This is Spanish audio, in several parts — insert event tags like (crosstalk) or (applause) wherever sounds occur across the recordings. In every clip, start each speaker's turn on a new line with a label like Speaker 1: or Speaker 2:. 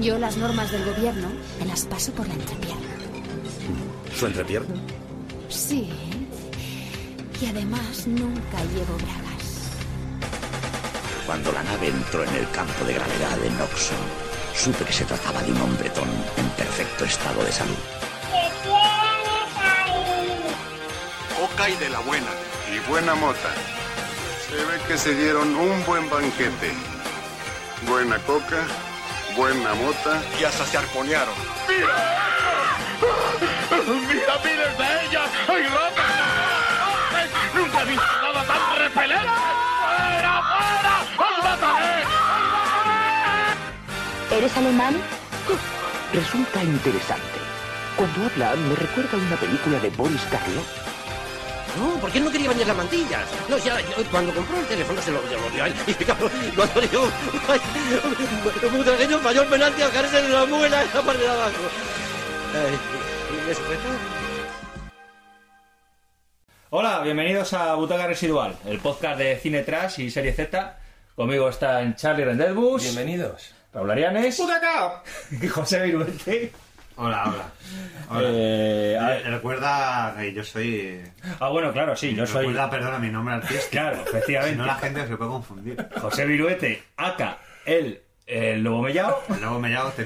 Speaker 1: Yo las normas del gobierno me las paso por la entrepierna.
Speaker 2: ¿Su entrepierna?
Speaker 1: Sí. ¿eh? Y además nunca llevo bragas.
Speaker 2: Cuando la nave entró en el campo de gravedad de Noxon, supe que se trataba de un hombretón en perfecto estado de salud.
Speaker 3: Poca y de la buena.
Speaker 4: Y buena mota. Se ve que se dieron un buen banquete. Buena coca, buena mota.
Speaker 3: Y hasta se arponearon.
Speaker 5: ¡Mira miles de ellas! ¡Ay, ropa! ¡Nunca he visto nada tan repelente! ¡Fuera, fuera! ¡Os mataré!
Speaker 6: ¿Eres alemán?
Speaker 7: Resulta interesante. Cuando habla, me recuerda a una película de Boris Karloff.
Speaker 8: No, porque él no quería bañar las mantillas. No, ya, yo, cuando compró el teléfono se lo, se lo dio a él. Y claro, lo adoró. Un tragueño mayor penalti a caerse de la muela en la parte de abajo. Ay, irrespetable.
Speaker 9: Hola, bienvenidos a Butaca Residual, el podcast de cine trash y serie Z. Conmigo están Charlie Rendelbus.
Speaker 10: Bienvenidos.
Speaker 9: Raúl Arianes.
Speaker 10: ¡Butaca!
Speaker 9: (laughs) Y José Viruente.
Speaker 11: Hola, hola. Hola.
Speaker 9: Eh, a-
Speaker 11: Eh, Recuerda que yo soy.
Speaker 9: ah, bueno, claro, sí, yo soy.
Speaker 11: Recuerda, perdona, mi nombre artístico.
Speaker 9: Claro,
Speaker 11: Si
Speaker 9: efectivamente.
Speaker 11: (laughs) no, la gente se
Speaker 9: (laughs)
Speaker 11: puede confundir.
Speaker 9: José Viruete, acá, el, el lobo mellao.
Speaker 11: Pues Luego me llamo The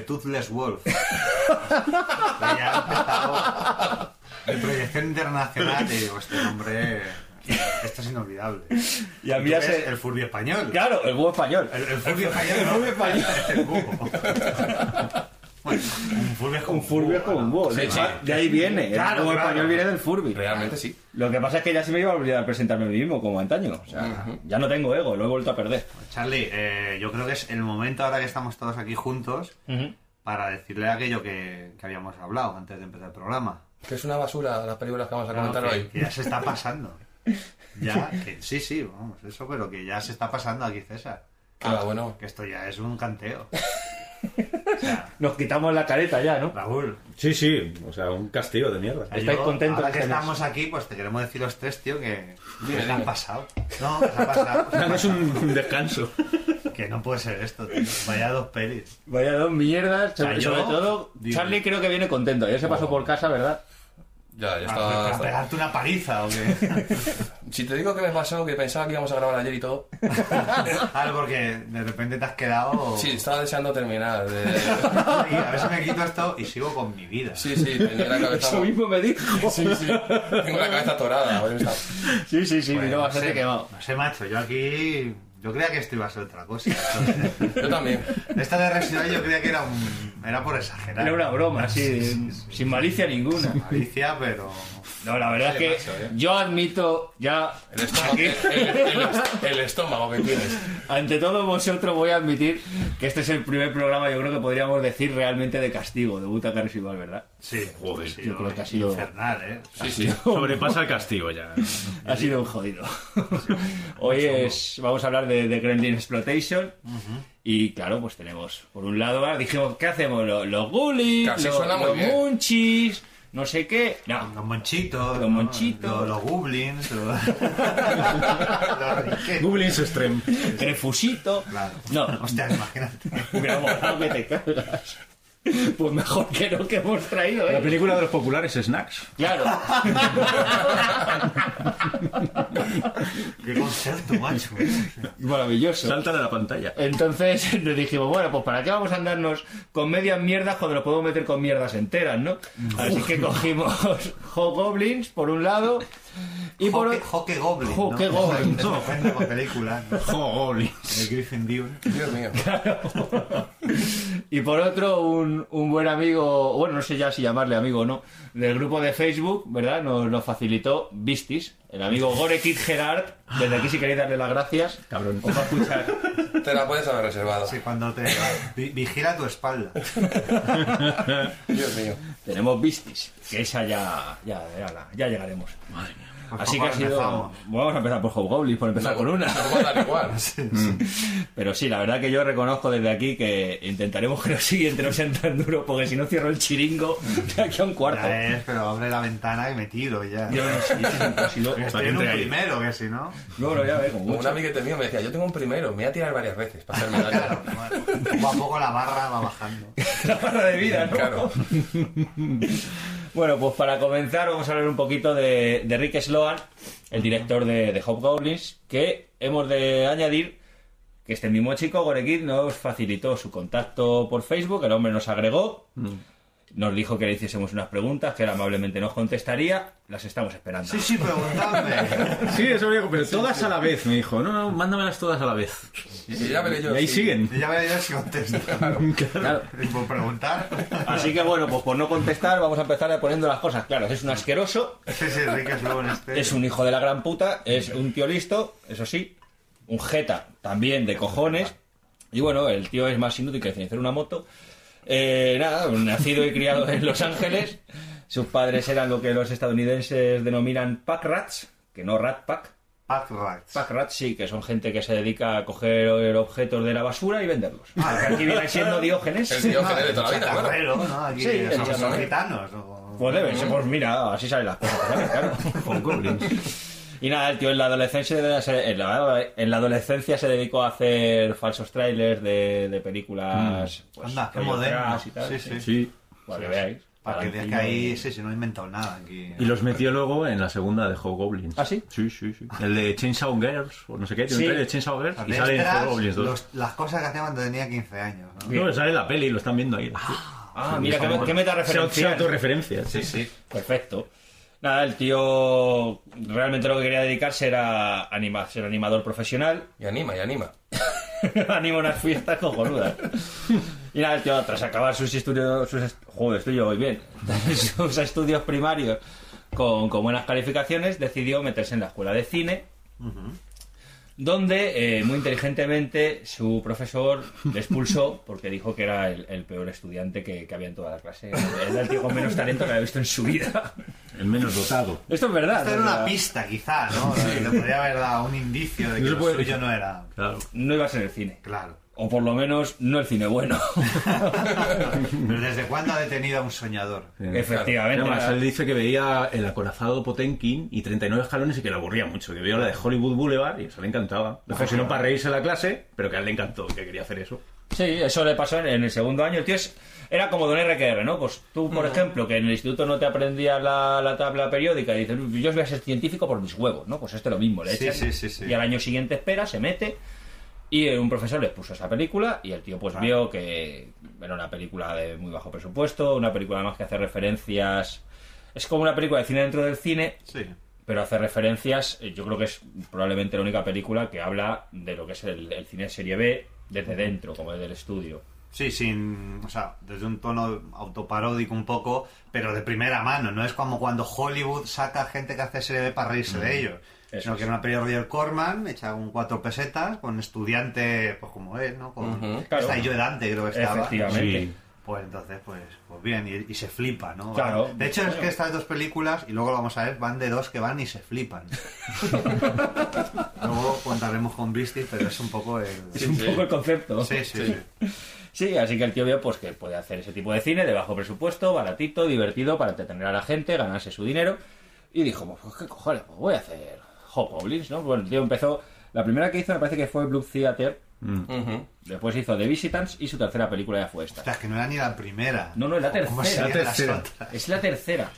Speaker 9: (laughs)
Speaker 11: Toothless Wolf. Y ya he empezado. En proyección internacional, y digo, este nombre. Esto es inolvidable.
Speaker 9: Y a mí
Speaker 11: Tú
Speaker 9: hace-
Speaker 11: eres El furbio español.
Speaker 9: Claro, el búho español.
Speaker 11: El, el furbio español.
Speaker 10: El
Speaker 11: ¿no?
Speaker 10: furbio español.
Speaker 11: El búho.
Speaker 9: (laughs)
Speaker 11: Bueno, un furbio es como
Speaker 9: Un furbio es como un búho.
Speaker 10: Sí,
Speaker 9: de,
Speaker 10: sí.
Speaker 9: de ahí viene.
Speaker 11: Claro,
Speaker 9: el búho
Speaker 11: claro.
Speaker 9: español viene del furbi.
Speaker 10: Realmente sí.
Speaker 9: Lo que pasa es que ya se me iba a olvidar presentarme a mí mismo como antaño. O sea, ya no tengo ego, lo he vuelto a perder.
Speaker 11: Charlie, eh, yo creo que es el momento ahora que estamos todos aquí juntos para decirle aquello que, que habíamos hablado antes de empezar el programa.
Speaker 10: Que es una basura las películas que
Speaker 9: Ah,
Speaker 10: vamos a comentar
Speaker 11: que,
Speaker 10: hoy.
Speaker 11: que ya se está
Speaker 9: (laughs)
Speaker 11: pasando. Ya, que- sí, sí, vamos, eso, pero que ya se está pasando aquí, César.
Speaker 10: Ah, bueno.
Speaker 11: Que esto ya es un canteo. O sea,
Speaker 9: Nos quitamos la careta ya, ¿no?
Speaker 11: Raúl,
Speaker 12: Sí, sí, o sea, un castigo de mierda.
Speaker 9: Estáis
Speaker 11: yo-
Speaker 9: contentos,
Speaker 11: Ahora que
Speaker 9: Ángeles.
Speaker 11: estamos aquí, pues te queremos decir los tres, tío, que
Speaker 10: Dime,
Speaker 11: que se han
Speaker 10: dime.
Speaker 11: pasado. No, que se ha pasado.
Speaker 12: (laughs) Es un descanso.
Speaker 11: Que no puede ser esto, tío. Vaya dos pelis.
Speaker 9: Vaya dos mierdas, sobre,
Speaker 11: Cayó.
Speaker 9: sobre todo. Oh.
Speaker 11: Dime.
Speaker 9: Charlie creo que viene contento. Ayer se pasó por casa, ¿verdad? Ah,
Speaker 10: Ya, ya
Speaker 11: Para,
Speaker 10: está.
Speaker 11: para
Speaker 10: está.
Speaker 11: pegarte una paliza o qué.
Speaker 10: Si te digo que me pasó, que pensaba que íbamos a grabar ayer y todo.
Speaker 11: Algo porque de repente te has
Speaker 9: Oh.
Speaker 11: quedado.
Speaker 10: Sí, estaba deseando terminar.
Speaker 9: (laughs)
Speaker 10: de-
Speaker 11: Y a veces me quito esto y sigo con mi vida.
Speaker 10: Sí, sí, tenía la cabeza.
Speaker 9: (laughs) Eso mismo me dijo.
Speaker 10: Sí, sí. Tengo la cabeza atorada. hoy está-
Speaker 9: (laughs) Sí, sí, sí,
Speaker 11: Bueno,
Speaker 9: vino bastante
Speaker 11: sé,
Speaker 9: quemado.
Speaker 11: No sé, macho, yo aquí. Yo creía que esto iba a ser otra cosa.
Speaker 10: Yo también.
Speaker 11: Esta de residual yo creía que era un. Era por exagerar.
Speaker 9: Era una broma, sí, sin malicia ninguna.
Speaker 11: Malicia, pero.
Speaker 9: No, la verdad
Speaker 10: Sí,
Speaker 9: es
Speaker 10: macho,
Speaker 9: que
Speaker 10: ¿eh?
Speaker 9: yo admito ya
Speaker 10: El estómago,
Speaker 9: aquí,
Speaker 10: el- el- el- el estómago que tienes.
Speaker 9: ante todos vosotros voy a admitir que este es el primer programa, yo creo que podríamos decir realmente de castigo, de butaca residual, ¿verdad?
Speaker 11: Sí,
Speaker 12: Joder,
Speaker 11: sí,
Speaker 9: yo
Speaker 11: no,
Speaker 9: creo que ha sido-
Speaker 11: Infernal, ¿eh?
Speaker 10: Sí, sí.
Speaker 9: (laughs)
Speaker 12: Sobrepasa el castigo ya.
Speaker 9: Ha sido un
Speaker 12: (laughs)
Speaker 9: jodido. Hoy es, vamos a hablar de, de Gremlin Exploitation. Y claro, pues tenemos, por un lado, ah, dijimos, ¿qué hacemos? Los, los ghoulies,
Speaker 10: Casi
Speaker 9: los,
Speaker 10: suena muy
Speaker 9: los
Speaker 10: bien.
Speaker 9: munchies, no sé qué. No,
Speaker 12: (laughs)
Speaker 11: Los monchitos.
Speaker 9: Los
Speaker 11: ¿no?
Speaker 9: monchitos.
Speaker 11: Los, los
Speaker 9: (laughs)
Speaker 11: goblins. (laughs) Los. los riquetes.
Speaker 12: Goblins Extreme.
Speaker 9: crefusito.
Speaker 11: Claro.
Speaker 9: No,
Speaker 11: Hostia, imagínate.
Speaker 9: hubiera molado que te cagas.
Speaker 12: (laughs)
Speaker 9: Pues mejor que no que hemos traído,
Speaker 12: La
Speaker 9: ¿eh?
Speaker 12: película de los populares Snacks.
Speaker 9: Claro.
Speaker 11: Qué concepto, macho. eh.
Speaker 9: Maravilloso.
Speaker 12: Salta de la pantalla.
Speaker 9: Entonces (laughs) nos dijimos, bueno, pues ¿para qué vamos a andarnos con medias mierdas cuando lo podemos meter con mierdas enteras, no? Así que cogimos (laughs) Hobgoblins por un lado y por
Speaker 11: Hockey,
Speaker 9: otro...
Speaker 11: hockey Goblin.
Speaker 9: Jo,
Speaker 11: ¿no?
Speaker 9: qué goblin.
Speaker 11: Eso ofende con película. ¿no?
Speaker 12: Goblins.
Speaker 11: De Griffin Dune.
Speaker 10: Dios mío.
Speaker 9: Y por otro, un, un buen amigo, bueno, no sé ya si llamarle amigo o no, del grupo de Facebook, ¿verdad? Nos lo facilitó Vistis, el amigo Gore Kid Gerard. Desde aquí, si queréis darle las gracias,
Speaker 12: Cabrón.
Speaker 9: os va a escuchar.
Speaker 10: Te la puedes haber reservado.
Speaker 11: Sí, cuando te vi- vigila
Speaker 9: (laughs)
Speaker 11: tu espalda.
Speaker 10: Dios mío.
Speaker 9: Tenemos Vistis, que esa ya, ya, ya, la- ya llegaremos.
Speaker 11: Pues
Speaker 9: Así que
Speaker 11: ¿por
Speaker 9: ha
Speaker 11: cuál
Speaker 9: sido.
Speaker 11: empezamos?
Speaker 9: Vamos a empezar por Hobgoblins, por empezar con una. (laughs) Mm. Pero sí, la verdad que yo reconozco desde aquí que intentaremos que los siguientes no sean tan duros, porque si no cierro el chiringo de aquí a un cuarto.
Speaker 11: Ya es, pero abre la ventana y me tiro ya.
Speaker 9: Yo no sé, es imposible.
Speaker 11: Estoy
Speaker 9: Para que
Speaker 11: en un
Speaker 9: entre ahí.
Speaker 11: primero, que si no.
Speaker 9: No, no, ya ve, con
Speaker 10: Un
Speaker 9: mucho.
Speaker 10: amiguete mío me decía, yo tengo un primero, me voy a tirar varias veces para hacerme daño.
Speaker 9: (laughs)
Speaker 11: Poco a poco la barra va bajando.
Speaker 9: La barra de vida, ¿no?
Speaker 10: Claro.
Speaker 9: (laughs) Bueno, pues para comenzar vamos a hablar un poquito de, de Rick Sloan, el director de, de Hobgoblins, que hemos de añadir que este mismo chico, Gorekid, nos facilitó su contacto por Facebook, el hombre nos agregó,
Speaker 12: Mm.
Speaker 9: nos dijo que le hiciésemos unas preguntas, que él amablemente nos contestaría, las estamos esperando.
Speaker 11: Sí, sí, preguntadme.
Speaker 12: Sí, eso me dijo, pero todas a la vez, me dijo. No, no, mándamelas todas a la vez.
Speaker 10: Y ya veré yo.
Speaker 12: Y ahí
Speaker 10: si-
Speaker 12: siguen.
Speaker 11: Y ya veré yo si contesto.
Speaker 9: Claro.
Speaker 11: Y por preguntar.
Speaker 9: Así que bueno, pues por no contestar vamos a empezar poniendo las cosas claras. Es un asqueroso,
Speaker 11: Sí, sí, Enrique es luego en este.
Speaker 9: es un hijo de la gran puta, es un tío listo, eso sí, un jeta también de cojones. Y bueno, el tío es más inútil que hacer una moto. Eh, nada, nacido y criado en Los Ángeles, sus padres eran lo que los estadounidenses denominan pack rats, que no rat pack.
Speaker 11: Pack Rats.
Speaker 9: Pack rats sí, que son gente que se dedica a coger objetos de la basura y venderlos. Porque aquí viene siendo Diógenes.
Speaker 10: El Diógenes de toda la vida, bueno.
Speaker 11: Chatarrero, ¿no? Aquí
Speaker 9: Sí, el
Speaker 11: somos
Speaker 9: chatarrero.
Speaker 11: gitanos. o-
Speaker 9: Pues debe ser, pues mira, así salen las cosas, ¿sabes? Claro.
Speaker 12: (laughs)
Speaker 9: Y nada, el tío en la adolescencia se- en la, en la adolescencia se dedicó a hacer falsos trailers de, de películas. Pues,
Speaker 11: Anda, qué
Speaker 9: rollo
Speaker 11: moderno.
Speaker 9: trash y tal,
Speaker 11: Sí, sí.
Speaker 12: Mm. Sí.
Speaker 9: Para que veáis.
Speaker 11: Para que veas que
Speaker 9: Tarantino.
Speaker 11: ahí, sí, sí, no he inventado nada aquí.
Speaker 12: Y los metió luego en la segunda de Hobgoblins.
Speaker 9: ¿Ah, sí?
Speaker 12: Sí, sí, sí. El de Chainsaw Girls, o no sé qué. Tiene
Speaker 9: Sí.
Speaker 12: un trailer de Chainsaw Girls y
Speaker 11: Letras,
Speaker 12: sale en Hobgoblins 2.
Speaker 11: los- las cosas que hacía cuando tenía 15 años. ¿no?
Speaker 12: No, sale la peli, lo están viendo ahí.
Speaker 9: Ah, mira, qué, qué
Speaker 12: Se
Speaker 9: metareferencia.
Speaker 12: autorreferencia.
Speaker 10: Sí, sí.
Speaker 9: Perfecto. Nada, el tío realmente lo que quería dedicarse era anima- ser animador profesional.
Speaker 10: Y anima, y anima.
Speaker 9: (laughs) anima unas fiestas cojonudas. Y nada, el tío, tras acabar sus estudios, sus est- joder, estoy yo muy bien, (laughs) sus estudios primarios con, con buenas calificaciones, decidió meterse en la escuela de cine, donde eh, muy inteligentemente su profesor le expulsó porque dijo que era el, el peor estudiante que, que había en toda la clase. Era el tío con menos talento que había visto en su vida.
Speaker 12: El menos dotado.
Speaker 9: (laughs) Esto es verdad.
Speaker 11: Esto
Speaker 9: o
Speaker 11: era
Speaker 9: sea,
Speaker 11: una pista, quizá, ¿no? Le podría haber dado un indicio de que
Speaker 12: No se
Speaker 11: lo
Speaker 12: puede-
Speaker 11: suyo no era.
Speaker 12: Claro.
Speaker 9: No ibas en el cine.
Speaker 11: Claro.
Speaker 9: O por lo menos no el cine (laughs) bueno.
Speaker 11: Pero ¿desde cuándo ha detenido a un soñador?
Speaker 9: (laughs) Efectivamente.
Speaker 12: Además,
Speaker 9: era-
Speaker 12: él dice que veía el acorazado Potemkin y 39 escalones y que le aburría mucho, que vio la de Hollywood Boulevard y eso le encantaba. Lo fusionó para reírse en la clase, pero que a él le encantó, que quería hacer eso.
Speaker 9: Sí, eso le pasó en, en el segundo año. El tío es- era como Don RQR, ¿no? Pues tú, por ejemplo, que en el instituto no te aprendías la, la tabla periódica y dices, yo voy a ser científico por mis huevos, ¿no? Pues esto es lo mismo, le
Speaker 11: Sí,
Speaker 9: echan,
Speaker 11: sí, sí, sí.
Speaker 9: Y al año siguiente espera, se mete. Y eh, un profesor les puso esa película y el tío
Speaker 11: Ah.
Speaker 9: pues vio que era una película de muy bajo presupuesto, una película además que hace referencias... Es como una película de cine dentro del cine,
Speaker 11: Sí.
Speaker 9: pero hace referencias, eh, yo creo que es probablemente la única película que habla de lo que es el, el cine serie B desde dentro, como desde el estudio.
Speaker 11: Sí, sin, o sea, desde un tono autoparódico un poco, pero de primera mano. No es como cuando Hollywood saca gente que hace serie B para reírse de ellos.
Speaker 9: Mm. eso
Speaker 11: sino
Speaker 9: es.
Speaker 11: que era una peli de Roger Corman, hecha con cuatro pesetas, con estudiante, pues como es, ¿no? Con
Speaker 10: Ujú,
Speaker 9: claro.
Speaker 11: está yo Dante, creo que estaba.
Speaker 9: Efectivamente.
Speaker 12: Sí.
Speaker 11: Pues entonces, pues, pues bien, y, y se flipa, ¿no?
Speaker 9: Claro.
Speaker 11: De hecho, es que estas dos películas, y luego lo vamos a ver, van de dos que van y se
Speaker 9: (laughs)
Speaker 11: flipan. luego contaremos con Beastie, pero es un poco el...
Speaker 9: Es un poco el concepto.
Speaker 11: sí, sí. sí.
Speaker 9: Sí, así que el tío vio pues, que puede hacer ese tipo de cine de bajo presupuesto, baratito, divertido, para entretener a la gente, ganarse su dinero. Y dijo, pues qué cojones, pues voy a hacer Hobgoblins, ¿no? Bueno, el tío empezó... La primera que hizo me parece que fue Blue Theater,
Speaker 10: Ujú.
Speaker 9: después hizo The Visitants y su tercera película ya fue esta.
Speaker 11: O sea, que no era ni la primera.
Speaker 9: No, no, es la
Speaker 11: ¿Cómo
Speaker 9: tercera.
Speaker 11: serían
Speaker 12: La
Speaker 11: las
Speaker 12: tercera.
Speaker 11: otras?
Speaker 9: Es la tercera.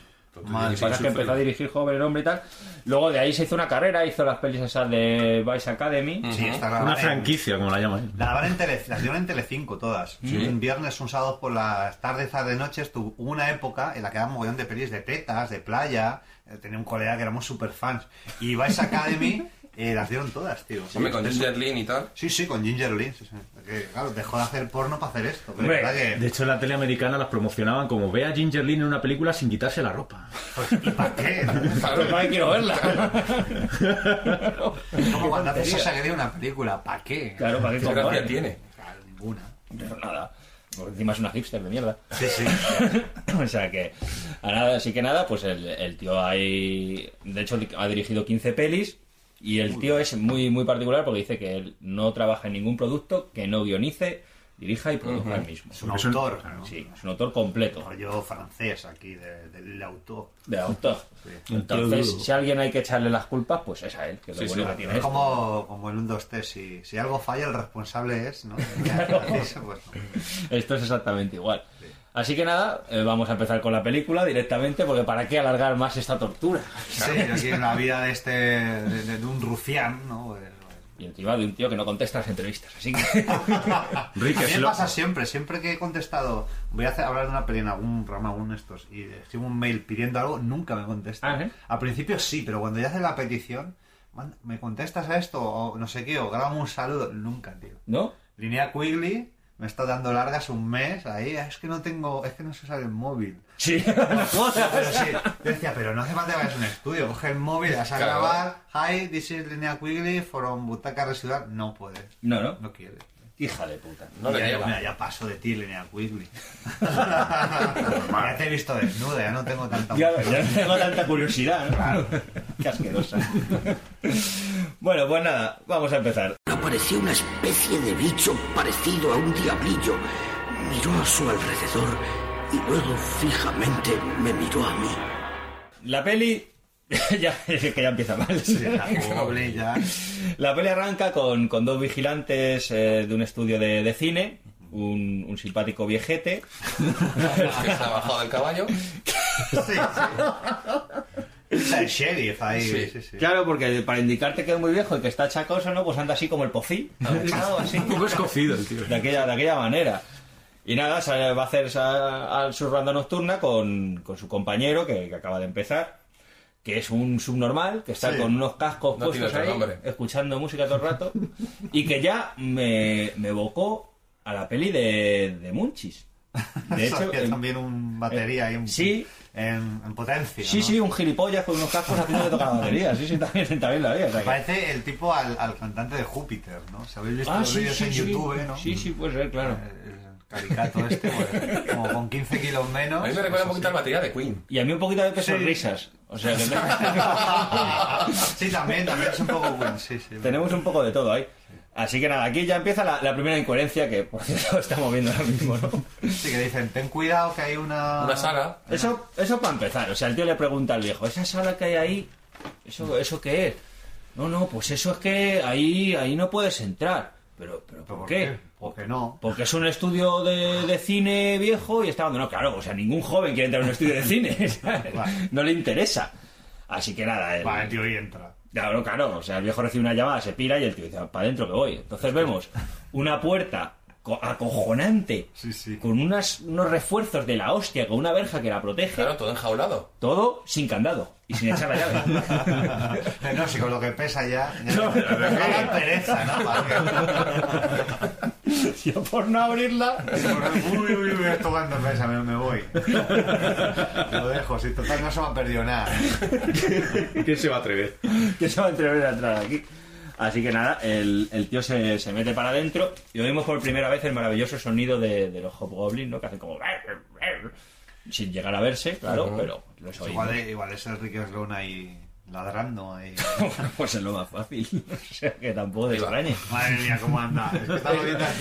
Speaker 11: Madre
Speaker 9: Lo que pasa es que empezó a dirigir joven el hombre y tal. Luego de ahí se hizo una carrera, hizo las pelis esas de Vice Academy.
Speaker 11: Sí, está
Speaker 9: Ah,
Speaker 11: grabada
Speaker 12: Una
Speaker 11: en-
Speaker 12: franquicia, como la llaman.
Speaker 11: La daban en Tele, las dieron en Telecinco todas. Un viernes, un sábado por las tardes, tarde, noches. Tuvo hubo una época en la que daban mogollón de pelis de tetas, de playa. Eh, Tenía un colega que éramos super fans. Y Vice
Speaker 9: (laughs)
Speaker 11: Academy eh, las dieron todas, tío.
Speaker 10: Hombre, con Ginger Lynn y tal.
Speaker 11: Sí, sí, con Ginger Lee. sí, sí. Porque, claro, dejó de hacer porno para hacer esto. Pero
Speaker 9: Hombre,
Speaker 11: la verdad
Speaker 12: De
Speaker 11: que,
Speaker 12: hecho, en la tele americana las promocionaban como ve a Ginger Lynn en una película sin quitarse la ropa.
Speaker 11: pues, ¿y
Speaker 9: (laughs)
Speaker 11: para
Speaker 10: (laughs)
Speaker 11: qué?
Speaker 9: Pues no quiero verla. (laughs)
Speaker 11: Como cuando haces esa que de una película, ¿para qué?
Speaker 9: Claro, para qué
Speaker 10: ¿Qué gracia
Speaker 9: cojones.
Speaker 10: tiene?
Speaker 11: Claro, ninguna.
Speaker 9: Pero nada. Porque encima es una hipster de mierda. (laughs)
Speaker 11: Sí, sí.
Speaker 9: o sea que. a nada, así que nada, pues el, el tío hay. De hecho, ha dirigido 15 pelis. Y el tío es muy, muy particular porque dice que él no trabaja en ningún producto que no guionice, dirija y produzca
Speaker 11: Ujú.
Speaker 9: él mismo.
Speaker 11: Es un autor, ¿no?
Speaker 9: Sí, es un autor completo.
Speaker 11: Rollo francés aquí, de- del autor.
Speaker 9: De autor.
Speaker 11: Sí.
Speaker 9: Entonces, si a alguien hay que echarle las culpas, pues es a él, que es lo
Speaker 11: Sí, sí,
Speaker 9: bueno que tiene
Speaker 11: es
Speaker 9: esto.
Speaker 11: como, como en un 2-3, si, si algo falla el responsable es, ¿no? Así, pues,
Speaker 9: (laughs) Esto es exactamente igual. Así que nada, eh, vamos a empezar con la película directamente, porque ¿para qué alargar más esta tortura?
Speaker 11: sí, aquí en la vida de este, de, de- de un rufián, ¿no? Pues,
Speaker 9: Y encima de un tío que no contesta las entrevistas, así
Speaker 11: (laughs)
Speaker 9: que...
Speaker 11: a mí me pasa
Speaker 12: (laughs)
Speaker 11: siempre, siempre que he contestado, voy a hacer- hablar de una peli en algún programa, algún de estos, y escribo un mail pidiendo algo, nunca me contesta. Al principio sí, pero cuando ya hace la petición, "Man, ¿me contestas a esto? O no sé qué, o grabo un saludo, nunca, tío.
Speaker 9: ¿No?
Speaker 11: Línea Quigley me está dando largas un mes ahí, es que no tengo, es que no se sale el móvil. (laughs)
Speaker 9: Sí,
Speaker 11: pero sí. Yo decía, pero no hace falta que hagas un estudio, coge el móvil, vas a
Speaker 9: Claro.
Speaker 11: grabar, hi, this is Línea Quigley from Butaca Residual, no puedes.
Speaker 9: No, no.
Speaker 11: No quieres.
Speaker 9: Hija de puta.
Speaker 11: No
Speaker 9: No le
Speaker 10: (laughs)
Speaker 11: ya,
Speaker 9: lleva.
Speaker 11: mira, ya paso de ti, Línea
Speaker 9: (laughs)
Speaker 11: Quigley. ya te he visto desnuda, ya no tengo tanta...
Speaker 9: Ya, ya no tengo tanta curiosidad, ¿no? Qué asquerosa. bueno, pues nada, vamos a empezar.
Speaker 6: Apareció una especie de bicho parecido a un diablillo. Miró a su alrededor y luego fijamente me miró a mí.
Speaker 9: La peli. (laughs) ya, es que ya empieza mal.
Speaker 11: la pobre,
Speaker 9: La peli arranca con, con dos vigilantes eh, de un estudio de, de cine, un, un simpático viejete.
Speaker 10: que está bajado del caballo.
Speaker 11: El sheriff ahí.
Speaker 9: Sí.
Speaker 11: sí, sí.
Speaker 9: Claro, porque para indicarte que es muy viejo y que está chacoso, ¿no? Pues anda así como el pocí.
Speaker 10: (laughs)
Speaker 9: agachado, así. De aquella, de aquella manera. Y nada, sale- va a hacer esa- a su ronda nocturna con, con su compañero que, que acaba de empezar, que es un subnormal, que está
Speaker 10: Sí.
Speaker 9: con unos cascos
Speaker 10: No tiene
Speaker 9: puestos
Speaker 10: otro
Speaker 9: ahí,
Speaker 10: nombre.
Speaker 9: escuchando música todo el rato, y que ya me, me evocó a la peli de, de Munchis. De
Speaker 11: (laughs) Eso
Speaker 9: hecho, eh,
Speaker 11: hacía
Speaker 9: en-
Speaker 11: también un batería ahí, un-
Speaker 9: sí.
Speaker 11: en, en potencia.
Speaker 9: Sí,
Speaker 11: ¿no?
Speaker 9: sí, un gilipollas con unos cascos haciendo de tocar la batería. Sí, sí, también, (laughs) también la había.
Speaker 11: Me parece el tipo al, al cantante de Júpiter, ¿no? Si habéis visto
Speaker 9: Ah,
Speaker 11: los
Speaker 9: sí,
Speaker 11: vídeos
Speaker 9: sí,
Speaker 11: en
Speaker 9: sí.
Speaker 11: YouTube, ¿eh? ¿no?
Speaker 9: Sí, sí, puede ser, claro.
Speaker 11: El caricato este, pues, como con 15 kilos menos.
Speaker 10: A mí me recuerda un poquito al batería de Queen.
Speaker 9: Y a mí un poquito de que
Speaker 11: Sí.
Speaker 9: sonrisas. O sea,
Speaker 11: (laughs)
Speaker 9: que
Speaker 11: Sí, también, también es un poco buen, sí, sí.
Speaker 9: (laughs) Tenemos un poco de todo ahí. Así que nada, aquí ya empieza la, la primera incoherencia que por cierto (laughs) estamos viendo ahora mismo, ¿no?
Speaker 11: Sí, que dicen, ten cuidado que hay una...
Speaker 9: Eso, eso para empezar. O sea, el tío le pregunta al viejo, ¿esa sala que hay ahí? ¿Eso, eso qué es? No, no, pues eso es que ahí, ahí no puedes entrar. Pero, pero ¿por, qué?
Speaker 11: Porque no.
Speaker 9: Porque es un estudio de, de cine viejo y está abandonado. Claro, o sea, ningún joven quiere entrar a un estudio de cine. (laughs) ¿sabes? No le interesa. Así que nada. El,
Speaker 11: Vale, el tío y entra. (laughs)
Speaker 9: Claro, claro. O sea, el viejo recibe una llamada, se pira y el tío dice, para adentro que voy. Entonces vemos una puerta co- acojonante con unas, unos refuerzos de la hostia, con una verja que la protege. Claro,
Speaker 10: todo enjaulado.
Speaker 9: Todo sin candado y sin echar la llave.
Speaker 11: No, si con lo que pesa ya... ya
Speaker 9: No,
Speaker 11: me da pereza,
Speaker 9: (laughs)
Speaker 11: ¿no?
Speaker 9: Yo por no abrirla...
Speaker 11: Uy, uy, uy, esto cuando pesa, me,
Speaker 9: (laughs)
Speaker 11: me voy. Lo dejo, si total no se me ha perdido nada.
Speaker 9: ¿Quién se va a atrever? ¿Quién se va a atrever a entrar aquí? Así que nada, el, el tío se, se mete para adentro y oímos por primera vez el maravilloso sonido de, de los Hobgoblins, ¿no? Que hacen como... Sin llegar a verse, claro,
Speaker 11: Ujú.
Speaker 9: pero los oímos.
Speaker 11: Igual, eh, igual es el Ricky Sloan ahí ladrando. eh. Ahí.
Speaker 9: (laughs) pues es lo más fácil. O sea, que tampoco te extrañe.
Speaker 11: Madre mía, cómo anda. Es que está moviendo el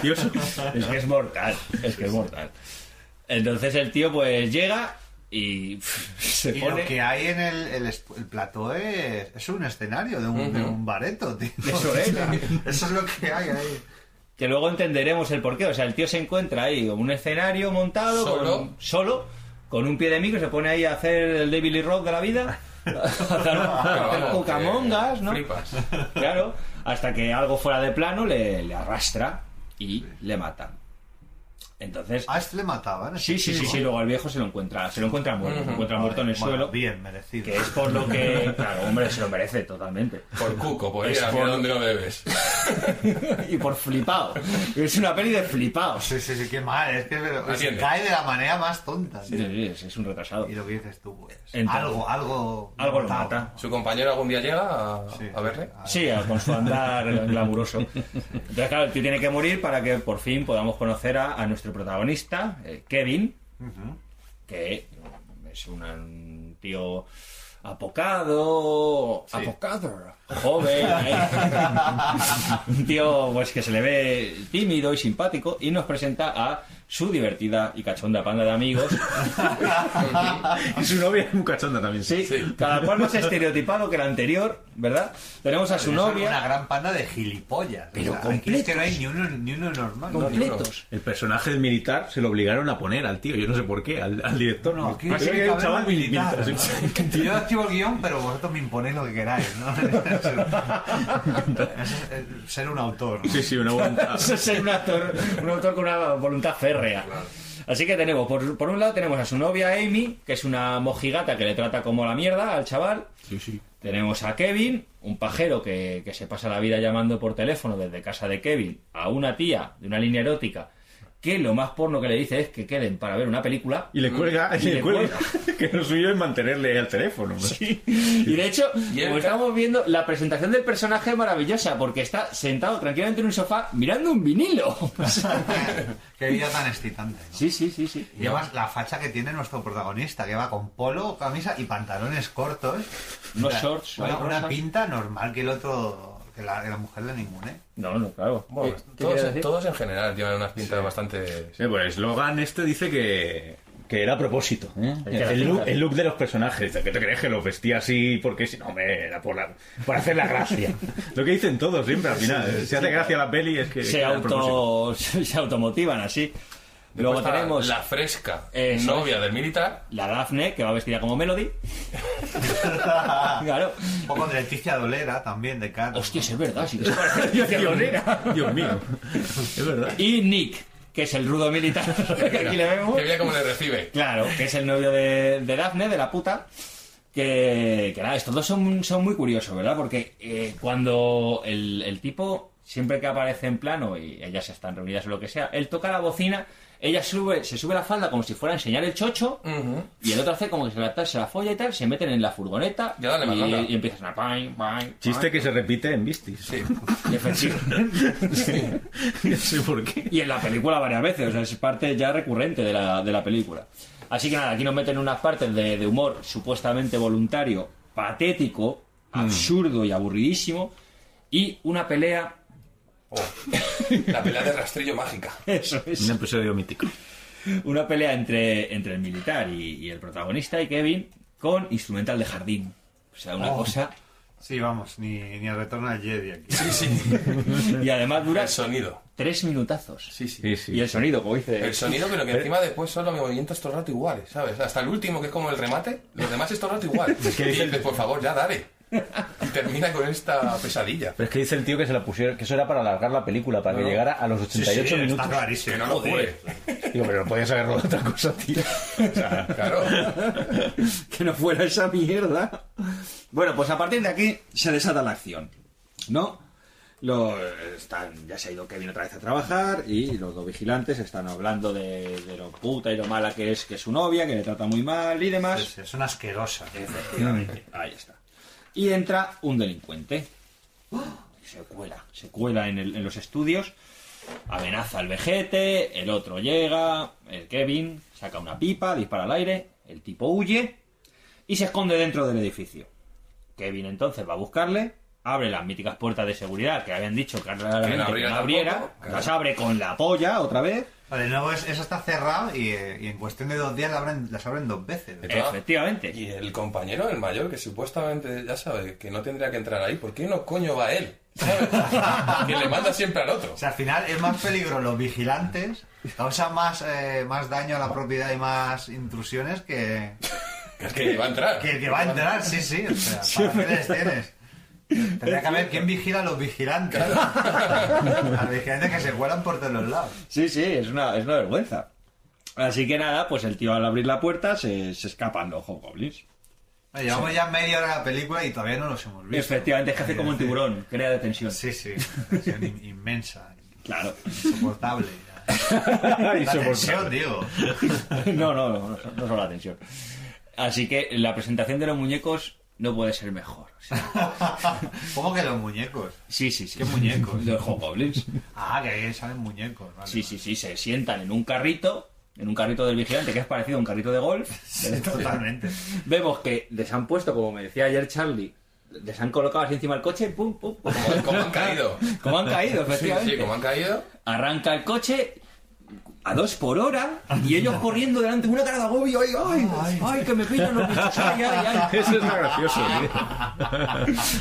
Speaker 11: tipo.
Speaker 9: Es que es mortal. Es que es mortal. Entonces el tío pues llega y (laughs) pff, se
Speaker 11: Y lo
Speaker 9: pone...
Speaker 11: que hay en el, el, es- el plató es, es un escenario de un, de un bareto, tío.
Speaker 9: Eso es.
Speaker 11: (laughs) O sea, eso es lo que hay ahí.
Speaker 9: que luego entenderemos el porqué. O sea, el tío se encuentra ahí en un escenario montado
Speaker 10: Solo.
Speaker 9: con, solo con un pie de micro, se pone ahí a hacer el Devil y Rock de la vida,
Speaker 10: (laughs)
Speaker 9: a hacer, a hacer
Speaker 10: vamos,
Speaker 9: cucamongas, ¿no?
Speaker 10: Flipas.
Speaker 9: Claro, hasta que algo fuera de plano le, le arrastra y le mata. Entonces.
Speaker 11: ¿A este le mataban?
Speaker 9: Sí, sí, sí, sí, luego al viejo se lo encuentra, se lo encuentra muerto, se lo encuentra
Speaker 11: Vale,
Speaker 9: muerto en el
Speaker 11: bueno,
Speaker 9: suelo.
Speaker 11: Bien, merecido.
Speaker 9: Que es por lo que. Claro, hombre, se lo merece totalmente.
Speaker 10: Por cuco, por
Speaker 9: Es
Speaker 10: ir a
Speaker 9: por-
Speaker 10: donde lo bebes.
Speaker 9: y por flipado. Es una peli de flipado.
Speaker 11: Sí, sí, sí, qué mal. Es que pero-
Speaker 9: Atiende.
Speaker 11: cae de la manera más tonta.
Speaker 9: Sí,
Speaker 11: tío.
Speaker 9: sí, es, es un retrasado.
Speaker 11: Y lo que dices tú, pues.
Speaker 9: Entonces-
Speaker 11: algo, algo.
Speaker 9: Algo lo
Speaker 11: mataba.
Speaker 9: mata.
Speaker 10: ¿Su compañero algún día llega a, a ¿eh? verle?
Speaker 9: Sí, a- con su andar (laughs) glamuroso. Entonces, claro, el tío tiene que morir para que por fin podamos conocer a, a nuestro protagonista, eh, Kevin,
Speaker 11: Ujú.
Speaker 9: que es una- un tío apocado, apocado, joven, ahí. (laughs) un tío pues que se le ve tímido y simpático y nos presenta a su divertida y cachonda panda de
Speaker 11: (laughs)
Speaker 9: amigos.
Speaker 12: Y (laughs) su novia es un cachonda también.
Speaker 9: Sí, cada cual más estereotipado que el anterior, ¿verdad? Tenemos a su
Speaker 11: Son
Speaker 9: novia.
Speaker 11: Pues Una gran panda de gilipollas.
Speaker 9: Pero
Speaker 11: aquí Es que no hay ni uno, ni uno normal.
Speaker 9: Completos.
Speaker 12: El personaje del militar se lo obligaron a poner al tío, yo no sé por qué, al, al director.
Speaker 11: No, aquí
Speaker 12: Creo
Speaker 11: tiene
Speaker 12: que
Speaker 11: que
Speaker 12: hay un
Speaker 11: haber
Speaker 12: chaval
Speaker 11: un militar.
Speaker 12: militar, sí. (laughs)
Speaker 11: ¿no? Yo activo el guión, pero vosotros me imponéis lo que
Speaker 9: (laughs)
Speaker 11: queráis, ¿no? Es, eh, ser un autor.
Speaker 12: Sí, sí, (laughs) una buena.
Speaker 9: Eso es (laughs) ser un actor, un autor con una voluntad férrea. Así que tenemos, por, por un lado tenemos a su novia Amy, que es una mojigata que le trata como la mierda al chaval.
Speaker 12: Sí, sí.
Speaker 9: Tenemos a Kevin, un pajero que, que se pasa la vida llamando por teléfono desde casa de Kevin a una tía de una línea erótica, que lo más porno que le dice es que queden para ver una película.
Speaker 12: Y le cuelga, y
Speaker 9: Y
Speaker 12: le
Speaker 9: le
Speaker 12: cuelga. (laughs) que lo suyo es mantenerle al teléfono. ¿no?
Speaker 9: Y de
Speaker 11: (laughs)
Speaker 9: hecho,
Speaker 10: Y el
Speaker 9: como
Speaker 10: ca-
Speaker 9: estamos viendo, la presentación del personaje es maravillosa, porque está sentado tranquilamente en un sofá mirando un vinilo. (laughs)
Speaker 11: Qué vida tan excitante. ¿no?
Speaker 9: Sí, sí, sí, sí.
Speaker 11: Y además la facha que tiene nuestro protagonista, que va con polo, camisa y pantalones cortos.
Speaker 9: Unos
Speaker 11: O sea,
Speaker 9: shorts,
Speaker 11: Una,
Speaker 9: ¿no?
Speaker 11: una
Speaker 9: Rosas.
Speaker 11: pinta normal que el otro, que la, que la mujer de ninguna.
Speaker 9: No, no, claro. Eh,
Speaker 10: Bueno,
Speaker 9: ¿Qué- qué quieres
Speaker 10: todos,
Speaker 9: decir?
Speaker 10: todos en general tienen unas pintas bastante...
Speaker 12: Sí, pues el eslogan este dice que, que era a propósito. ¿eh?
Speaker 9: El que la
Speaker 12: El, look,
Speaker 9: pinta.
Speaker 12: el look de los personajes. ¿Qué te crees que los vestía así? Porque si no, hombre, era por, la- por hacer la
Speaker 9: (laughs)
Speaker 12: gracia. Lo que dicen todos siempre al final. si hace gracia la peli es que. que
Speaker 9: se,
Speaker 12: era a propósito.
Speaker 9: auto, (laughs) se automotivan así.
Speaker 10: Después
Speaker 9: Luego
Speaker 10: está
Speaker 9: tenemos
Speaker 10: La
Speaker 9: la...
Speaker 10: fresca
Speaker 9: Eso
Speaker 10: novia del militar.
Speaker 9: Daphne, que va vestida como Melody. claro.
Speaker 11: Un poco de Leticia Dolera también, de cara.
Speaker 9: Hostia, sí es verdad, sí que se parece a Alicia Dolera.
Speaker 12: Dios (laughs) mío. Es verdad.
Speaker 9: Y Nick, que es el rudo militar (laughs) que aquí le vemos.
Speaker 10: Que mira cómo le recibe.
Speaker 9: Claro, que es el novio de, de Daphne, de la puta. Que, que nada, estos dos son, son muy curiosos, ¿verdad? Porque eh, cuando el, el tipo, siempre que aparece en plano y ellas están reunidas o lo que sea, él toca la bocina, ella sube, se sube la falda como si fuera a enseñar el chocho,
Speaker 10: Ujú.
Speaker 9: y el otro hace como que se la, se la folla y tal, se meten en la furgoneta
Speaker 10: Ya dale, mandanga.
Speaker 9: y, y empiezan a... Pain, pain,
Speaker 12: Chiste que se repite en Vistis.
Speaker 10: Sí.
Speaker 9: pain, y efectivo.
Speaker 12: (laughs) No sé por qué.
Speaker 9: Y en la película varias veces, o sea, es parte ya recurrente de la, de la película. Así que nada, aquí nos meten unas partes de, de humor supuestamente voluntario, patético, absurdo y aburridísimo, y una pelea, (laughs)
Speaker 10: Oh, La pelea de rastrillo mágica.
Speaker 9: eso
Speaker 12: Un
Speaker 9: es,
Speaker 12: episodio mítico.
Speaker 9: una pelea entre, entre el militar y, y el protagonista y Kevin con instrumental de jardín. O sea, una
Speaker 11: Oh.
Speaker 9: cosa...
Speaker 11: Sí, vamos, ni, ni a retorno al Jedi aquí.
Speaker 10: Sí, sí.
Speaker 9: Y además dura
Speaker 10: El sonido.
Speaker 9: tres minutazos.
Speaker 10: Sí, sí.
Speaker 12: Sí, sí.
Speaker 9: Y el sonido, como dice...
Speaker 10: El sonido, pero que encima después son los movimientos todo el rato iguales, ¿sabes? Hasta el último, que es como el remate, los demás es todo el rato igual.
Speaker 12: que
Speaker 10: y
Speaker 12: dices-
Speaker 10: dices, por favor, ya dale. Y termina con esta pesadilla.
Speaker 12: Pero es que dice el tío que se la pusieron, que eso era para alargar la película, para que llegara a los 88 minutos.
Speaker 11: Está clarísimo.
Speaker 10: Que no lo jure.
Speaker 12: Digo, pero no podías haber rodado otra cosa, tío. O sea,
Speaker 10: Claro.
Speaker 9: (laughs) que no fuera esa mierda. Bueno, pues a partir de aquí se desata la acción, ¿no? Lo, están, ya se ha ido Kevin otra vez a trabajar y los dos vigilantes están hablando de, de lo puta y lo mala que es que es su novia, que le trata muy mal y demás.
Speaker 11: Sí, sí, Es una asquerosa.
Speaker 9: Efectivamente, ahí está. Y entra un delincuente. Se cuela, se cuela en, el- en los estudios, amenaza al vejete, el otro llega, el Kevin saca una pipa, dispara al aire, el tipo huye y se esconde dentro del edificio. Kevin entonces va a buscarle, abre las míticas puertas de seguridad que habían dicho claramente que no
Speaker 10: abriera
Speaker 9: abriera,
Speaker 10: tampoco, claro.
Speaker 9: las abre con la polla otra vez.
Speaker 11: Vale, luego es- eso está cerrado y, eh, y en cuestión de dos días la abren- las abren dos veces.
Speaker 10: De todas-
Speaker 9: Efectivamente.
Speaker 10: Y el compañero, el mayor, que supuestamente ya sabe que no tendría que entrar ahí, ¿por qué no coño va él? ¿Sabes? que le manda siempre al otro.
Speaker 11: O sea, al final es más peligro los vigilantes, causa más, eh, más daño a la propiedad y más intrusiones que,
Speaker 10: Es que va a entrar.
Speaker 11: que el que va a entrar, sí, sí. O sea, ¿para qué les tienes? Tendría que ver quién vigila a los vigilantes. a los vigilantes que se cuelan por todos los lados.
Speaker 9: Sí, sí, es una, es una vergüenza. Así que nada, pues el tío al abrir la puerta se, se escapan los hobgoblins.
Speaker 11: Bueno, llevamos
Speaker 9: Sí.
Speaker 11: ya media hora de la película y todavía no los hemos visto.
Speaker 9: Efectivamente, es que hace como un tiburón, crea detención.
Speaker 11: Sí, sí, tensión in- inmensa. (laughs)
Speaker 9: Claro. (laughs)
Speaker 11: Insoportable. La tensión, digo. (laughs)
Speaker 9: No, no, no, no solo la tensión. Así que la presentación de los muñecos no puede ser mejor.
Speaker 11: ¿Cómo que los muñecos?
Speaker 9: Sí, sí, sí.
Speaker 11: ¿Qué muñecos?
Speaker 9: Los hobgoblins.
Speaker 11: Ah, que ahí salen muñecos. Vale.
Speaker 9: Sí, sí, sí, se sientan en un carrito, en un carrito del vigilante que es parecido a un carrito de golf.
Speaker 11: Sí, totalmente.
Speaker 9: Vemos que les han puesto, como me decía ayer Charlie, les han colocado así encima del coche y pum, pum, pum.
Speaker 10: Como, como han caído.
Speaker 9: Como
Speaker 12: (laughs)
Speaker 9: han caído, efectivamente.
Speaker 10: Sí, sí, como han caído.
Speaker 9: Arranca el coche a dos por hora y ellos corriendo delante una cara de agobio. ¡Ay, ay, ay, que me pillan los bichos! ¡Ay, ay, ay!
Speaker 12: (laughs) Eso es lo gracioso, (laughs)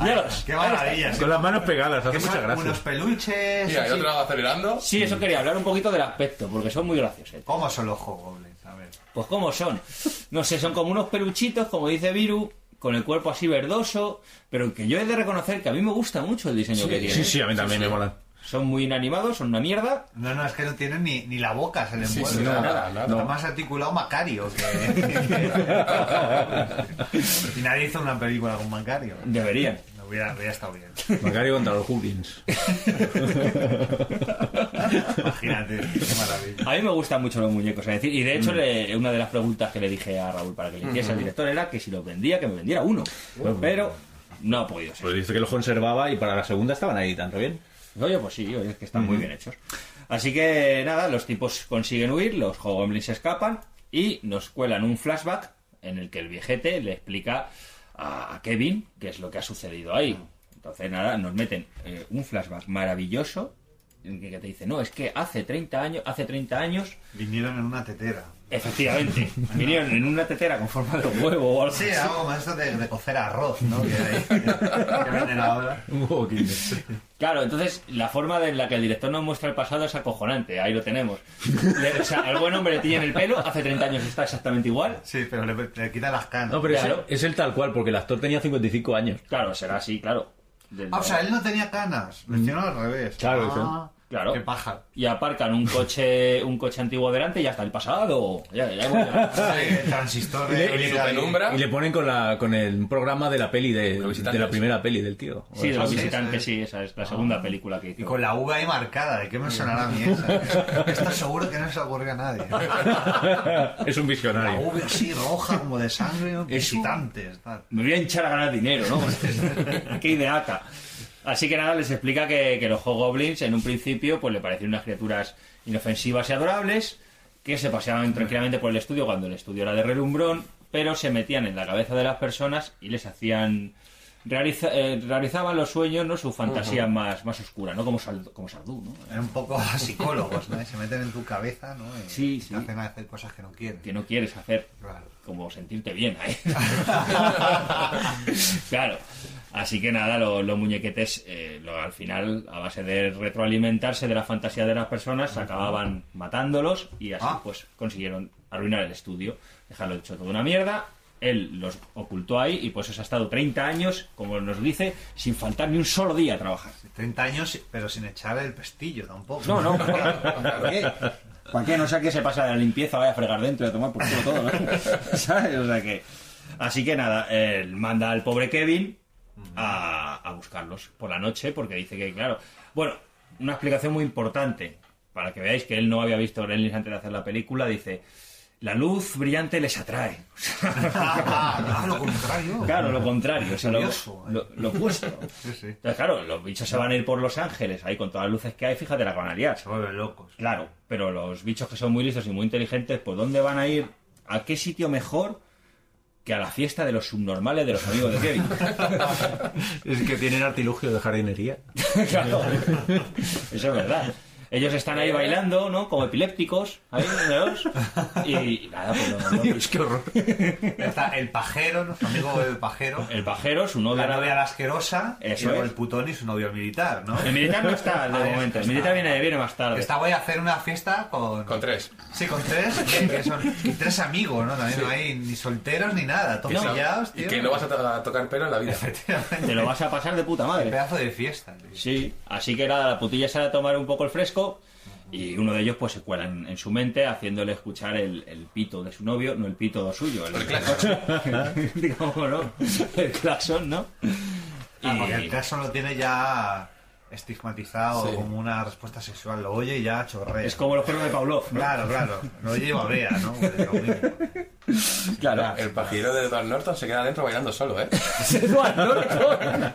Speaker 9: Míralos.
Speaker 11: Qué maravilla.
Speaker 12: Con las manos pegadas, hace
Speaker 11: Que son
Speaker 12: mucha gracia.
Speaker 11: unos peluches.
Speaker 10: Mira, el otro lado acelerando.
Speaker 9: Sí, eso quería hablar un poquito del aspecto, porque son muy graciosos.
Speaker 11: ¿Cómo son los hobgoblins? A ver.
Speaker 9: Pues cómo son. No sé, son como unos peluchitos, como dice Viru, con el cuerpo así verdoso, pero que yo he de reconocer que a mí me gusta mucho el diseño que tiene.
Speaker 12: Sí, sí, a mí también me molan.
Speaker 9: Son muy inanimados, son una mierda.
Speaker 11: No, no, es que no tienen ni, ni la boca, se le
Speaker 9: Sí,
Speaker 11: envuelve.
Speaker 9: sí, no,
Speaker 11: Está-
Speaker 9: nada,
Speaker 11: está
Speaker 9: nada.
Speaker 11: más articulado Macario.
Speaker 9: (laughs)
Speaker 11: que- y nadie hizo una película con Macario.
Speaker 9: Deberían.
Speaker 11: No hubiera, hubiera estado bien.
Speaker 12: Macario contra los Hoodings.
Speaker 11: Imagínate, qué maravilla.
Speaker 9: A mí me gustan mucho los muñecos, es decir, y de hecho le- una de las preguntas que le dije a Raúl para que le hiciese al
Speaker 12: Ujú.
Speaker 9: director era que si los vendía, que me vendiera uno. Pero no ha podido ser.
Speaker 12: Pues dice que los conservaba y para la segunda estaban ahí tanto bien.
Speaker 9: Oye, pues sí, oye, es que están muy bien hechos. Así que nada, los tipos consiguen huir, los hobgoblins escapan y nos cuelan un flashback en el que el viejete le explica a a Kevin qué es lo que ha sucedido ahí.
Speaker 11: Ah.
Speaker 9: Entonces nada, nos meten eh, un flashback maravilloso en que que te dice, no, es que hace 30 años, hace 30 años,
Speaker 11: Vinieron en una tetera. (laughs)
Speaker 9: efectivamente, vinieron en una tetera con forma de huevo o algo
Speaker 11: Sí,
Speaker 9: así.
Speaker 11: algo más esto de, de cocer arroz, ¿no? Que, hay, que venden ahora.
Speaker 9: Claro, entonces la forma de- en la que el director nos muestra el pasado es acojonante, ahí lo tenemos. Le- o sea, al buen hombre le tiñen el pelo, hace 30 años está exactamente igual.
Speaker 11: Sí, pero le, le quitan las canas.
Speaker 12: No, pero ese-
Speaker 9: Claro.
Speaker 12: es el tal cual, porque el actor tenía 55 años.
Speaker 9: Claro, será así, claro.
Speaker 11: Ah, o sea, él no tenía canas. Lo hicieron al revés.
Speaker 12: Claro,
Speaker 11: Ah,
Speaker 9: Claro.
Speaker 11: Qué paja.
Speaker 9: Y aparcan un coche, un coche antiguo delante y ya está el pasado. Ya, ya hemos
Speaker 11: (laughs) El transistor
Speaker 12: Y
Speaker 11: de
Speaker 12: le- y le- Y le ponen con, la, con el programa de la peli, de, de la primera peli del tío.
Speaker 9: Sí, de los
Speaker 12: Sí, sí.
Speaker 9: visitantes, sí, esa es la segunda película que hizo.
Speaker 11: Y con la uva ahí marcada, ¿de qué me sonará a mí esa?
Speaker 9: (laughs)
Speaker 11: Esto seguro que no se ocurrió a nadie.
Speaker 12: Es un
Speaker 11: La
Speaker 12: visionario.
Speaker 11: uva así roja, como de sangre, ¿no? visitantes. tal.
Speaker 9: me voy a hinchar a ganar dinero, ¿no? (laughs) Qué ideaca. Así que nada, les explica que, que los Hobgoblins en un principio pues le parecían unas criaturas inofensivas y adorables que se paseaban tranquilamente por el estudio cuando el estudio era de relumbrón, pero se metían en la cabeza de las personas y les hacían... realiza- eh, realizaban los sueños, ¿no? Su fantasía
Speaker 11: Ujú.
Speaker 9: más, más oscura, ¿no? Como, Sal- como Sardú, ¿no?
Speaker 11: Eran un poco psicólogos, ¿no? Y se meten en tu cabeza, ¿no? Y te hacen hacer cosas que no quieres.
Speaker 9: que no quieres hacer. Como sentirte bien ahí. claro. Así que nada, lo- los muñequetes eh, lo- al final, a base de retroalimentarse de la fantasía de las personas, acababan matándolos y así pues consiguieron arruinar el estudio, dejarlo hecho toda una mierda. Él los ocultó ahí y pues eso ha estado 30 años, como nos dice, sin faltar ni un solo día a trabajar.
Speaker 11: 30 años, pero sin echar el pestillo tampoco.
Speaker 9: No,
Speaker 11: (laughs)
Speaker 9: no. ¿Para qué? ¿Para qué? No sé qué se pasa de la limpieza, vaya a fregar dentro y a tomar por culo todo, ¿no? ¿Sabes? O sea que... Así que nada, él manda al pobre Kevin a, a buscarlos por la noche porque dice que, claro... Bueno, una explicación muy importante para que veáis que él no había visto Gremlins antes de hacer la película, dice... La luz brillante les atrae.
Speaker 11: Ah, lo contrario.
Speaker 9: Claro, lo contrario. o sea, lo,
Speaker 11: Curioso,
Speaker 9: lo- lo opuesto. Entonces, claro, los bichos se van a ir por Los Ángeles, ahí con todas las luces que hay, fíjate la van a liar. Se (laughs)
Speaker 11: vuelven locos.
Speaker 9: Claro, pero los bichos que son muy listos y muy inteligentes, ¿por dónde van a ir? ¿A qué sitio mejor que a la fiesta de los subnormales de los amigos de Kevin?
Speaker 12: Es que tienen artilugio de jardinería.
Speaker 9: claro, eso es verdad. Ellos están ahí bailando, ¿no? Como epilépticos, ahí, miraos. Y, y nada, pues lo- lo-
Speaker 11: qué horror. Está el pajero, nuestro amigo el pajero.
Speaker 9: El pajero, su novia.
Speaker 11: La novia la asquerosa. y
Speaker 9: Eso
Speaker 11: luego
Speaker 9: es.
Speaker 11: el putón y su novio el militar, ¿no?
Speaker 9: El militar no está
Speaker 11: Ah,
Speaker 9: de
Speaker 11: eso
Speaker 9: momento. El
Speaker 11: está.
Speaker 9: militar viene, viene más tarde.
Speaker 11: Está voy a hacer una fiesta con...
Speaker 10: Con tres.
Speaker 11: Sí, con tres.
Speaker 10: (laughs)
Speaker 11: que- que son tres amigos, ¿no? También no hay ni solteros ni nada. Todos pillados,
Speaker 10: y
Speaker 11: tío.
Speaker 10: que no vas a, to- a tocar pelo en la vida.
Speaker 11: (laughs)
Speaker 9: Te lo vas a pasar de puta madre.
Speaker 11: pedazo de fiesta.
Speaker 9: Sí, así que nada, la putilla sale a tomar un poco el fresco y uno de ellos pues se cuela en, en su mente haciéndole escuchar el, el pito de su novio, no el pito suyo, el, (laughs) digamos, ¿no? El claxon, ¿no?
Speaker 11: Ah, porque
Speaker 9: Y-
Speaker 11: el caso lo tiene ya estigmatizado
Speaker 9: Sí.
Speaker 11: como una respuesta sexual. Lo oye y ya chorrea.
Speaker 9: Es como los perros de Pavlov, ¿no?
Speaker 11: Claro, claro. Lo oye y babea, ¿no? Pues
Speaker 10: (laughs) Claro.
Speaker 9: (laughs)
Speaker 10: El pajero de Edward Norton se queda adentro bailando solo,
Speaker 11: (laughs)
Speaker 10: ¿eh?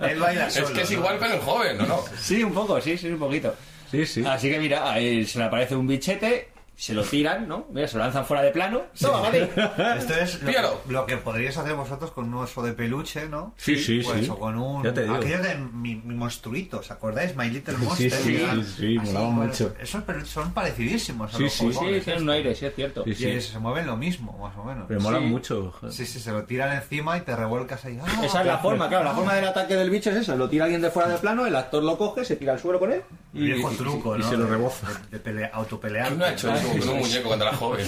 Speaker 11: Él baila
Speaker 10: Es
Speaker 11: solo.
Speaker 10: que es
Speaker 11: ¿no?
Speaker 10: igual con el joven, ¿no? no?
Speaker 9: Sí, un poco, sí, sí, un poquito. Sí, sí.
Speaker 12: Ah,
Speaker 9: Así que mira, ahí se le aparece un bichete, se lo tiran, ¿no? Mira, se lo lanzan fuera de plano. Toma, vale.
Speaker 10: ¿Eh?
Speaker 11: Esto es lo, que- lo que podríais hacer vosotros con un oso de peluche, ¿no?
Speaker 9: Sí, sí,
Speaker 11: Pues
Speaker 9: sí.
Speaker 11: O con un.
Speaker 9: Ya te digo.
Speaker 11: Aquello de mi, mi monstruito, ¿os acordáis? My Little
Speaker 12: Sí,
Speaker 11: Monster.
Speaker 12: sí,
Speaker 11: ¿verdad?
Speaker 12: sí, sí, molaba
Speaker 11: bueno,
Speaker 12: mucho.
Speaker 11: Esos peluches son parecidísimos. a
Speaker 12: Sí,
Speaker 11: los
Speaker 12: sí.
Speaker 11: Pokémones,
Speaker 12: Sí, tienen
Speaker 9: un aire, sí, es cierto.
Speaker 12: Sí, sí.
Speaker 11: Y se mueven lo mismo, más o menos.
Speaker 12: Pero molan Sí. mucho, joder.
Speaker 11: Sí, sí, se lo tiran encima y te revuelcas ahí. ¡Ah!
Speaker 9: Esa es la forma, claro, la forma del ataque del bicho es esa, lo tira alguien de fuera de plano, el actor lo coge, se tira al suelo con él
Speaker 11: El viejo truco, ¿no?
Speaker 12: reboza.
Speaker 11: De, pelea, autopelear.
Speaker 10: ha hecho eso con un muñeco cuando era
Speaker 11: (laughs)
Speaker 10: joven?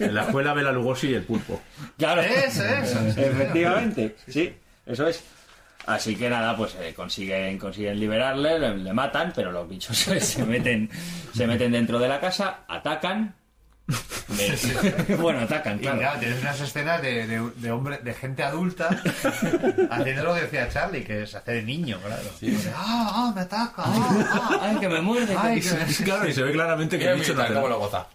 Speaker 12: En la escuela Bela Lugosi y el pulpo.
Speaker 9: Claro.
Speaker 11: Eso, eso,
Speaker 9: (laughs)
Speaker 11: sí,
Speaker 9: Efectivamente, sí, eso es. Así que nada, pues eh, consiguen, consiguen liberarle, le, le matan, pero los bichos (laughs) se, se meten, se meten dentro de la casa, atacan. Le- (laughs) bueno, atacan,
Speaker 11: Y claro,
Speaker 9: claro.
Speaker 11: tienes unas escenas de, de, de hombre, de gente
Speaker 12: (laughs)
Speaker 11: adulta haciendo lo que decía Charlie, que se hace de niño, claro. ¡Ah, ah, me ataca! ah,
Speaker 9: ah! ¡Ay, que me muerde!
Speaker 11: Ay,
Speaker 12: Y
Speaker 11: que me-
Speaker 12: se- Claro, y se ve claramente que
Speaker 10: Mira
Speaker 12: el bicho no
Speaker 10: militar,
Speaker 12: hace
Speaker 10: cómo
Speaker 12: nada.
Speaker 10: lo goza.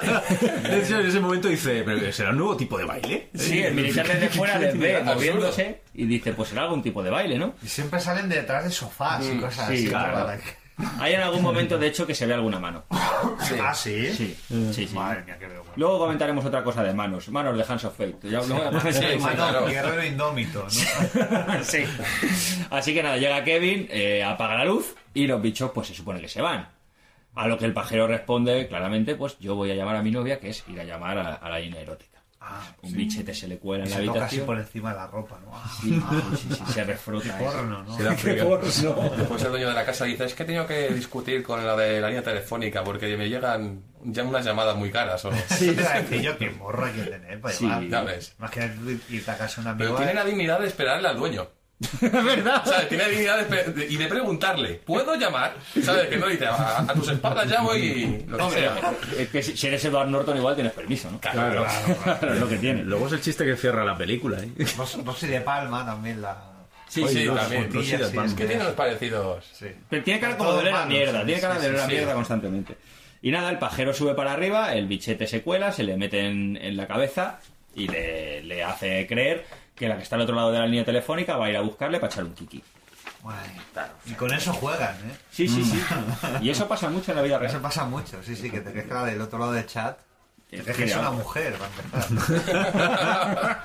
Speaker 12: De hecho, en ese momento dice, ¿pero será un nuevo tipo de baile?
Speaker 9: Sí, el militar desde fuera les ve moviéndose y dice, pues será algún tipo de baile, ¿no?
Speaker 11: Y siempre salen de detrás de sofás y
Speaker 9: Mm,
Speaker 11: cosas
Speaker 9: sí,
Speaker 11: así.
Speaker 9: claro.
Speaker 11: para que-
Speaker 9: Hay en algún momento, de hecho, que se ve alguna mano.
Speaker 11: Ah, sí.
Speaker 9: Sí, sí, sí.
Speaker 11: Madre mía, qué vergüenza.
Speaker 9: Eh, Luego comentaremos otra cosa de manos, manos de Hands of Fate. Ya lo voy a
Speaker 11: (laughs) Sí,
Speaker 9: pasar.
Speaker 11: mano, guerrero indómito,
Speaker 9: (laughs)
Speaker 11: ¿no?
Speaker 9: Sí. Así que nada, llega Kevin, eh, apaga la luz y los bichos pues se supone que se van. A lo que el pajero responde claramente, pues yo voy a llamar a mi novia, que es ir a llamar a, a la línea erótica. Un bichete se le cuela
Speaker 11: Y
Speaker 9: en la
Speaker 11: Ah, se toca así
Speaker 9: habitación.
Speaker 11: por encima de la ropa, ¿no? Ah,
Speaker 9: Sí,
Speaker 11: (laughs)
Speaker 9: sí, sí, sí, se refrota.
Speaker 11: Qué
Speaker 9: eso.
Speaker 11: porno, ¿no? (laughs)
Speaker 10: Será frío.
Speaker 9: porno.
Speaker 10: Después el dueño de la casa dice, es que he tenido que discutir con la de la línea telefónica porque me llegan ya unas llamadas muy caras. O...
Speaker 11: Sí, te iba a decir yo qué morro hay que tener para
Speaker 10: Sí,
Speaker 11: llevar.
Speaker 10: ya ves.
Speaker 11: Imagínate tú irte a casa de un
Speaker 10: Pero
Speaker 11: amigo.
Speaker 10: tiene la
Speaker 11: ¿eh?
Speaker 10: dignidad de esperarle al dueño.
Speaker 9: ¿Verdad?
Speaker 10: ¿Sabes? Tiene la dignidad de esper- de- y de preguntarle, ¿puedo llamar? ¿Sabes? Que no dice, a, a tus espaldas llamo y lo que
Speaker 9: Hombre,
Speaker 10: sea.
Speaker 9: es que si si eres Edward Norton igual tienes permiso, ¿no?
Speaker 10: Claro,
Speaker 9: (laughs) es lo que tiene.
Speaker 12: Luego es el chiste que cierra la película, ¿eh?
Speaker 11: Ros- Rosy de Palma también la.
Speaker 10: Sí,
Speaker 12: Oye,
Speaker 10: sí,
Speaker 12: los
Speaker 10: también.
Speaker 12: botillas,
Speaker 10: Sí,
Speaker 12: sí,
Speaker 10: es que
Speaker 12: sí.
Speaker 10: tiene los parecidos.
Speaker 11: (laughs)
Speaker 9: Pero tiene cara como
Speaker 11: Todo
Speaker 9: de oler a
Speaker 11: malo,
Speaker 9: mierda,
Speaker 11: sí,
Speaker 9: tiene cara
Speaker 11: sí,
Speaker 9: de oler a
Speaker 11: sí.
Speaker 9: mierda constantemente. Y nada, el pajero sube para arriba, el bichete se cuela, se le mete en, en la cabeza y le, le hace creer que la que está al otro lado de la línea telefónica va a ir a buscarle para echar un kiki.
Speaker 11: Ay, Y con eso juegan, ¿eh?
Speaker 9: Sí, sí, sí. Mm. Y eso pasa mucho en la vida
Speaker 11: Eso
Speaker 9: real.
Speaker 11: pasa mucho, sí, sí, que te crees que la del otro lado del chat. Te
Speaker 9: Es
Speaker 11: crees que es
Speaker 9: que
Speaker 11: una
Speaker 9: ya.
Speaker 11: mujer,
Speaker 9: (laughs)
Speaker 11: para empezar.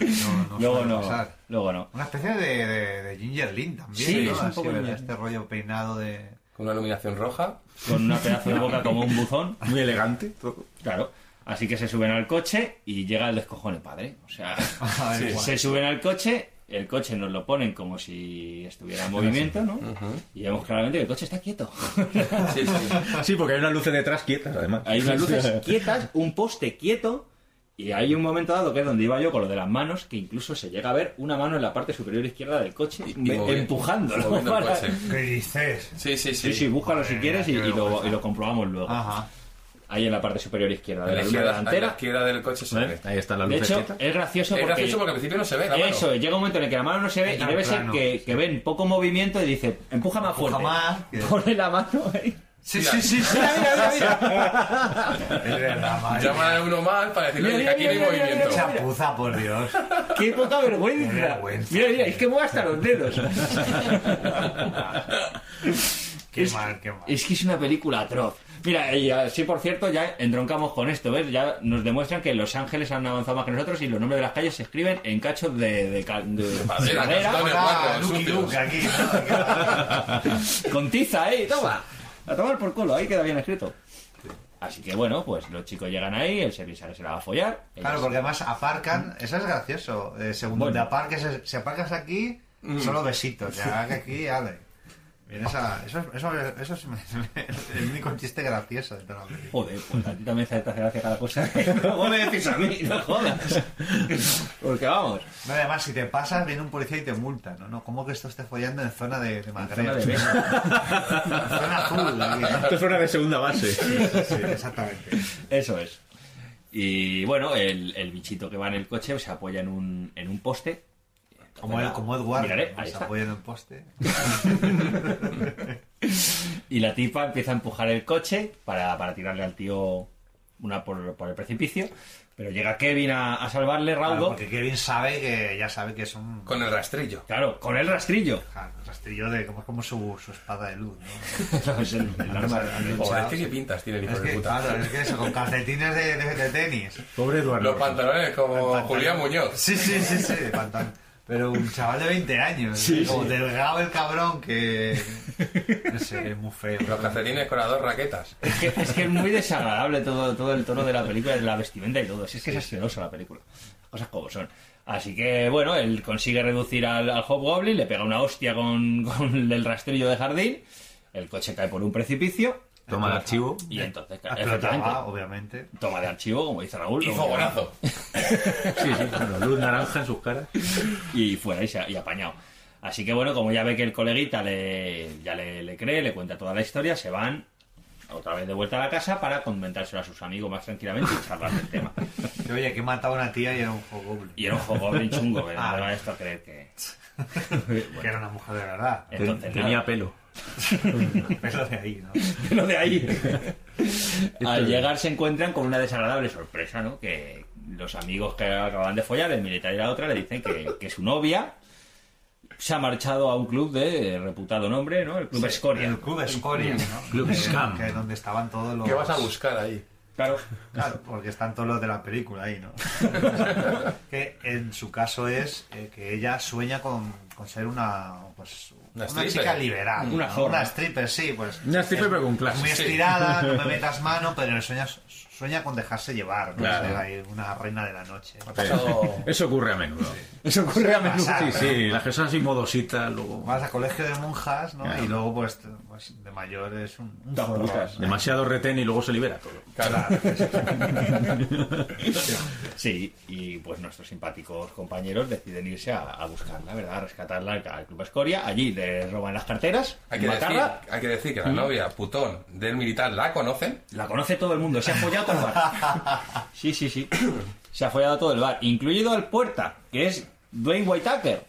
Speaker 11: No, no
Speaker 9: Luego
Speaker 11: suele
Speaker 9: no,
Speaker 11: pasar.
Speaker 9: luego no.
Speaker 11: Una especie de, de, de Ginger Lynn también,
Speaker 9: Sí,
Speaker 11: ¿no?
Speaker 9: es un
Speaker 11: Así,
Speaker 9: poco
Speaker 11: ¿verdad?
Speaker 9: Ginger.
Speaker 11: Este rollo peinado
Speaker 9: (laughs)
Speaker 11: de...
Speaker 10: Con una iluminación roja.
Speaker 9: Con una pedazo de boca como un buzón.
Speaker 12: (laughs) Muy elegante. todo.
Speaker 9: Claro. Así que se suben al coche y llega el descojone padre. O sea,
Speaker 11: Ah,
Speaker 9: se-
Speaker 11: igual.
Speaker 9: se suben al coche, el coche nos lo ponen como si estuviera en movimiento, ¿no? Y vemos claramente que el coche está quieto. (laughs)
Speaker 10: Sí, sí.
Speaker 12: Sí, porque hay unas luces detrás quietas, además.
Speaker 9: Hay
Speaker 10: (laughs)
Speaker 9: unas luces
Speaker 12: Sí.
Speaker 9: quietas, un poste quieto. Y hay un momento dado que es donde iba yo con lo de las manos, que incluso se llega a ver una mano en la parte superior izquierda del coche me-
Speaker 10: movi-
Speaker 9: empujándolo.
Speaker 10: moviendo el
Speaker 9: para-
Speaker 10: coche.
Speaker 11: ¿Qué dices?
Speaker 10: Sí, sí, sí.
Speaker 9: Sí, sí, búscalo si quieres y, y lo,
Speaker 11: vergüenza.
Speaker 9: y lo comprobamos luego.
Speaker 11: Ajá.
Speaker 9: Ahí en la parte superior izquierda
Speaker 10: A
Speaker 9: de
Speaker 10: la
Speaker 9: la luna
Speaker 10: izquierda, a la
Speaker 9: delantera.
Speaker 10: izquierda del coche se ve.
Speaker 12: ¿Eh? Ahí están las
Speaker 9: De
Speaker 12: luces
Speaker 9: hecho,
Speaker 12: quietas.
Speaker 9: es gracioso
Speaker 10: Es
Speaker 9: porque...
Speaker 10: gracioso porque al principio no se ve la mano.
Speaker 9: Eso, es, llega un momento en el que la mano no se ve y
Speaker 11: Entra
Speaker 9: debe
Speaker 11: en
Speaker 9: ser
Speaker 11: plano.
Speaker 9: que, que ven poco movimiento y dice, empuja más
Speaker 11: Empuja
Speaker 9: fuerte. (laughs)
Speaker 11: más, que-
Speaker 9: Pone la mano ahí.
Speaker 11: Sí,
Speaker 10: Mira.
Speaker 11: sí, sí, sí.
Speaker 9: (laughs)
Speaker 11: Es verdad, madre.
Speaker 10: Llaman a uno mal para decirle
Speaker 9: Mira,
Speaker 10: "Oye, que aquí no hay
Speaker 9: mira, mira,
Speaker 10: movimiento.
Speaker 9: mira,
Speaker 11: Chapuza, por Dios.
Speaker 9: (laughs) ¡Qué poca vergüenza!
Speaker 11: Qué vergüenza.
Speaker 9: Mira, mira, es que mueve hasta los dedos.
Speaker 11: Qué
Speaker 9: Es-
Speaker 11: mal, (laughs) qué mal.
Speaker 9: es que es una película atroz. Mira, y así por cierto, ya entroncamos con esto, ¿ves? Ya nos demuestran que Los Ángeles han avanzado más que nosotros y los nombres de las calles se escriben en cachos de, de, cal- de- de
Speaker 10: madera,
Speaker 11: Ah,
Speaker 9: madera,
Speaker 10: costado.
Speaker 11: Hola,
Speaker 10: cuatro,
Speaker 11: Duki
Speaker 10: sucios.
Speaker 9: (laughs)
Speaker 11: Duke aquí. ¿no?
Speaker 9: con tiza, ¿eh? ¡Toma! A tomar por culo, ahí queda bien escrito. Así que bueno, pues los chicos llegan ahí, el servicio se la va a follar.
Speaker 11: Claro, porque además aparcan, eso es gracioso. eh, según
Speaker 9: Bueno.
Speaker 11: donde aparques, es- si aparcas aquí,
Speaker 9: Mm.
Speaker 11: solo besitos. Ya que aquí, ale. Vienes a- eso, eso, eso es el único chiste gracioso de toda la película.
Speaker 9: Joder, pues a ti también te hace gracia cada
Speaker 11: (laughs)
Speaker 9: cosa. (laughs) Luego me decís a mí, no jodas. (laughs) Porque vamos.
Speaker 11: No, y además, si te pasas, viene un policía y te multa. No, no, ¿cómo que esto esté follando en zona de, de Magreb?
Speaker 12: zona de beso.
Speaker 11: (laughs) Zona azul. aquí, ¿no?
Speaker 12: Esto es una de segunda
Speaker 11: (laughs)
Speaker 12: base.
Speaker 11: exactamente.
Speaker 9: Eso es. Y bueno, el, el bichito que va en el coche se apoya en un, en un poste.
Speaker 11: Como, el- como Edward,
Speaker 9: Miraré,
Speaker 11: ¿no?
Speaker 9: ahí
Speaker 11: se
Speaker 9: está.
Speaker 11: apoya en el poste.
Speaker 9: Y la tipa empieza a empujar el coche para, para tirarle al tío una por, por el precipicio. Pero llega Kevin a, a salvarle, Raudo.
Speaker 11: Claro, porque Kevin sabe que ya sabe que es un.
Speaker 10: Con el rastrillo.
Speaker 9: Claro, con el rastrillo.
Speaker 11: Claro, el rastrillo de como, como su, su espada de luz, ¿no?
Speaker 9: (laughs) No, (laughs)
Speaker 10: (laughs)
Speaker 9: es el- el arma de la noche.
Speaker 10: Joder, es que qué pintas tiene el hijo
Speaker 11: Es
Speaker 10: de
Speaker 11: que,
Speaker 10: puta.
Speaker 11: claro, es que eso, con calcetines de, de- de tenis.
Speaker 12: Pobre Eduardo.
Speaker 10: Los pantalones como Julián Muñoz.
Speaker 11: Sí, sí, sí, sí, de pantalón. Pero un chaval de 20 años, ¿eh?
Speaker 10: Sí,
Speaker 11: como
Speaker 10: sí.
Speaker 11: delgado el cabrón que... No sé, es muy feo.
Speaker 10: Los calcetines con las dos raquetas.
Speaker 9: Es que, es que es muy desagradable todo, todo el tono de la película, de la vestimenta y todo. Si es que es asquerosa la película. Las Cosas como son. Así que, bueno, él consigue reducir al, al Hobgoblin, le pega una hostia con, con el rastrillo de jardín, el coche cae por un precipicio.
Speaker 12: Toma de archivo.
Speaker 9: Y entonces,
Speaker 11: Ah, pero
Speaker 9: efectivamente,
Speaker 11: estaba, obviamente.
Speaker 9: toma de archivo, como dice Raúl.
Speaker 10: Y fogonazo.
Speaker 12: Sí, sí, con la luz naranja en sus caras.
Speaker 9: y fuera y, se ha- y apañado. Así que bueno, como ya ve que el coleguita le, ya le, le cree, le cuenta toda la historia, se van otra vez de vuelta a la casa para comentárselo a sus amigos más tranquilamente y charlar del tema.
Speaker 11: Que, oye, que he matado a una tía y era un hobgoblin.
Speaker 9: Y era un hobgoblin chungo, que no
Speaker 11: Ah.
Speaker 9: me va esto a creer que...
Speaker 11: (laughs) Que era una mujer
Speaker 9: (laughs)
Speaker 11: de verdad.
Speaker 9: Entonces,
Speaker 12: Tenía
Speaker 9: nada.
Speaker 12: pelo.
Speaker 11: Pero de ahí, ¿no?
Speaker 9: (laughs) Lo de ahí. Al llegar se encuentran con una desagradable sorpresa, ¿no? Que los amigos que acaban de follar, el militar y la otra, le dicen que, que su novia se ha marchado a un club de reputado nombre, ¿no? El Club Escoria.
Speaker 11: El club Escoria, ¿no?
Speaker 12: Club
Speaker 11: Que-
Speaker 12: Scam.
Speaker 11: Que es donde estaban todos los...
Speaker 10: ¿Qué vas a buscar ahí?
Speaker 9: Claro. (laughs)
Speaker 11: Claro, porque están todos los de la película ahí, ¿no? que en su caso es eh, que ella sueña con, con ser una pues
Speaker 10: Una
Speaker 11: una,
Speaker 10: stripper.
Speaker 11: chica liberal.
Speaker 9: Una
Speaker 11: ¿no?
Speaker 9: zorra.
Speaker 11: Una stripper, sí, pues.
Speaker 12: Una stripper,
Speaker 11: es
Speaker 12: pero con clase.
Speaker 11: Muy
Speaker 12: Sí.
Speaker 11: estirada, no
Speaker 12: (laughs)
Speaker 11: me metas mano, pero sueña, sueña con dejarse llevar, ¿no?
Speaker 12: Claro.
Speaker 11: Ser ahí una reina de la noche.
Speaker 12: Eso ocurre a menudo.
Speaker 9: Eso ocurre a menudo.
Speaker 11: Pasar,
Speaker 12: Sí,
Speaker 11: ¿no?
Speaker 12: sí, las que son así modositas, luego.
Speaker 11: Vas a colegio de monjas, ¿no?
Speaker 12: Claro.
Speaker 11: Y luego, pues, t- pues, de mayor es un, un
Speaker 9: Las
Speaker 11: zorro,
Speaker 9: brujas.
Speaker 11: ¿no?
Speaker 12: Demasiado retén y luego se libera todo.
Speaker 10: Claro.
Speaker 9: Sí, y pues nuestros simpáticos compañeros deciden irse a, a buscarla, ¿verdad? A rescatarla al, al Club Escoria. Allí le roban las carteras,
Speaker 10: Hay que, decir,
Speaker 9: matarla.
Speaker 10: hay que decir que la novia, putón, del militar, la conocen.
Speaker 9: La conoce todo el mundo, se ha follado todo el bar. (laughs) Sí, sí, sí. Se ha follado todo el bar, incluido al puerta, que es Dwayne Whitaker.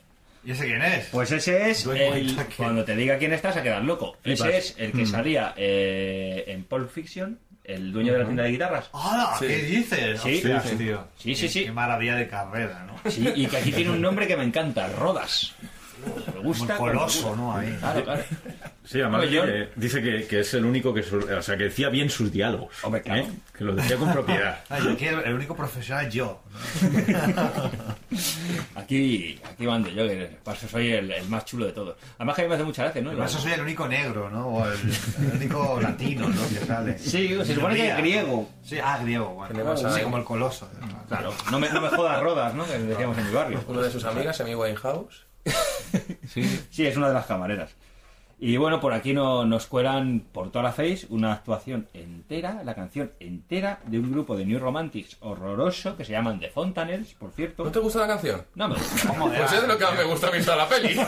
Speaker 11: ¿Y ese quién es?
Speaker 9: Pues ese es
Speaker 11: Dwayne
Speaker 9: el-
Speaker 11: Whittaker.
Speaker 9: cuando te diga quién estás a quedar loco. Mm.
Speaker 12: Flipas.
Speaker 9: Ese es el que salía eh, en Pulp Fiction, el dueño de la tienda de guitarras.
Speaker 11: ¡Hala!
Speaker 10: Sí.
Speaker 11: ¿Qué dices?
Speaker 9: Sí,
Speaker 11: Hostias,
Speaker 9: sí, sí.
Speaker 11: tío.
Speaker 9: Sí, sí,
Speaker 11: Qué-
Speaker 9: sí.
Speaker 11: Qué maravilla de carrera,
Speaker 9: (laughs)
Speaker 11: ¿no?
Speaker 9: Sí, y que aquí tiene un nombre que me encanta, Rodas. Me
Speaker 11: Muy
Speaker 9: gusta.
Speaker 11: coloso, ¿no? Ahí.
Speaker 9: Claro, claro.
Speaker 12: Sí, además
Speaker 9: Bueno, yo-
Speaker 12: eh, dice que, que es el único que, su- o sea, que decía bien sus diálogos.
Speaker 9: Hombre, claro.
Speaker 12: ¿eh? Que los decía con propiedad.
Speaker 11: Ah, y aquí el, el único profesional yo.
Speaker 9: Aquí, aquí mando yo, que para eso soy el, el más chulo de todos. Además que a mí me hace mucha gracia, ¿no?
Speaker 11: Además, yo soy el único negro, ¿no? O el, el único latino, ¿no? Que sale.
Speaker 9: Sí, se supone que es griego.
Speaker 11: Sí, ah, griego,
Speaker 10: Que le
Speaker 11: bueno.
Speaker 10: vas a-
Speaker 11: Sí, como el coloso.
Speaker 9: Claro, no me, no me jodas rodas, ¿no? Que decíamos en mi barrio.
Speaker 10: Uno de sus amigas, Amy Winehouse.
Speaker 9: Sí, es una de las camareras. Y bueno, por aquí no, nos cuelan por toda la face una actuación entera, la canción entera de un grupo de New Romantics horroroso que se llaman The Fontanels, por cierto.
Speaker 10: ¿No te gusta la canción?
Speaker 9: No me gusta.
Speaker 10: Pues es de lo que más me gusta a mí en toda la peli.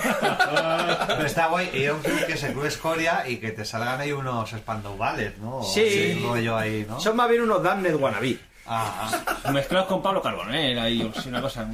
Speaker 11: Pero está guay ir a un club que se club escoria y que te salgan ahí unos espandubales, ¿no? O
Speaker 9: Sí.
Speaker 11: Un rollo ahí, ¿no?
Speaker 9: Son más bien unos Damned Wannabe.
Speaker 11: Ah, ah,
Speaker 9: Mezclados con Pablo Carbonera y es una cosa,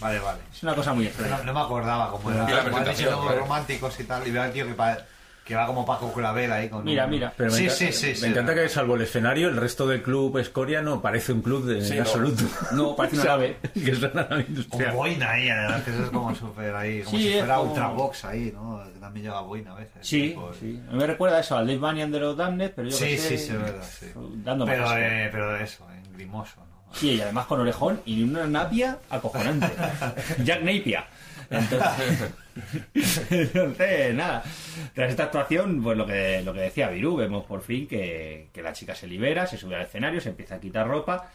Speaker 11: vale, vale.
Speaker 9: es una cosa muy
Speaker 11: No,
Speaker 9: extraña.
Speaker 11: no me acordaba cómo era.
Speaker 10: Y la
Speaker 11: Como has dicho,
Speaker 10: presentación,
Speaker 11: los
Speaker 10: claro.
Speaker 11: románticos y tal. Y veo al tío que, pa- que va como Paco Clavel ahí con.
Speaker 9: Mira,
Speaker 11: un-
Speaker 9: mira.
Speaker 12: Pero me
Speaker 11: (laughs) sí,
Speaker 12: encanta-
Speaker 11: sí, sí,
Speaker 12: Me
Speaker 11: sí.
Speaker 12: encanta que, salvo el escenario, el resto del club Escoria no parece un club de
Speaker 10: Sí,
Speaker 12: en
Speaker 10: no.
Speaker 12: absoluto. (laughs)
Speaker 9: No, parece una
Speaker 12: O sea,
Speaker 9: nave.
Speaker 12: Que es una nave
Speaker 11: Con
Speaker 12: industrial.
Speaker 11: boina ahí, además, que eso es como súper ahí, como
Speaker 9: Sí,
Speaker 11: si
Speaker 9: es
Speaker 11: fuera
Speaker 9: como-
Speaker 11: Ultravox ahí, ¿no? Que también lleva boina a veces.
Speaker 9: Sí,
Speaker 11: tipo,
Speaker 9: sí. A mí me recuerda eso al Dave Banyan de los Damned, pero yo
Speaker 11: pues- Sí,
Speaker 9: qué sé,
Speaker 11: sí, sí, es verdad, sí.
Speaker 9: Dando más
Speaker 11: Pero,
Speaker 9: asco.
Speaker 11: eh, pero eso, en grimoso, ¿no?
Speaker 9: Sí, y además con orejón y una napia acojonante. Jack Napier. Entonces, (laughs) entonces, nada, tras esta actuación, pues lo que, lo que decía Virú, vemos por fin que, que la chica se libera, se sube al escenario, se empieza a quitar ropa,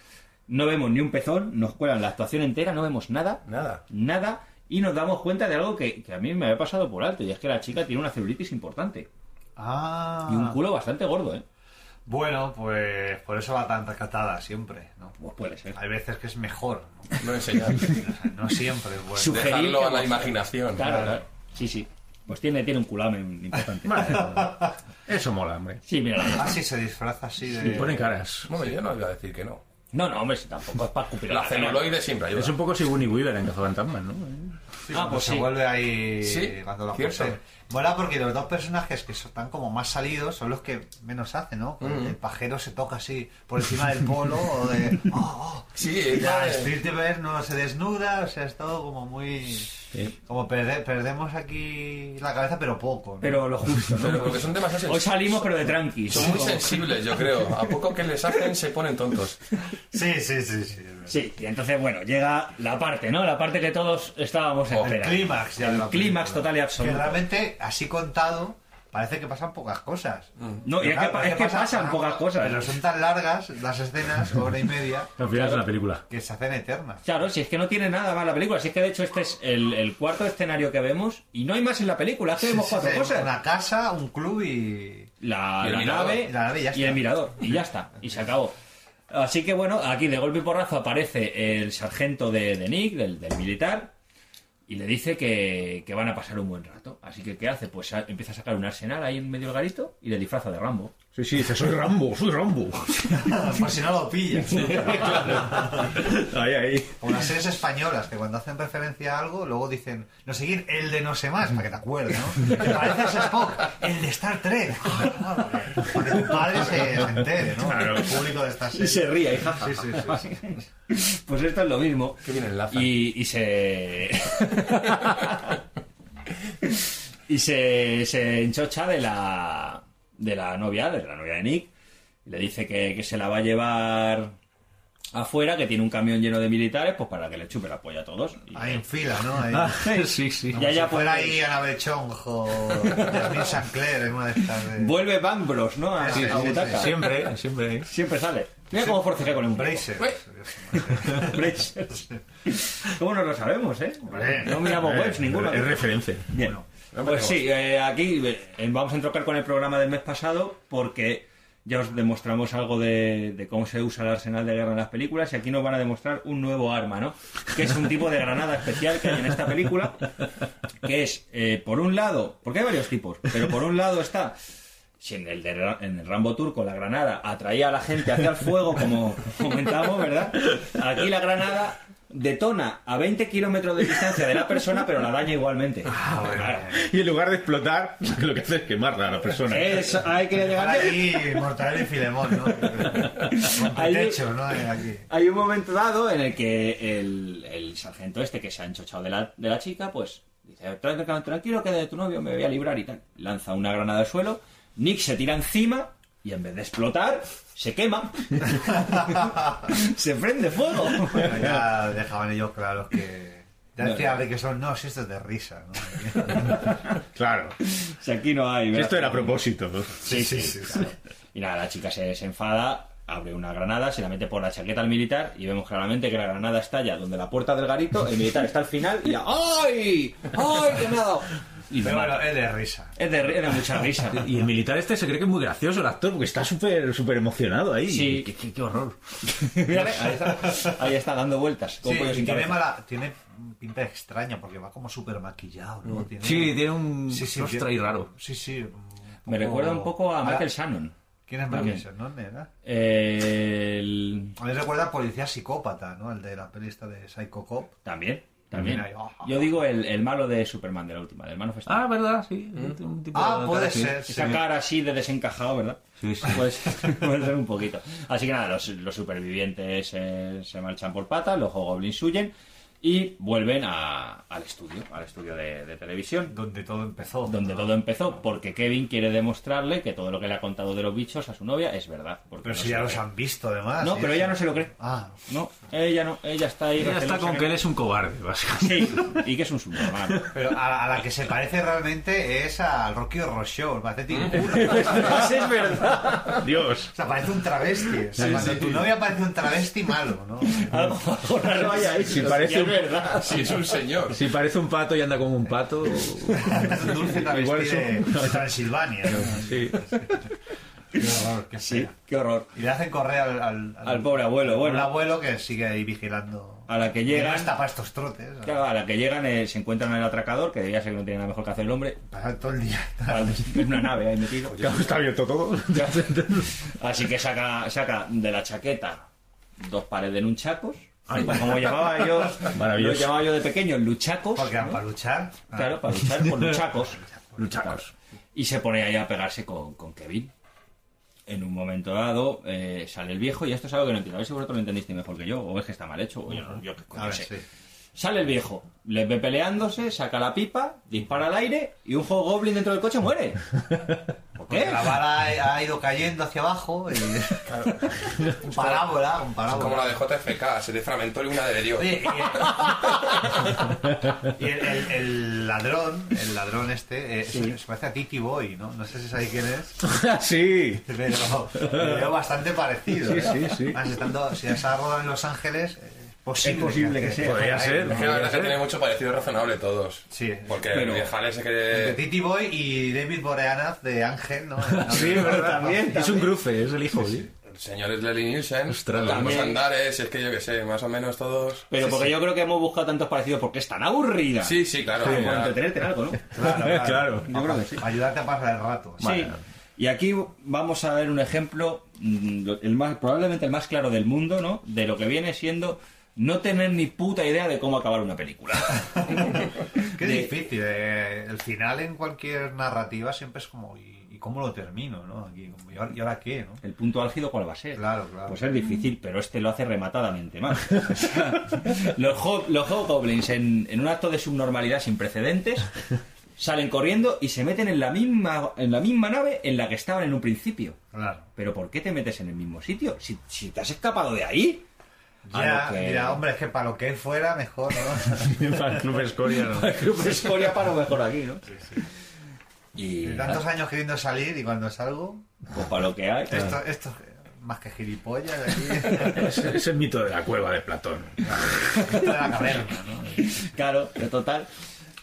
Speaker 9: no vemos ni un pezón, nos cuelan la actuación entera, no vemos nada,
Speaker 10: (laughs) nada,
Speaker 9: nada, y nos damos cuenta de algo que, que a mí me había pasado por alto, y es que la chica tiene una celulitis importante,
Speaker 11: Ah.
Speaker 9: y un culo bastante gordo, ¿eh?
Speaker 11: Bueno, pues por eso va tan rescatada siempre, ¿no?
Speaker 9: Pues puede ser.
Speaker 11: Hay veces que es mejor. (laughs)
Speaker 10: No enseñar.
Speaker 11: No siempre pues, es bueno.
Speaker 9: Sugerir
Speaker 10: Dejarlo
Speaker 9: que
Speaker 10: a la
Speaker 9: vos-
Speaker 10: imaginación.
Speaker 9: Claro, claro. Sí, sí. Pues tiene, tiene un culamen importante. (laughs)
Speaker 12: Eso mola, hombre.
Speaker 9: Sí, mira la
Speaker 11: Ah, sí, se disfraza así de...
Speaker 12: Y ponen caras.
Speaker 10: Bueno, yo no iba a decir que no.
Speaker 9: No, no, hombre, si tampoco es para escupir a
Speaker 10: La
Speaker 9: cara.
Speaker 10: celuloide siempre ayuda.
Speaker 12: Es un poco si Bunny Weaver en Cazafantasmas, ¿no?
Speaker 9: Ah,
Speaker 11: Sí, cuando
Speaker 9: pues
Speaker 11: se
Speaker 9: sí.
Speaker 11: vuelve ahí
Speaker 10: Sí,
Speaker 11: cuando la
Speaker 10: cierto.
Speaker 11: posee. Mola porque los dos personajes que son- están como más salidos son los que menos hacen, ¿no?
Speaker 10: Mm.
Speaker 11: El pajero se toca así por encima del polo
Speaker 9: (laughs)
Speaker 11: o de... Oh, oh.
Speaker 10: Sí,
Speaker 11: Y la
Speaker 10: ella, eh,
Speaker 11: Streetwear no se desnuda, o sea, es todo como muy... Como perde- perdemos aquí la cabeza, pero poco. ¿no?
Speaker 9: Pero lo justo,
Speaker 10: pero
Speaker 9: ¿no?
Speaker 10: porque son demasiado
Speaker 9: Hoy
Speaker 10: sensibles.
Speaker 9: salimos, pero de tranqui.
Speaker 10: Son muy sensibles, yo creo. A poco que les hacen se ponen tontos.
Speaker 11: Sí, sí, sí, sí. es verdad.
Speaker 9: Sí, y entonces, bueno, llega la parte, ¿no? La parte que todos estábamos
Speaker 10: El
Speaker 11: El
Speaker 9: esperando.
Speaker 11: clímax ya de la
Speaker 9: El clímax
Speaker 11: película.
Speaker 9: total y
Speaker 11: Que
Speaker 9: absoluto.
Speaker 11: realmente, así contado, parece que pasan pocas cosas.
Speaker 9: No, y
Speaker 11: Pero
Speaker 9: es que,
Speaker 11: claro,
Speaker 9: pa- es que
Speaker 11: pasa-
Speaker 9: pasan pocas cosas.
Speaker 11: Pero son tan largas las escenas, hora y media,
Speaker 12: Al final es una película.
Speaker 11: que se hacen eternas.
Speaker 9: Claro, si es que no tiene nada más la película. Si es que, de hecho, este es el, el cuarto escenario que vemos y no hay más en la película. Es que vemos cuatro
Speaker 11: Sí,
Speaker 9: cosas.
Speaker 11: Una casa, un
Speaker 9: (laughs)
Speaker 11: club y...
Speaker 9: la,
Speaker 10: Y el
Speaker 9: la
Speaker 10: mirador.
Speaker 9: nave,
Speaker 11: Y la nave ya
Speaker 9: y
Speaker 11: está.
Speaker 9: el mirador. Y ya está. Y se acabó. Así que bueno, aquí de golpe y porrazo aparece el sargento de, de Nick, del, del militar, y le dice que, que van a pasar un buen rato. Así que ¿qué hace? Pues sa- empieza a sacar un arsenal ahí en medio del garito y le disfraza de Rambo.
Speaker 12: Sí, sí, dice, soy Rambo, soy Rambo.
Speaker 11: Por si no lo pillas.
Speaker 12: (laughs) Ahí, ahí.
Speaker 11: Como las series españolas, que cuando hacen referencia a algo, luego dicen, no seguir el de no sé más, para que te acuerdes,
Speaker 9: (laughs)
Speaker 11: ¿no? Que pareces Spock, el de Star Trek. (laughs) Para que tu padre se, se entere, ¿no?
Speaker 12: Claro.
Speaker 11: El público de esta serie.
Speaker 9: ría, hija.
Speaker 11: Sí, sí, sí, sí.
Speaker 9: Pues esto es lo mismo.
Speaker 10: Qué bien enlaza.
Speaker 9: Y, y se. (laughs) y se, se enchocha de la. de la novia, de la novia de Nick. Y le dice que, que se la va a llevar afuera, que tiene un camión lleno de militares, pues para que le chupe la polla a todos. Y,
Speaker 11: Ahí en fila, ¿no? Ahí.
Speaker 12: Sí, sí.
Speaker 11: Como
Speaker 9: Ya, Ah, ya,
Speaker 11: si fuera
Speaker 9: pues-
Speaker 11: ahí Ana Bechonjo, Jasmine Sinclair en una de estas. de-
Speaker 9: Vuelve Van Bros, ¿no? A
Speaker 11: Sí,
Speaker 9: la
Speaker 11: sí, sí,
Speaker 9: butaca.
Speaker 11: sí.
Speaker 12: Siempre, siempre.
Speaker 9: Siempre sale. Mira cómo forcejea con un
Speaker 11: Braces.
Speaker 9: (laughs) Braces. ¿Cómo no lo sabemos, eh?
Speaker 11: Hombre.
Speaker 9: No miramos webs ninguno.
Speaker 12: Es referencia.
Speaker 9: Bien.
Speaker 10: Vamos.
Speaker 9: pues sí, eh, aquí eh, vamos a entrocar con el programa del mes pasado porque ya os demostramos algo de, de cómo se usa el arsenal de guerra en las películas y aquí nos van a demostrar un nuevo arma, ¿no? Que es un tipo de granada especial que hay en esta película, que es, eh, por un lado, porque hay varios tipos, pero por un lado está... Si en el, de Ra- en el Rambo turco la granada atraía a la gente hacia el fuego, como comentamos, ¿verdad? Aquí la granada detona a 20 kilómetros de distancia de la persona, pero la daña igualmente. Claro.
Speaker 12: Y en lugar de explotar, (laughs) lo que hace es quemarla a la persona.
Speaker 9: Es, hay que
Speaker 11: Ahora
Speaker 9: llegar.
Speaker 11: aquí Mortadelo y Filemón,
Speaker 9: (laughs)
Speaker 11: ¿no? Con
Speaker 9: Ahí-
Speaker 11: techo, ¿no? Eh, Aquí.
Speaker 9: Hay un momento dado en el que el, el sargento este que se ha enchochado de la, de la chica, pues dice, "Tran- tranquilo que de tu novio me voy a librar y tal. Lanza una granada al suelo, Nick se tira encima y en vez de explotar, se quema. (laughs) se prende
Speaker 12: (laughs)
Speaker 9: fuego.
Speaker 11: Bueno, ya dejaban ellos claros que. Ya decía Abre que son, no, si esto es de risa, ¿no?
Speaker 12: Claro.
Speaker 9: Si aquí no hay... ¿verdad?
Speaker 12: Esto era a propósito. ¿no?
Speaker 9: (laughs) Sí, sí, claro. Y nada, la chica se desenfada, abre una granada, se la mete por la chaqueta al militar y vemos claramente que la granada estalla donde la puerta del garito, el militar está al final y ya, ¡ay! ¡ay, que me ha dado! Y
Speaker 11: Pero
Speaker 9: me
Speaker 11: bueno,
Speaker 9: mata.
Speaker 11: es de risa.
Speaker 9: es de, ri- es de mucha
Speaker 12: (laughs)
Speaker 9: risa.
Speaker 12: Y el militar este se cree que es muy gracioso el actor porque está súper súper emocionado ahí.
Speaker 9: Sí.
Speaker 12: Qué, qué-
Speaker 9: (laughs)
Speaker 12: qué horror.
Speaker 9: Mírale, ahí está, ahí está dando vueltas. como
Speaker 11: Sí,
Speaker 9: pollo
Speaker 11: y
Speaker 9: sin
Speaker 11: tiene,
Speaker 9: cabeza.
Speaker 11: mala, tiene pinta extraña porque va como súper maquillado, ¿no? Tiene,
Speaker 12: Sí, tiene un rostro ahí
Speaker 11: tiene-
Speaker 12: raro.
Speaker 11: Sí, sí. un
Speaker 9: Me
Speaker 11: poco-
Speaker 9: recuerda un poco a
Speaker 11: Ah,
Speaker 9: Michael Shannon.
Speaker 11: ¿Quién es
Speaker 9: También.
Speaker 11: Michael Shannon? era?
Speaker 9: El...
Speaker 11: A mí me recuerda a Policía Psicópata, ¿no? El de la pelista de Psycho Cop.
Speaker 9: También, también.
Speaker 11: También hay-
Speaker 9: Yo digo el, el malo de Superman, de la última, del manifestante.
Speaker 12: Ah, verdad, sí. Un tipo
Speaker 11: Ah,
Speaker 12: de-
Speaker 11: puede
Speaker 12: sí.
Speaker 11: ser.
Speaker 9: Esa cara así de desencajado, ¿verdad?
Speaker 12: Sí, sí.
Speaker 9: Pues, (laughs) puede ser un poquito. Así que nada, los, los supervivientes eh, se marchan por patas, los goblins huyen y vuelven a- al estudio, al estudio de, de televisión.
Speaker 11: Donde todo empezó.
Speaker 9: Donde todo empezó, porque Kevin quiere demostrarle que todo lo que le ha contado de los bichos a su novia es verdad. porque
Speaker 11: Pero
Speaker 9: no
Speaker 11: si
Speaker 9: se
Speaker 11: ya
Speaker 9: lo
Speaker 11: los
Speaker 9: cree.
Speaker 11: han visto, además.
Speaker 9: No,
Speaker 11: y
Speaker 9: pero
Speaker 11: eso.
Speaker 9: ella no se lo cree.
Speaker 11: Ah,
Speaker 9: no. Ella no, ella está ahí.
Speaker 12: Ella está con que eres un cobarde, básicamente.
Speaker 9: Sí, y que es un subnormal.
Speaker 11: (laughs) Pero a, la- a la que se parece realmente es al Rocky Horror Show, el Macetín (laughs)
Speaker 9: es (laughs) verdad.
Speaker 12: Dios.
Speaker 11: O sea, parece un travesti. O sea,
Speaker 12: Sí,
Speaker 11: cuando
Speaker 12: sí.
Speaker 11: tu novia parece un travesti malo,
Speaker 9: (laughs)
Speaker 11: ¿no?
Speaker 9: Algo
Speaker 12: raro haya hecho, Si sí, parece es un- verdad.
Speaker 10: Sí, es un señor.
Speaker 12: Si parece un pato y anda como un (laughs) pato.
Speaker 11: Dulce
Speaker 12: Igual
Speaker 11: travesti
Speaker 12: es
Speaker 11: de,
Speaker 12: un-
Speaker 11: de Transilvania. ¿no?
Speaker 12: Sí.
Speaker 11: Qué horror, qué
Speaker 9: Sí, qué horror.
Speaker 11: Y le hacen correr al, al,
Speaker 9: Al pobre abuelo, bueno.
Speaker 11: al abuelo que sigue ahí vigilando.
Speaker 9: A la que
Speaker 11: Que no
Speaker 9: llegan,
Speaker 11: está para estos trotes. ¿no?
Speaker 9: claro, a la que llegan eh, se encuentran al atracador, que debía ser que no tiene nada mejor que hacer el hombre.
Speaker 11: Pasa todo el día.
Speaker 9: (laughs) Es una nave ahí metido.
Speaker 12: Claro, está abierto todo. (laughs)
Speaker 9: Ya. Así que saca, saca de la chaqueta dos pares de nunchacos.
Speaker 12: Ay.
Speaker 9: como llamaba yo,
Speaker 12: Maravilloso.
Speaker 9: lo llamaba yo de pequeño, luchacos.
Speaker 11: Porque eran ah. para luchar.
Speaker 9: Claro, para luchar por
Speaker 11: (laughs)
Speaker 9: luchacos.
Speaker 12: Luchacos.
Speaker 9: Y se pone ahí a pegarse con, con Kevin. En un momento dado eh, sale el viejo, y esto es algo que no entiendo. A ver si vosotros lo entendisteis mejor que yo, o es que está mal hecho, o yo, no- yo qué coño
Speaker 11: A ver,
Speaker 9: sé.
Speaker 11: sí.
Speaker 9: Sale el viejo, les ve peleándose, saca la pipa, dispara al aire, y un juego goblin dentro del coche muere. ¿Por qué?
Speaker 11: Porque La bala ha, ha ido cayendo hacia abajo.
Speaker 9: (laughs)
Speaker 11: Y... (laughs) un parábola, un
Speaker 10: Es
Speaker 11: parábola.
Speaker 10: como la de JFK, se le fragmentó y una de Dios.
Speaker 11: Oye, y el, (laughs) el- el ladrón, el ladrón este, eh, se, se parece a Tiki Boy, ¿no? No sé si sabéis quién es, (laughs)
Speaker 12: sí.
Speaker 11: pero lo veo bastante parecido.
Speaker 12: Sí,
Speaker 11: ¿eh?
Speaker 12: sí, sí.
Speaker 11: Además, estando, si has rodado en Los Ángeles, eh, es posible,
Speaker 9: Es posible que sea.
Speaker 12: Podría ser.
Speaker 10: Es que la verdad es que tiene mucho parecido razonable todos.
Speaker 11: Sí.
Speaker 10: Porque
Speaker 9: Pero-
Speaker 10: el viejal ese
Speaker 11: Entre
Speaker 10: que.
Speaker 11: Titi Boy y David Boreanaz de Ángel, ¿no?
Speaker 12: Sí, verdad. Es un cruce, es el hijo. sí.
Speaker 10: El señor es Leslie Nielsen.
Speaker 12: Ostras,
Speaker 10: los
Speaker 9: también.
Speaker 10: andares, es que yo que sé, más o menos todos.
Speaker 9: Pero porque yo creo que hemos buscado tantos parecidos porque es tan aburrida.
Speaker 10: Sí, sí, claro.
Speaker 9: Como
Speaker 10: ya.
Speaker 9: por entretenerte en algo, ¿no?
Speaker 12: Claro.
Speaker 9: Yo creo
Speaker 11: (laughs)
Speaker 9: que sí.
Speaker 11: Para ayudarte a pasar el rato.
Speaker 9: Sí. Y aquí vamos a ver un ejemplo, mm, el más, probablemente el más claro del mundo, ¿no? De lo que viene siendo no tener ni puta idea de cómo acabar una película.
Speaker 11: Qué
Speaker 9: De-
Speaker 11: difícil. eh, El final en cualquier narrativa siempre es como, ¿y, y cómo lo termino? ¿no? Aquí, como, ¿y, ahora, y ahora qué? ¿no?
Speaker 9: El punto álgido, ¿cuál va a ser?
Speaker 11: Claro, claro.
Speaker 9: Pues es difícil, pero este lo hace rematadamente mal. (laughs) O sea, los, Ho- los Hobgoblins, en, en un acto de subnormalidad sin precedentes, salen corriendo y se meten en la misma, en la misma nave en la que estaban en un principio.
Speaker 11: Claro.
Speaker 9: ¿Pero por qué te metes en el mismo sitio? Si, si te has escapado de (laughs) ahí. A
Speaker 11: Ya,
Speaker 9: lo que-
Speaker 11: mira, hombre, es que para lo que él fuera, mejor, ¿no?
Speaker 9: (laughs)
Speaker 11: (laughs)
Speaker 12: (laughs) Para el Club Escoria, ¿no?
Speaker 9: Grupo Escoria para lo mejor aquí, ¿no? Y
Speaker 11: Tantos años queriendo salir y cuando salgo,
Speaker 9: pues, para lo que hay.
Speaker 11: esto, esto es más que gilipollas
Speaker 9: (laughs)
Speaker 11: aquí,
Speaker 12: Es, es el mito de la cueva de Platón.
Speaker 11: esto de la caverna, ¿no?
Speaker 9: (laughs) Claro, de total.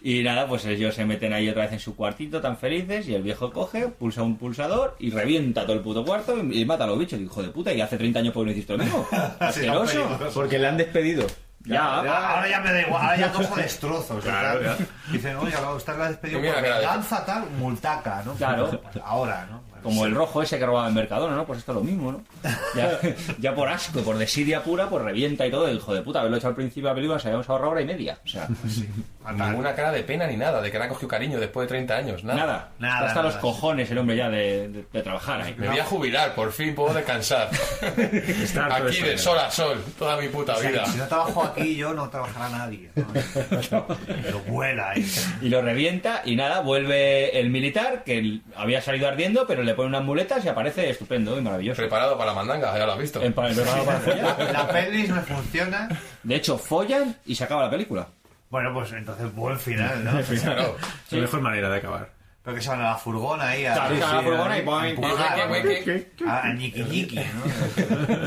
Speaker 9: Y nada, pues ellos se meten ahí otra vez en su cuartito tan felices y el viejo coge, pulsa un pulsador y revienta todo el puto cuarto y, y mata a los bichos. Y, Hijo de puta, y hace 30 años pues no hiciste lo mismo.
Speaker 11: (laughs) Sí, tan
Speaker 9: Asqueroso.
Speaker 11: peligroso.
Speaker 12: Porque le han despedido.
Speaker 9: Ya,
Speaker 11: Ya, ahora ya me da igual, ahora ya cojo destrozos.
Speaker 12: Claro,
Speaker 11: o sea, Dicen, oye, a usted la ha despedido
Speaker 10: Mira,
Speaker 11: por
Speaker 10: claro.
Speaker 11: venganza tal, multaca, ¿no?
Speaker 9: Claro.
Speaker 11: Ahora, ¿no? Bueno,
Speaker 9: Como el rojo ese que robaba en Mercadona, ¿no? Pues esto es lo mismo, ¿no?
Speaker 11: (laughs)
Speaker 9: Ya, ya por asco, por desidia pura, pues revienta y todo. Y, Hijo de puta, haberlo hecho al principio de la película, se habíamos ahorrado hora y media. O sea,
Speaker 11: fatal.
Speaker 10: Ninguna cara de pena ni nada, de que le han cogido cariño después de 30 años, nada.
Speaker 9: nada.
Speaker 11: Nada,
Speaker 9: está hasta
Speaker 11: nada.
Speaker 9: los cojones el hombre ya de, de- de trabajar ahí.
Speaker 10: Me voy a jubilar, por fin puedo
Speaker 11: (laughs)
Speaker 10: descansar.
Speaker 12: Está harto
Speaker 10: Aquí
Speaker 12: de
Speaker 10: de sol a sol, toda mi puta
Speaker 11: O sea,
Speaker 10: vida.
Speaker 11: que si no trabajo aquí, yo no trabajará nadie. ¿no? Pero vuela ahí.
Speaker 9: Y lo revienta y nada, vuelve el militar que el- había salido ardiendo, pero le pone unas muletas y aparece estupendo y maravilloso.
Speaker 10: Preparado para la mandanga, ya lo has visto.
Speaker 9: En pa- preparado para follar.
Speaker 11: La pelis no funciona.
Speaker 9: De hecho, follan y se acaba la película.
Speaker 11: Bueno, pues entonces buen final, ¿no?
Speaker 10: Claro.
Speaker 12: Es la mejor manera de acabar.
Speaker 11: Pero que se van a la furgona ahí a,
Speaker 9: Saca la furgona y
Speaker 11: a,
Speaker 9: ¡boing!
Speaker 11: empujar,
Speaker 10: Wiki,
Speaker 11: ¿no?
Speaker 10: wiki, wiki.
Speaker 11: a, a ñiqui ñiqui, ¿no?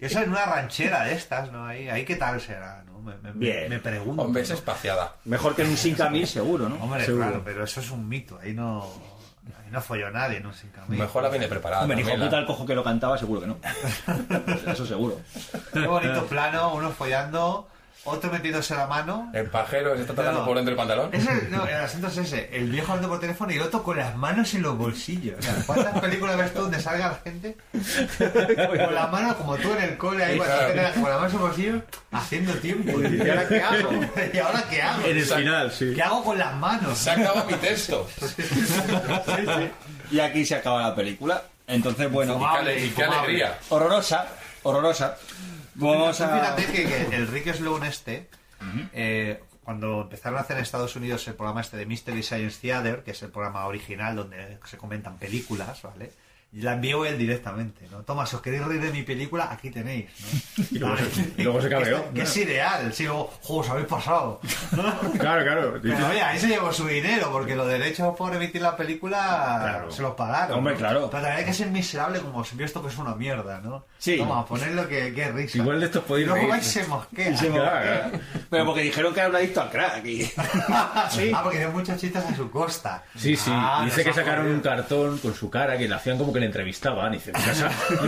Speaker 11: Eso en una ranchera de estas, ¿no? Ahí, ahí qué tal será, ¿no? Me, me-
Speaker 9: Bien.
Speaker 11: me pregunto.
Speaker 10: Hombre, es
Speaker 11: ¿no?
Speaker 10: espaciada.
Speaker 9: Mejor que en un 5000 seguro, ¿no?
Speaker 11: Hombre,
Speaker 12: Seguro.
Speaker 11: claro, pero eso es un mito. Ahí no, ahí no folló nadie, ¿no? Sin camino.
Speaker 10: Mejor la viene preparada.
Speaker 9: Hombre, hijo
Speaker 10: también,
Speaker 9: puta
Speaker 10: la-
Speaker 9: el cojo que lo cantaba, seguro que no. Eso seguro.
Speaker 11: Qué bonito plano, uno follando, otro metiéndose la mano.
Speaker 10: El pajero se está tratando
Speaker 11: No.
Speaker 10: por dentro del pantalón.
Speaker 11: Es el, no, el asunto es ese, el viejo hablando por teléfono y el otro con las manos en los bolsillos. O sea, ¿Cuántas películas ves tú donde salga la gente con la mano como tú en el cole ahí, cuando
Speaker 10: Claro.
Speaker 11: tenés- con la mano en los bolsillos, haciendo tiempo? tío. ¿Y ahora qué
Speaker 12: (laughs)
Speaker 11: hago? ¿Y ahora qué hago?
Speaker 12: En el final, sí.
Speaker 11: ¿Qué hago con las manos? (laughs)
Speaker 10: Se acaba mi texto.
Speaker 9: Y aquí se acaba la película. Entonces, bueno.
Speaker 11: Infumable, Y qué infumable. alegría.
Speaker 9: Horrorosa, horrorosa. Vamos
Speaker 11: Tú
Speaker 9: a.
Speaker 11: Fíjate que, que el Rick Sloan este, eh, cuando empezaron a hacer en Estados Unidos el programa este de Mystery Science Theater, que es el programa original donde se comentan películas, ¿vale? Y la envió él directamente, ¿no? Toma, si os queréis reír de mi película, aquí tenéis, ¿no?
Speaker 12: (laughs) Y luego se- y luego se cabreó.
Speaker 11: Que, es ideal, si luego, "Jo, os habéis pasado.
Speaker 12: Claro, claro.
Speaker 11: Pero oye, ahí se llevó su dinero, porque los derechos por emitir la película
Speaker 12: Claro.
Speaker 11: se los pagaron.
Speaker 12: Hombre,
Speaker 11: ¿no?
Speaker 12: claro.
Speaker 11: Pero la verdad es que es miserable como os envió esto que es una mierda, ¿no?
Speaker 9: Sí.
Speaker 11: Toma, ponedlo que, que risa.
Speaker 9: Igual de estos podéis
Speaker 11: Luego
Speaker 9: reír.
Speaker 11: vais y se mosquea.
Speaker 9: Y
Speaker 12: (laughs)
Speaker 9: se mosquea.
Speaker 11: ¿eh?
Speaker 9: Pero porque dijeron que era un adicto al crack. Y...
Speaker 11: Ah, porque dio muchas chistes a su costa.
Speaker 12: Sí, sí.
Speaker 11: Ah,
Speaker 12: dice
Speaker 11: nos
Speaker 12: que
Speaker 11: ha
Speaker 12: sacaron
Speaker 11: jodido.
Speaker 12: un cartón con su cara que le hacían como que le entrevistaban. Y dice, nunca,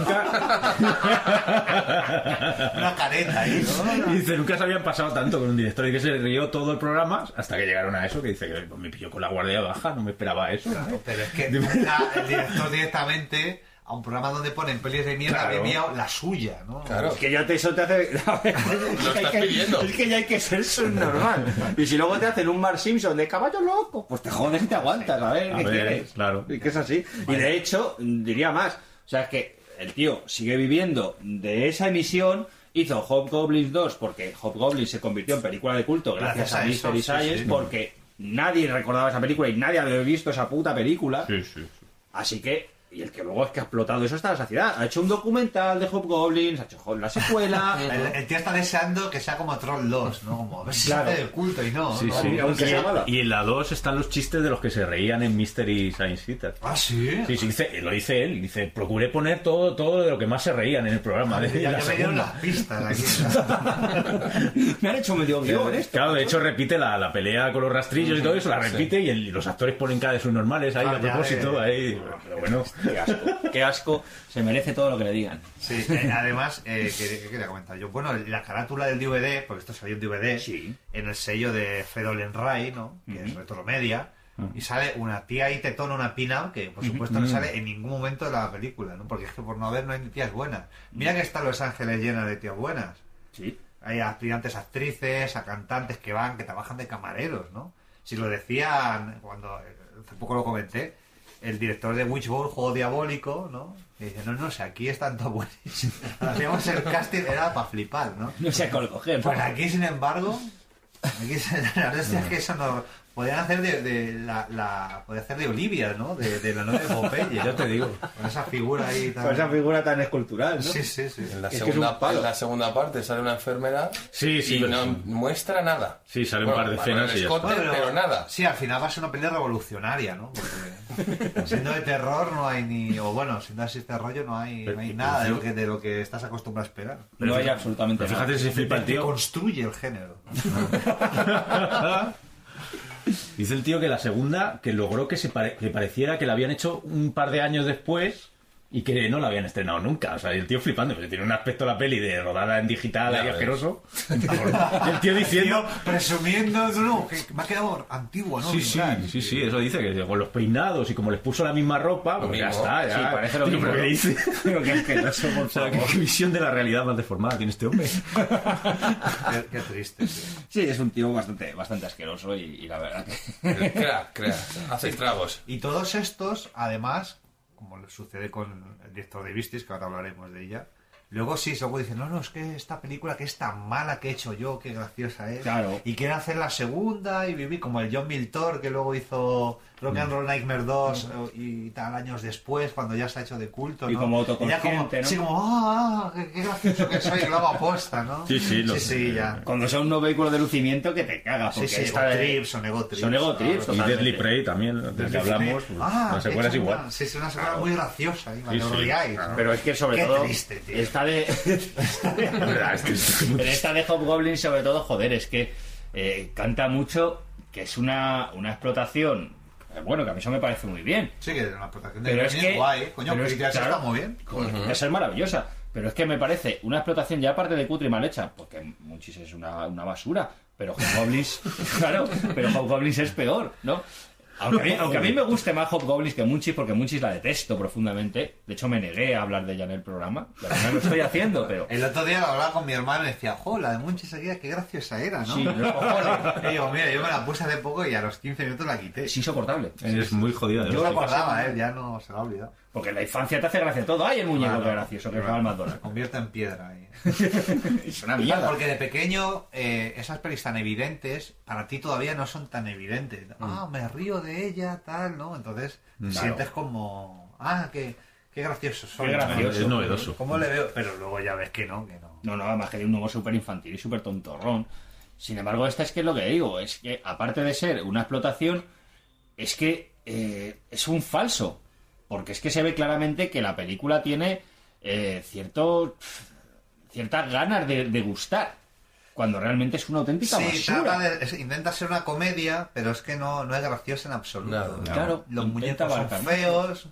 Speaker 12: sa-
Speaker 11: (laughs)
Speaker 12: nunca... (laughs)
Speaker 11: Una careta ahí, ¿no?
Speaker 12: Y dice, nunca se habían pasado tanto con un director. Y que se rió todo el programa hasta que llegaron a eso. Que dice que me pilló con la guardia baja, no me esperaba eso. ¿no?
Speaker 11: Pero
Speaker 12: (laughs)
Speaker 11: es que la- el director directamente a un programa donde ponen pelis de mierda
Speaker 12: Claro.
Speaker 11: le envía la suya, ¿no?
Speaker 9: Es que ya te, eso te hace. (laughs) Lo
Speaker 11: estás pidiendo.
Speaker 9: Es que ya hay que ser subnormal. Y si luego te hacen un Mar Simpson de caballo loco, pues te jodes y te aguantas, a ver,
Speaker 12: A
Speaker 9: ¿qué
Speaker 12: ver,
Speaker 9: quieres?
Speaker 12: claro.
Speaker 9: Y que es así. Y de hecho, diría más. O sea, es que el tío sigue viviendo de esa emisión. Hizo Hobgoblins 2 porque Hobgoblins se convirtió en película de culto gracias,
Speaker 11: Gracias a
Speaker 9: a
Speaker 11: eso,
Speaker 9: Mystery
Speaker 11: sí,
Speaker 9: Science
Speaker 11: sí.
Speaker 9: porque nadie recordaba esa película y nadie había visto esa puta película. Así que, y el que luego es que ha explotado eso hasta la saciedad. Ha hecho un documental de Hobgoblins, ha hecho jo- la secuela.
Speaker 11: El, el tío está deseando que sea como Troll 2, ¿no? Como a ver si
Speaker 9: Claro.
Speaker 11: sale del culto y no.
Speaker 12: Sí,
Speaker 11: ¿no?
Speaker 12: sí.
Speaker 11: Aunque sea mala.
Speaker 12: Y, y en la 2 están los chistes de los que se reían en Mystery Science Theater.
Speaker 11: Ah, sí.
Speaker 12: Sí, sí, dice- lo dice él. Dice, procuré poner todo, todo de lo que más se reían en el programa. de
Speaker 11: Ya,
Speaker 12: la
Speaker 11: ya me dieron
Speaker 12: segunda.
Speaker 11: las pistas aquí.
Speaker 9: (laughs) Me han hecho medio guión esto.
Speaker 12: Claro, de hecho repite la, la pelea con los rastrillos y todo eso, la
Speaker 9: Sí.
Speaker 12: repite y, el- y los actores ponen cara de sus normales ahí
Speaker 9: Ah, ya,
Speaker 12: a propósito.
Speaker 9: eh.
Speaker 12: Ahí, pero bueno.
Speaker 9: Qué asco, qué asco, se merece todo lo que le digan.
Speaker 11: Sí, eh, además, eh, que- que quería comentar yo. Bueno, la carátula del DVD, porque esto salió en DVD, en el sello de Fedol Enray, ¿no? Que es Retromedia. Y sale una tía ahí tetona, una pina, que por supuesto no
Speaker 12: Ujú.
Speaker 11: sale en ningún momento de la película, ¿no? Porque es que por no haber no hay ni tías buenas. Mira que está Los Ángeles llena de tías buenas.
Speaker 9: Sí.
Speaker 11: Hay aspirantes actrices, a cantantes que van, que trabajan de camareros, ¿no? Si lo decían, cuando eh, hace poco lo comenté, el director de Witchboard, Juego Diabólico, ¿no? Y dice, no, no, si aquí están todos buenísimos. (laughs) Hacíamos el casting, era para flipar, ¿no?
Speaker 9: No sé con coger.
Speaker 11: Pues aquí, sin embargo, aquí (laughs) se- la verdad es que eso no... Podían hacer de, de la, la- podían hacer de Olivia, ¿no? De, de la novia de Popeye.
Speaker 12: Ya te digo.
Speaker 11: Con esa figura ahí tan...
Speaker 9: Con esa figura tan escultural, ¿no?
Speaker 11: Sí, sí, sí.
Speaker 10: En la,
Speaker 11: Es que es
Speaker 10: segunda,
Speaker 11: un palo.
Speaker 10: en la segunda parte sale una enfermera
Speaker 12: Sí, sí,
Speaker 10: y
Speaker 12: pero
Speaker 10: no
Speaker 12: sí.
Speaker 10: muestra nada.
Speaker 12: Sí, sale un
Speaker 10: Bueno,
Speaker 12: par de
Speaker 10: Manuel
Speaker 12: escenas y ya
Speaker 10: Scott,
Speaker 12: está.
Speaker 10: pero
Speaker 12: (laughs)
Speaker 10: nada.
Speaker 11: Sí, al final va a ser una pelea revolucionaria, ¿no?
Speaker 12: (laughs)
Speaker 11: Porque siendo de terror no hay ni... O bueno, siendo así este rollo no hay, no hay nada de lo, que, de lo que estás acostumbrado a esperar.
Speaker 9: No hay absolutamente
Speaker 12: pero fíjate
Speaker 9: nada.
Speaker 12: si flipa el
Speaker 9: (laughs)
Speaker 11: Que
Speaker 12: tío. (laughs)
Speaker 11: construye el género.
Speaker 12: Dice el tío que la segunda, que logró que se pare- que pareciera que la habían hecho un par de años después y que no la habían estrenado nunca. O sea, y el tío flipando, porque tiene un aspecto la peli de rodada en digital
Speaker 10: Ya
Speaker 12: ahí
Speaker 10: ves.
Speaker 9: (laughs)
Speaker 12: asqueroso. Y el tío diciendo...
Speaker 11: Tío, presumiendo, no, no, que me ha quedado antiguo, ¿no?
Speaker 12: Sí, sí, sí, sí, eso dice que con los peinados y como les puso la misma ropa, pues ya
Speaker 10: mismo.
Speaker 12: está, ya.
Speaker 10: Sí, parece lo
Speaker 12: Tío,
Speaker 10: mismo,
Speaker 12: ¿pero
Speaker 10: ¿no?
Speaker 12: qué dice?
Speaker 9: Pero que asqueroso, por
Speaker 12: O sea, ¿qué,
Speaker 9: favor.
Speaker 12: qué visión de la realidad más deformada tiene este hombre.
Speaker 11: Qué, qué triste. tío.
Speaker 9: Sí, es un tío bastante, bastante asqueroso y, y la verdad que.
Speaker 10: El crack, crack. Hace tragos.
Speaker 11: Y todos estos, además, como le sucede con el director de Vistis, que ahora hablaremos de ella, luego sí, luego dicen, no, no, es que esta película que es tan mala que he hecho yo, qué graciosa es.
Speaker 9: Claro.
Speaker 11: Y quieren hacer la segunda y vivir como el John Miltor, que luego hizo Rock
Speaker 9: Mm.
Speaker 11: and Roll Nightmare 2 eh, y tal años después, cuando ya se ha hecho de culto,
Speaker 9: Y
Speaker 11: ¿no?
Speaker 9: como
Speaker 11: ya
Speaker 9: autoconsciente,
Speaker 11: como-
Speaker 9: ¿no?
Speaker 11: Sí, como, ah, ah, qué, qué gracioso que soy, lo hago aposta, ¿no?
Speaker 9: Sí, sí, lo
Speaker 11: sí,
Speaker 9: sé.
Speaker 11: sí, ya.
Speaker 9: Cuando son unos vehículos de lucimiento que te cagas.
Speaker 11: Sí,
Speaker 9: porque
Speaker 11: sí,
Speaker 9: esta
Speaker 11: o
Speaker 9: de-
Speaker 11: trips, o nego trips.
Speaker 9: Son ego trips,
Speaker 12: y
Speaker 9: totalmente.
Speaker 12: Deadly Prey también, del que hablamos, pues,
Speaker 11: Ah,
Speaker 12: la secuela
Speaker 11: es
Speaker 12: es
Speaker 11: una-
Speaker 12: (laughs) igual.
Speaker 11: Sí, es una secuela muy graciosa, y
Speaker 12: Sí,
Speaker 11: cuando
Speaker 12: sí.
Speaker 11: riáis.
Speaker 12: Claro.
Speaker 11: ¿no?
Speaker 9: Pero es que sobre
Speaker 11: Qué
Speaker 9: todo
Speaker 11: triste, tío.
Speaker 9: está de (laughs) en esta de Hobgoblin sobre todo joder es que eh, canta mucho que es una, una explotación eh, bueno que a mí eso me parece muy bien
Speaker 11: Sí, que la protección de
Speaker 9: pero es que
Speaker 11: guay, coño,
Speaker 9: pero
Speaker 11: pero
Speaker 9: es-
Speaker 11: ya
Speaker 9: claro,
Speaker 11: está muy bien.
Speaker 9: coño, que esa es maravillosa pero es que me parece una explotación ya aparte de cutre y mal hecha porque Munchis es una, una basura pero Hobgoblins (laughs) claro pero Hobgoblins es peor ¿no? Aunque a, mí, aunque a mí me guste más Hobgoblins que Munchis, porque Munchis la detesto profundamente. De hecho, me negué a hablar de ella en el programa. Y al final lo estoy haciendo, pero.
Speaker 11: El otro día lo hablaba con mi hermano y decía, jo, la de Munchis aquella, qué graciosa era, ¿no?
Speaker 9: Sí, los
Speaker 11: (laughs) y digo, mira, yo me la puse hace poco y a los 15 minutos la quité.
Speaker 9: Eh, Es insoportable.
Speaker 12: Es muy jodida. de
Speaker 11: Yo eh.
Speaker 12: ver.
Speaker 11: lo acordaba, él ya no se lo ha olvidado.
Speaker 9: Porque en la infancia te hace gracia todo. ¡Ay, el muñeco
Speaker 11: Claro,
Speaker 9: que gracioso! Que
Speaker 11: claro.
Speaker 9: juega al
Speaker 11: (laughs)
Speaker 9: McDonald's.
Speaker 11: Convierta en piedra ahí.
Speaker 9: es una mierda.
Speaker 11: Porque de pequeño eh, esas pelis tan evidentes, para ti todavía no son tan evidentes.
Speaker 9: Mm.
Speaker 11: Ah, me río de ella, tal, ¿no? Entonces
Speaker 12: Claro.
Speaker 11: sientes como, ah, qué, qué gracioso soy.
Speaker 9: Qué gracioso.
Speaker 12: Es novedoso.
Speaker 11: ¿Cómo le veo? Pero luego ya ves que no, que no.
Speaker 9: No, no, además que hay un humor súper infantil y súper tontorrón. Sin embargo, esta es que es lo que digo, es que aparte de ser una explotación, es que eh, es un falso. Porque es que se ve claramente que la película tiene eh, cierto, ciertas ganas de, de gustar. Cuando realmente es una auténtica
Speaker 11: Sí,
Speaker 9: basura.
Speaker 11: trata de- es- intenta ser una comedia, pero es que no, no es graciosa en absoluto.
Speaker 9: Nada, nada. Claro,
Speaker 11: los
Speaker 9: intenta
Speaker 11: muñecos son
Speaker 9: abarcar.
Speaker 11: feos,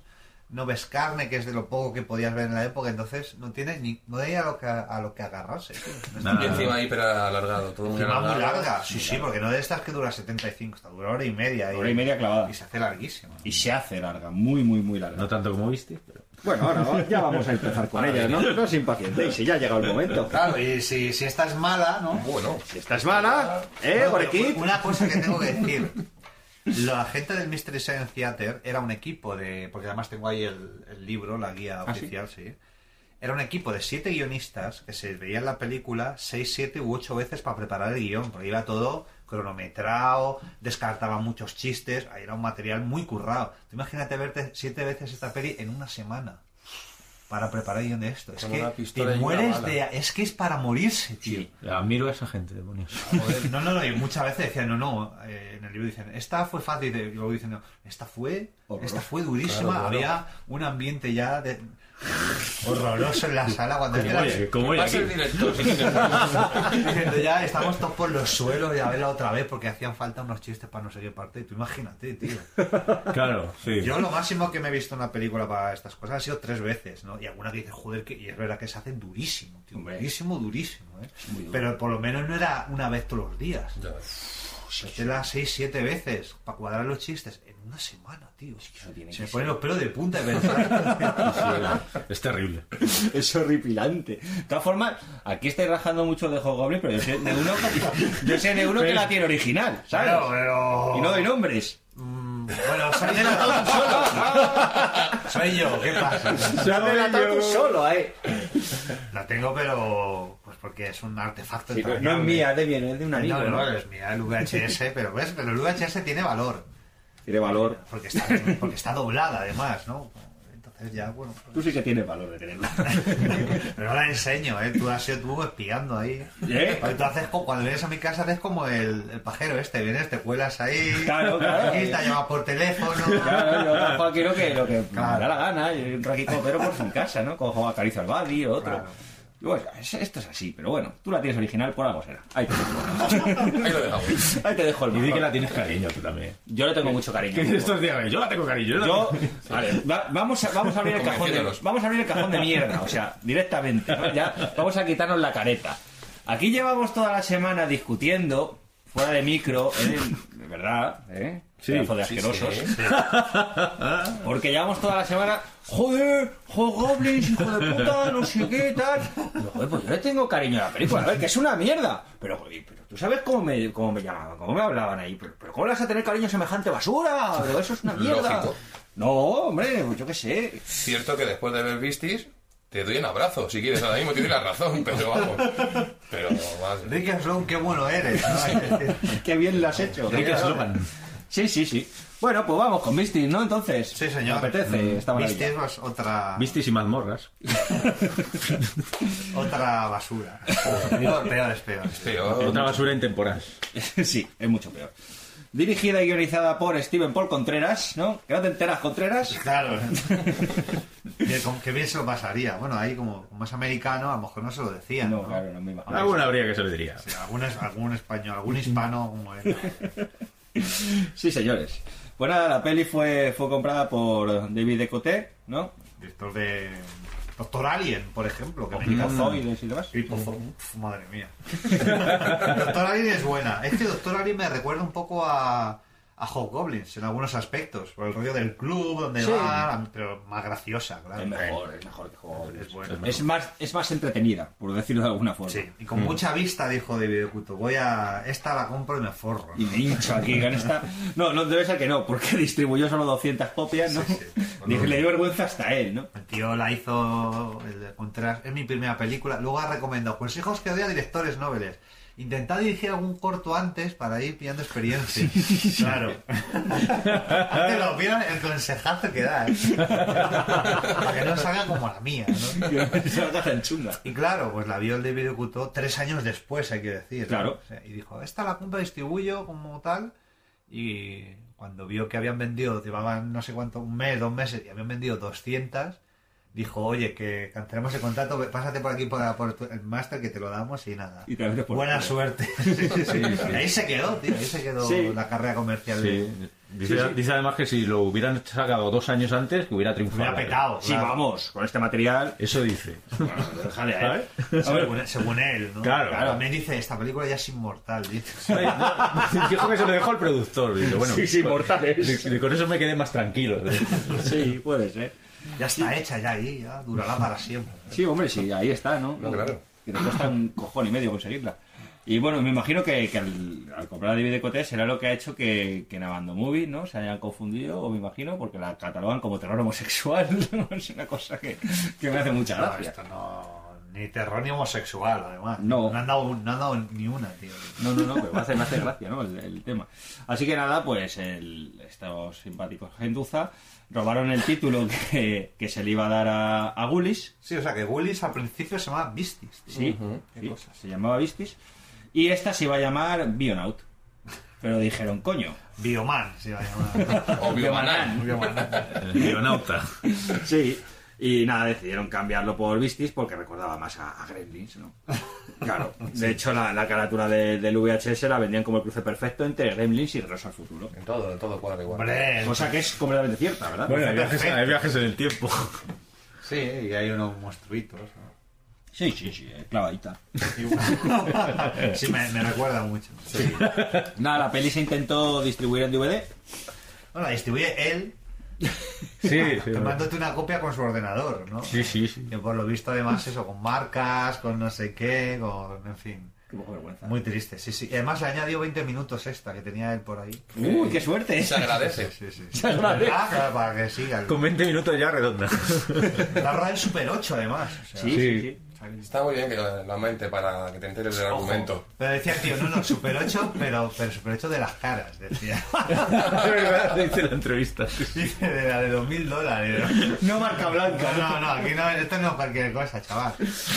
Speaker 11: no ves carne, que es de lo poco que podías ver en la época, entonces no tienes ni no hay a lo que, a lo que agarrarse. tío. No
Speaker 10: Y encima ahí, pero alargado. Todo muy
Speaker 11: Encima muy
Speaker 10: alargado.
Speaker 11: larga, sí, sí, porque no de estas que dura 75, esta dura hora y media.
Speaker 9: Hora y media clavada.
Speaker 11: Y se hace larguísima.
Speaker 9: Y se hace larga, muy, muy, muy larga.
Speaker 12: No tanto como viste.
Speaker 9: Bueno, ahora va- ya vamos a empezar con ella, ¿no? No os impacientéis, si ya ha llegado el momento.
Speaker 11: Claro, y si, si esta es mala, ¿no?
Speaker 10: Bueno,
Speaker 9: Si estás mala, ¿eh,
Speaker 11: No, pero
Speaker 9: Gorequit?
Speaker 11: Una cosa que tengo que decir. La gente del Mystery Science Theater era un equipo de. Porque además tengo ahí el, el libro, la guía
Speaker 9: ¿Ah, sí?
Speaker 11: oficial, sí? Era un equipo de siete guionistas que se veían la película seis, siete u ocho veces para preparar el guión, porque iba todo cronometrado, descartaba muchos chistes, ahí era un material muy currado. Tú imagínate verte siete veces esta peli en una semana para preparar el guión de esto. Es
Speaker 10: Como
Speaker 11: que
Speaker 10: una
Speaker 11: te
Speaker 10: pistola y una
Speaker 11: mueres
Speaker 10: bala.
Speaker 11: de... Es que es para morirse, tío.
Speaker 12: Admiro a esa gente, demonios.
Speaker 11: Joder, no, no, no, y muchas veces decían, no, no, eh, en el libro dicen, esta fue fácil, y luego dicen, no, esta fue, esta fue durísima,
Speaker 10: Claro, claro.
Speaker 11: había un ambiente ya de... horroroso en la sala cuando
Speaker 12: ¿Cómo
Speaker 11: era-
Speaker 12: oye? ¿Cómo oye
Speaker 10: Va a ser
Speaker 12: aquí?
Speaker 10: director. sí, sí.
Speaker 11: (laughs) diciendo, ya estamos todos por los suelos, ya verla otra vez, porque hacían falta unos chistes para no sé qué parte, tú imagínate, tío.
Speaker 12: Claro, sí.
Speaker 11: Yo lo máximo que me he visto en una película para estas cosas ha sido tres veces, ¿no? Y alguna que dice, joder, que... y es verdad que se hace durísimo, tío, durísimo, durísimo, ¿eh? Pero por lo menos no era una vez todos los días. Pues
Speaker 10: Ya.
Speaker 11: las 6, 7 veces para cuadrar los chistes en una semana, tío.
Speaker 9: Eso tiene
Speaker 11: Se me
Speaker 9: que
Speaker 11: ponen los pelos de
Speaker 9: (laughs)
Speaker 11: punta de pensar.
Speaker 12: Es terrible.
Speaker 9: Es horripilante. De todas formas, aquí estáis rajando mucho de Hobgoblin, pero yo sé de uno, yo sé de uno que la tiene original, ¿sabes?
Speaker 11: Claro, pero- Mm,
Speaker 9: Y no de nombres.
Speaker 11: bueno, soy yo.
Speaker 9: (laughs)
Speaker 11: soy yo, ¿qué pasa?
Speaker 9: Se ha delatado tú solo, eh.
Speaker 11: La tengo, pero. Pues porque es un artefacto.
Speaker 9: no es
Speaker 11: entrañable.
Speaker 9: mía, es de bien, es de un
Speaker 11: No,
Speaker 9: amigo.
Speaker 11: no,
Speaker 9: ¿no?
Speaker 11: no, es mía, el (laughs) VHS, pero ves, pero el VHS tiene valor.
Speaker 9: Tiene valor.
Speaker 11: Porque está, porque está doblada, además, ¿no? Entonces ya, bueno. pues
Speaker 9: Tú sí que tienes valor de tenerla.
Speaker 11: (laughs) Pero no la enseño, ¿eh? Tú has sido tú espiando ahí.
Speaker 9: ¿Eh?
Speaker 11: Oye, tú haces co- cuando vienes a mi casa haces como el, el pajero este, vienes, te cuelas ahí,
Speaker 9: Claro, claro.
Speaker 11: aquí te llamas por teléfono.
Speaker 10: (laughs)
Speaker 9: Claro, yo rajo aquí lo que, lo que me
Speaker 11: Claro.
Speaker 9: da la gana. Yo entro aquí copero por su casa, ¿no? Cojo acaricio al Badi, otro. Y bueno, es- esto es así, pero bueno, tú la tienes original por algo será. Ahí te dejo.
Speaker 10: (laughs) Ahí lo dejamos.
Speaker 9: Ahí te dejo el
Speaker 12: Y di que
Speaker 9: mejor.
Speaker 12: la tienes cariño tú también.
Speaker 9: Yo le tengo
Speaker 10: (laughs)
Speaker 9: mucho cariño.
Speaker 12: Estos días, yo la tengo cariño. Yo, la
Speaker 9: Yo,
Speaker 12: tengo-
Speaker 9: vale, va- vamos, a, vamos a abrir el cajón de,
Speaker 10: Convenciéndolos.
Speaker 9: vamos a abrir el cajón de mierda, o sea, directamente, ¿no? ya vamos a quitarnos la careta. Aquí llevamos toda la semana discutiendo fuera de micro, ¿eh? de verdad, ¿eh?
Speaker 12: Sí,
Speaker 9: Pedazo de
Speaker 10: sí,
Speaker 9: asquerosos.
Speaker 10: sí.
Speaker 9: Porque llevamos toda la semana, joder, Hobgoblins, hijo de puta, no sé qué, tal. Pero, joder, pues yo le tengo cariño a la película, a ver, que es una mierda. Pero, joder, pero tú sabes cómo me, cómo me llamaban, cómo me hablaban ahí. Pero, pero ¿cómo le vas a tener cariño a semejante basura? Pero eso es una mierda.
Speaker 10: Lógico.
Speaker 9: No, hombre, pues yo qué sé.
Speaker 10: Cierto que después de ver Vistis, te doy un abrazo. Si quieres, ahora mismo tienes la razón, pero vamos. Pero, madre.
Speaker 11: Ricky Sloan, qué bueno eres.
Speaker 9: (laughs)
Speaker 11: ¿no?
Speaker 9: Qué bien lo has hecho.
Speaker 12: Rick Sloan.
Speaker 9: Sí, sí, sí. Bueno, pues vamos con Misty, ¿no? Entonces.
Speaker 11: Sí, señor. Mm.
Speaker 9: Me apetece esta maravilla.
Speaker 11: Viste es otra,
Speaker 12: Vistis y mazmorras.
Speaker 11: otra
Speaker 9: (laughs)
Speaker 11: basura. Peor, peor, es peor.
Speaker 10: Peor.
Speaker 12: Otra basura en temporal.
Speaker 9: (laughs) sí, es mucho peor. Dirigida y guionizada por Steven Paul Contreras, ¿no? Que no te enteras, Contreras.
Speaker 11: Claro. (laughs) Que con- Qué bien se lo pasaría. Bueno, ahí como, como es americano, a lo mejor no se lo decían.
Speaker 9: No,
Speaker 11: ¿no? Ah,
Speaker 9: claro, no me imagino.
Speaker 12: Alguna habría que se le diría.
Speaker 11: Sí, algún, es- algún español, algún hispano, como era.
Speaker 9: Sí, señores. Bueno, la peli fue, fue comprada por David Decote, ¿no?
Speaker 11: Director de Doctor Alien, por ejemplo. Que me encanta.
Speaker 9: Zoides y demás.
Speaker 11: Sí, por favor. Uf, madre mía. (laughs) Doctor Alien es buena. Este Doctor Alien me recuerda un poco a, a Hobgoblins en algunos aspectos. Por el rollo del club, donde
Speaker 9: Sí.
Speaker 11: van, pero más graciosa, claro.
Speaker 9: Es mejor, es mejor que juego.
Speaker 11: Ah, Es bueno.
Speaker 9: Es más, es más entretenida, por decirlo de alguna forma.
Speaker 11: Sí, y con mucha vista dijo David Oculto, voy a... Esta la compro y me forro.
Speaker 9: (laughs) Y me hincho aquí con esta. No, no debe ser que no, porque distribuyó solo 200 copias, ¿no? (laughs)
Speaker 11: Sí, sí.
Speaker 9: Dije, le dio vergüenza hasta él,
Speaker 11: (laughs)
Speaker 9: ¿no?
Speaker 11: El tío la hizo el de Contreras, es mi primera película. Luego ha recomendado consejos que doy a directores noveles. Intentad dirigir algún corto antes para ir pillando experiencia. claro. (laughs) Antes lo vieron el consejazo que da, ¿eh? Para que no salga como la mía, ¿no? Y claro, pues la vio el David Oculto tres años después, hay que decir. ¿no?
Speaker 9: Claro.
Speaker 11: O sea, y dijo, esta la compra distribuyo como tal. Y cuando vio que habían vendido, llevaban no sé cuánto, un mes, dos meses, y habían vendido 200, dijo, oye, que cancelemos el contrato, pásate por aquí para por tu- el máster que te lo damos y nada.
Speaker 9: Y tal vez por-
Speaker 11: Buena suerte. Sí, sí, sí.
Speaker 12: sí.
Speaker 11: Y Ahí se quedó, tío, ahí se quedó
Speaker 12: Sí.
Speaker 11: la carrera comercial. de-
Speaker 12: Sí. Dice,
Speaker 11: Sí, sí.
Speaker 12: dice además que si lo hubieran sacado dos años antes, que hubiera triunfado.
Speaker 11: Hubiera petado, Sí, claro.
Speaker 9: vamos, con este material.
Speaker 12: Eso dice.
Speaker 9: Déjale, ¿eh?
Speaker 12: ¿Sabes?
Speaker 9: A ver,
Speaker 11: (laughs) Según, según él, ¿no?
Speaker 12: Claro.
Speaker 11: Me dice, esta película ya es inmortal. Dice.
Speaker 12: (laughs) Dijo que se lo dejó al productor. Dice, bueno,
Speaker 11: Sí, sí,
Speaker 12: con-
Speaker 11: mortales.
Speaker 12: Con, eso me quedé
Speaker 11: (laughs)
Speaker 12: más tranquilo.
Speaker 9: Sí, puede ser.
Speaker 11: Ya está ¿eh? hecha, ya ahí, ya durará para siempre.
Speaker 9: Sí, hombre, sí, ahí está, ¿no?
Speaker 11: claro.
Speaker 9: Que te cuesta un cojón y medio conseguirla. Y bueno, me imagino que, que al, al comprar DVD de Coté será lo que ha hecho que, que en Abando Movie, ¿no? Se hayan confundido, o me imagino, porque la catalogan como terror homosexual. (laughs) ¿no? es una cosa que, que me hace mucha
Speaker 11: No,
Speaker 9: gracia.
Speaker 11: esto no- Ni terror ni homosexual, además. No. han dado, no han dado ni una, tío.
Speaker 9: No, no, no, pero me hace, me hace gracia, ¿no? El, el tema. Así que nada, pues el- estos simpáticos gentuza robaron el título que, que se le iba a dar a, a Gullis.
Speaker 11: Sí, o sea que Gullis al principio se llamaba Vistis.
Speaker 9: Sí, sí, se llamaba Vistis. Y esta se iba a llamar Bionaut. Pero dijeron, (laughs) coño.
Speaker 11: Bioman se iba a llamar.
Speaker 9: (laughs) O Biomanán.
Speaker 12: Bionauta.
Speaker 9: Sí. Y nada, decidieron cambiarlo por Vistis porque recordaba más a, a Gremlins, ¿no? (laughs) Claro. De hecho, la, la carátula de- del VHS la vendían como el cruce perfecto entre Gremlins y Regreso al Futuro. En
Speaker 10: todo, en todo cuadra igual.
Speaker 11: Hombre.
Speaker 9: Cosa que es completamente cierta, ¿verdad?
Speaker 12: Bueno, hay viajes, hay viajes en el tiempo.
Speaker 11: Sí, y hay unos monstruitos.
Speaker 9: (laughs) Sí, sí, sí, eh, clavadita.
Speaker 11: sí, me, me recuerda mucho.
Speaker 9: Nada, la peli se intentó distribuir en DVD.
Speaker 11: Bueno, la distribuye él.
Speaker 12: (laughs) Sí, sí.
Speaker 11: Tomándote una copia con su ordenador, ¿no?
Speaker 12: Sí, sí, sí.
Speaker 11: Que por lo visto, además, eso, con marcas, con no sé qué, con. En fin.
Speaker 9: Qué poca vergüenza.
Speaker 11: Muy triste, sí, sí. Y además le añadió 20 minutos esta que tenía él por ahí.
Speaker 9: Uy, qué suerte. Se agradece.
Speaker 11: Sí, sí,
Speaker 9: (laughs)
Speaker 11: sí.
Speaker 9: Se agradece.
Speaker 11: Ah, claro, para que siga.
Speaker 12: Con 20 minutos
Speaker 11: (laughs)
Speaker 12: ya redonda.
Speaker 11: La radio es Super 8, además. o sea.
Speaker 10: Está muy bien que la, la mente para que te enteres del
Speaker 11: Ojo.
Speaker 10: argumento.
Speaker 11: Pero decía el tío, no, no, Super 8, pero, pero Super 8 de las
Speaker 9: (laughs)
Speaker 11: caras, decía.
Speaker 12: Dice la entrevista.
Speaker 11: Dice de la de 2.000 dólares.
Speaker 9: No marca blanca.
Speaker 11: No, no, no, aquí no, esto no es cualquier cosa, chaval.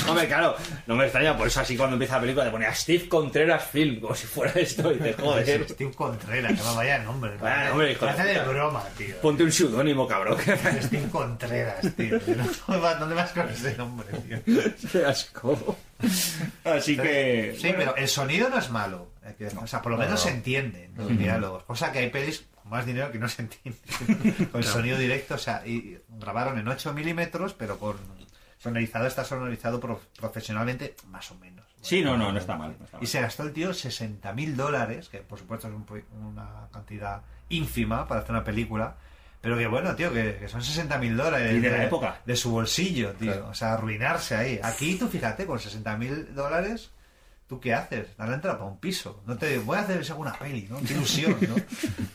Speaker 9: Hombre, claro, no me extraña, por eso así cuando empieza la película te pone a Steve Contreras Film, como si fuera esto, y te joder.
Speaker 11: Steve Contreras, que vaya nombre.
Speaker 9: Vaya nombre, hijo de
Speaker 11: Parece de
Speaker 9: puta. Pues-
Speaker 11: broma, tío.
Speaker 9: Ponte un seudónimo, cabrón.
Speaker 11: Steve Contreras, tío. ¿Dónde vas con ese nombre, tío?
Speaker 9: (laughs) Qué asco. Así que.
Speaker 11: Sí, pero el sonido no es malo. Hay que- O sea, por lo
Speaker 9: No,
Speaker 11: menos
Speaker 9: no.
Speaker 11: se entienden los
Speaker 9: Ujú.
Speaker 11: diálogos. Cosa que hay pelis con más dinero que no se entienden. (laughs) con el
Speaker 9: Claro.
Speaker 11: sonido directo, o sea, y y grabaron en 8 milímetros, pero con sonorizado está sonorizado pro- profesionalmente, más o menos.
Speaker 9: Sí, no, no, no está mal. no está mal.
Speaker 11: Y se gastó el tío 60 mil dólares, que por supuesto es un pro- una cantidad ínfima para hacer una película. Pero que bueno, tío, que, que son 60 mil dólares.
Speaker 9: Y de la época.
Speaker 11: De su bolsillo, tío. O sea, arruinarse ahí. Aquí tú fíjate, con 60 mil dólares, ¿tú qué haces? Dar la entrada para un piso. No te voy a hacer alguna peli, ¿no? Qué ilusión,
Speaker 9: (laughs)
Speaker 11: ¿no?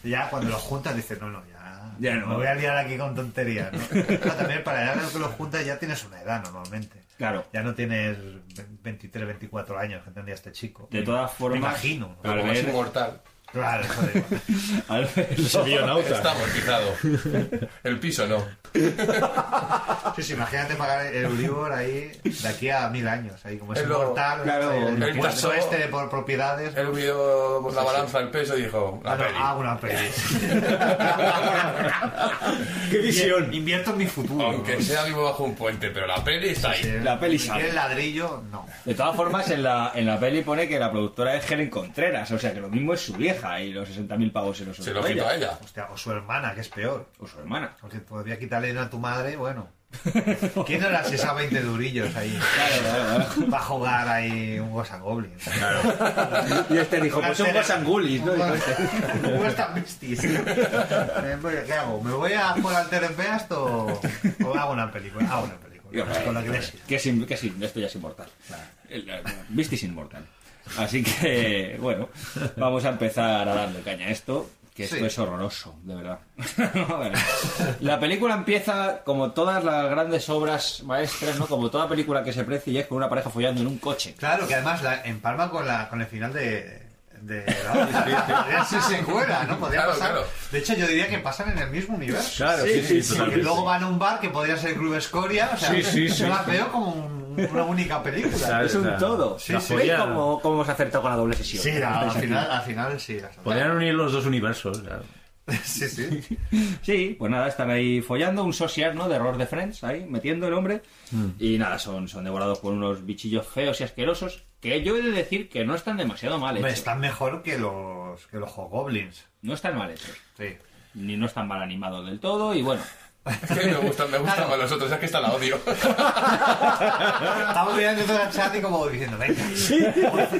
Speaker 11: ya cuando lo juntas dices, no, no, ya.
Speaker 9: Ya no.
Speaker 11: Me voy a liar aquí con tonterías, ¿no? Pero también para la edad que lo juntas ya tienes una edad normalmente.
Speaker 9: Claro.
Speaker 11: Ya no tienes 23, 24 años que tendría este chico.
Speaker 9: De todas formas.
Speaker 11: Me imagino. ¿no?
Speaker 9: al ver-
Speaker 11: Claro, eso da igual.
Speaker 9: Al ver-
Speaker 10: Ese
Speaker 9: (laughs)
Speaker 10: bionauta. Está amortizado. El piso no.
Speaker 11: Sí, sí, imagínate pagar el Euribor ahí de aquí a mil años. Ahí como es
Speaker 10: Él lo-
Speaker 11: inmortal.
Speaker 10: claro,
Speaker 11: el
Speaker 10: él
Speaker 11: impuesto
Speaker 10: pasó-
Speaker 11: este de por propiedades.
Speaker 10: Él vio
Speaker 11: Sí,
Speaker 10: la
Speaker 11: sí.
Speaker 10: balanza, el peso y dijo, la
Speaker 11: Ah, no,
Speaker 10: peli.
Speaker 11: hago una peli. (laughs)
Speaker 12: ¡Qué visión!
Speaker 11: Invierto en mi futuro.
Speaker 10: Aunque sea vivo bajo un puente, pero la peli está ahí.
Speaker 9: La peli
Speaker 11: Si
Speaker 9: sale.
Speaker 11: quieres ladrillo, no.
Speaker 9: De todas formas, en la, en la peli pone que la productora es Helen Contreras, o sea que lo mismo es su vieja y los 60.000 pavos se los
Speaker 10: Se lo quitó a ella.
Speaker 11: Hostia, o su hermana, que es peor.
Speaker 9: O su hermana.
Speaker 11: Porque podría quitarle a tu madre, bueno. ¿Quién no las esa 20 durillos ahí? Claro,
Speaker 9: claro,
Speaker 11: Va a jugar ahí un Gosan Goblin.
Speaker 9: (laughs) Y este dijo, pues son cosas gulis, ¿no?
Speaker 11: ¿Cómo están vestis? ¿Qué hago? ¿Me voy a jugar al Terenbeast o, o hago una película? Hago una película. Con la que
Speaker 9: Que es, in- que es in- esto ya es inmortal. El- el- (laughs) Viste es inmortal. Así que, bueno, vamos a empezar a darle caña a esto. que esto es horroroso, de verdad. (laughs) A ver, la película empieza como todas las grandes obras maestras, ¿no? Como toda película que se precie y es con una pareja follando en un coche.
Speaker 11: Claro, que además la empalma con, la, con el final de. de podría ser secuela, ¿no? Podría
Speaker 10: Claro,
Speaker 11: pasar.
Speaker 10: claro.
Speaker 11: De hecho, yo diría que pasan en el mismo universo.
Speaker 12: Claro, sí, Sí, sí, sí, sí,
Speaker 11: Porque
Speaker 12: totalmente.
Speaker 11: luego van a un bar que podría ser el Club Escoria. O sea,
Speaker 12: Sí, sí, sí.
Speaker 11: yo las veo como un- una única película.
Speaker 9: es un todo.
Speaker 11: Sí,
Speaker 9: ¿Veis
Speaker 11: sí.
Speaker 9: cómo, cómo hemos acertado con la doble sesión?
Speaker 11: Sí, la- al, final, al final sí. la-
Speaker 12: Podrían unir los dos universos.
Speaker 11: (laughs) Sí, sí.
Speaker 9: Sí, pues nada, están ahí follando, un sociar, ¿no? De error de Friends, ahí, metiendo el hombre. Y nada, son, son devorados por unos bichillos feos y asquerosos que yo he de decir que no están demasiado mal
Speaker 11: Hombre,
Speaker 9: hechos.
Speaker 11: están mejor que los, que los Hobgoblins.
Speaker 9: No están mal hechos.
Speaker 11: Sí.
Speaker 9: Ni no están mal animados del todo y bueno.
Speaker 10: Que me gustan, me gustan más los otros, es que esta la
Speaker 11: (laughs)
Speaker 10: odio.
Speaker 11: Estamos mirando todo el chat y como diciendo, venga,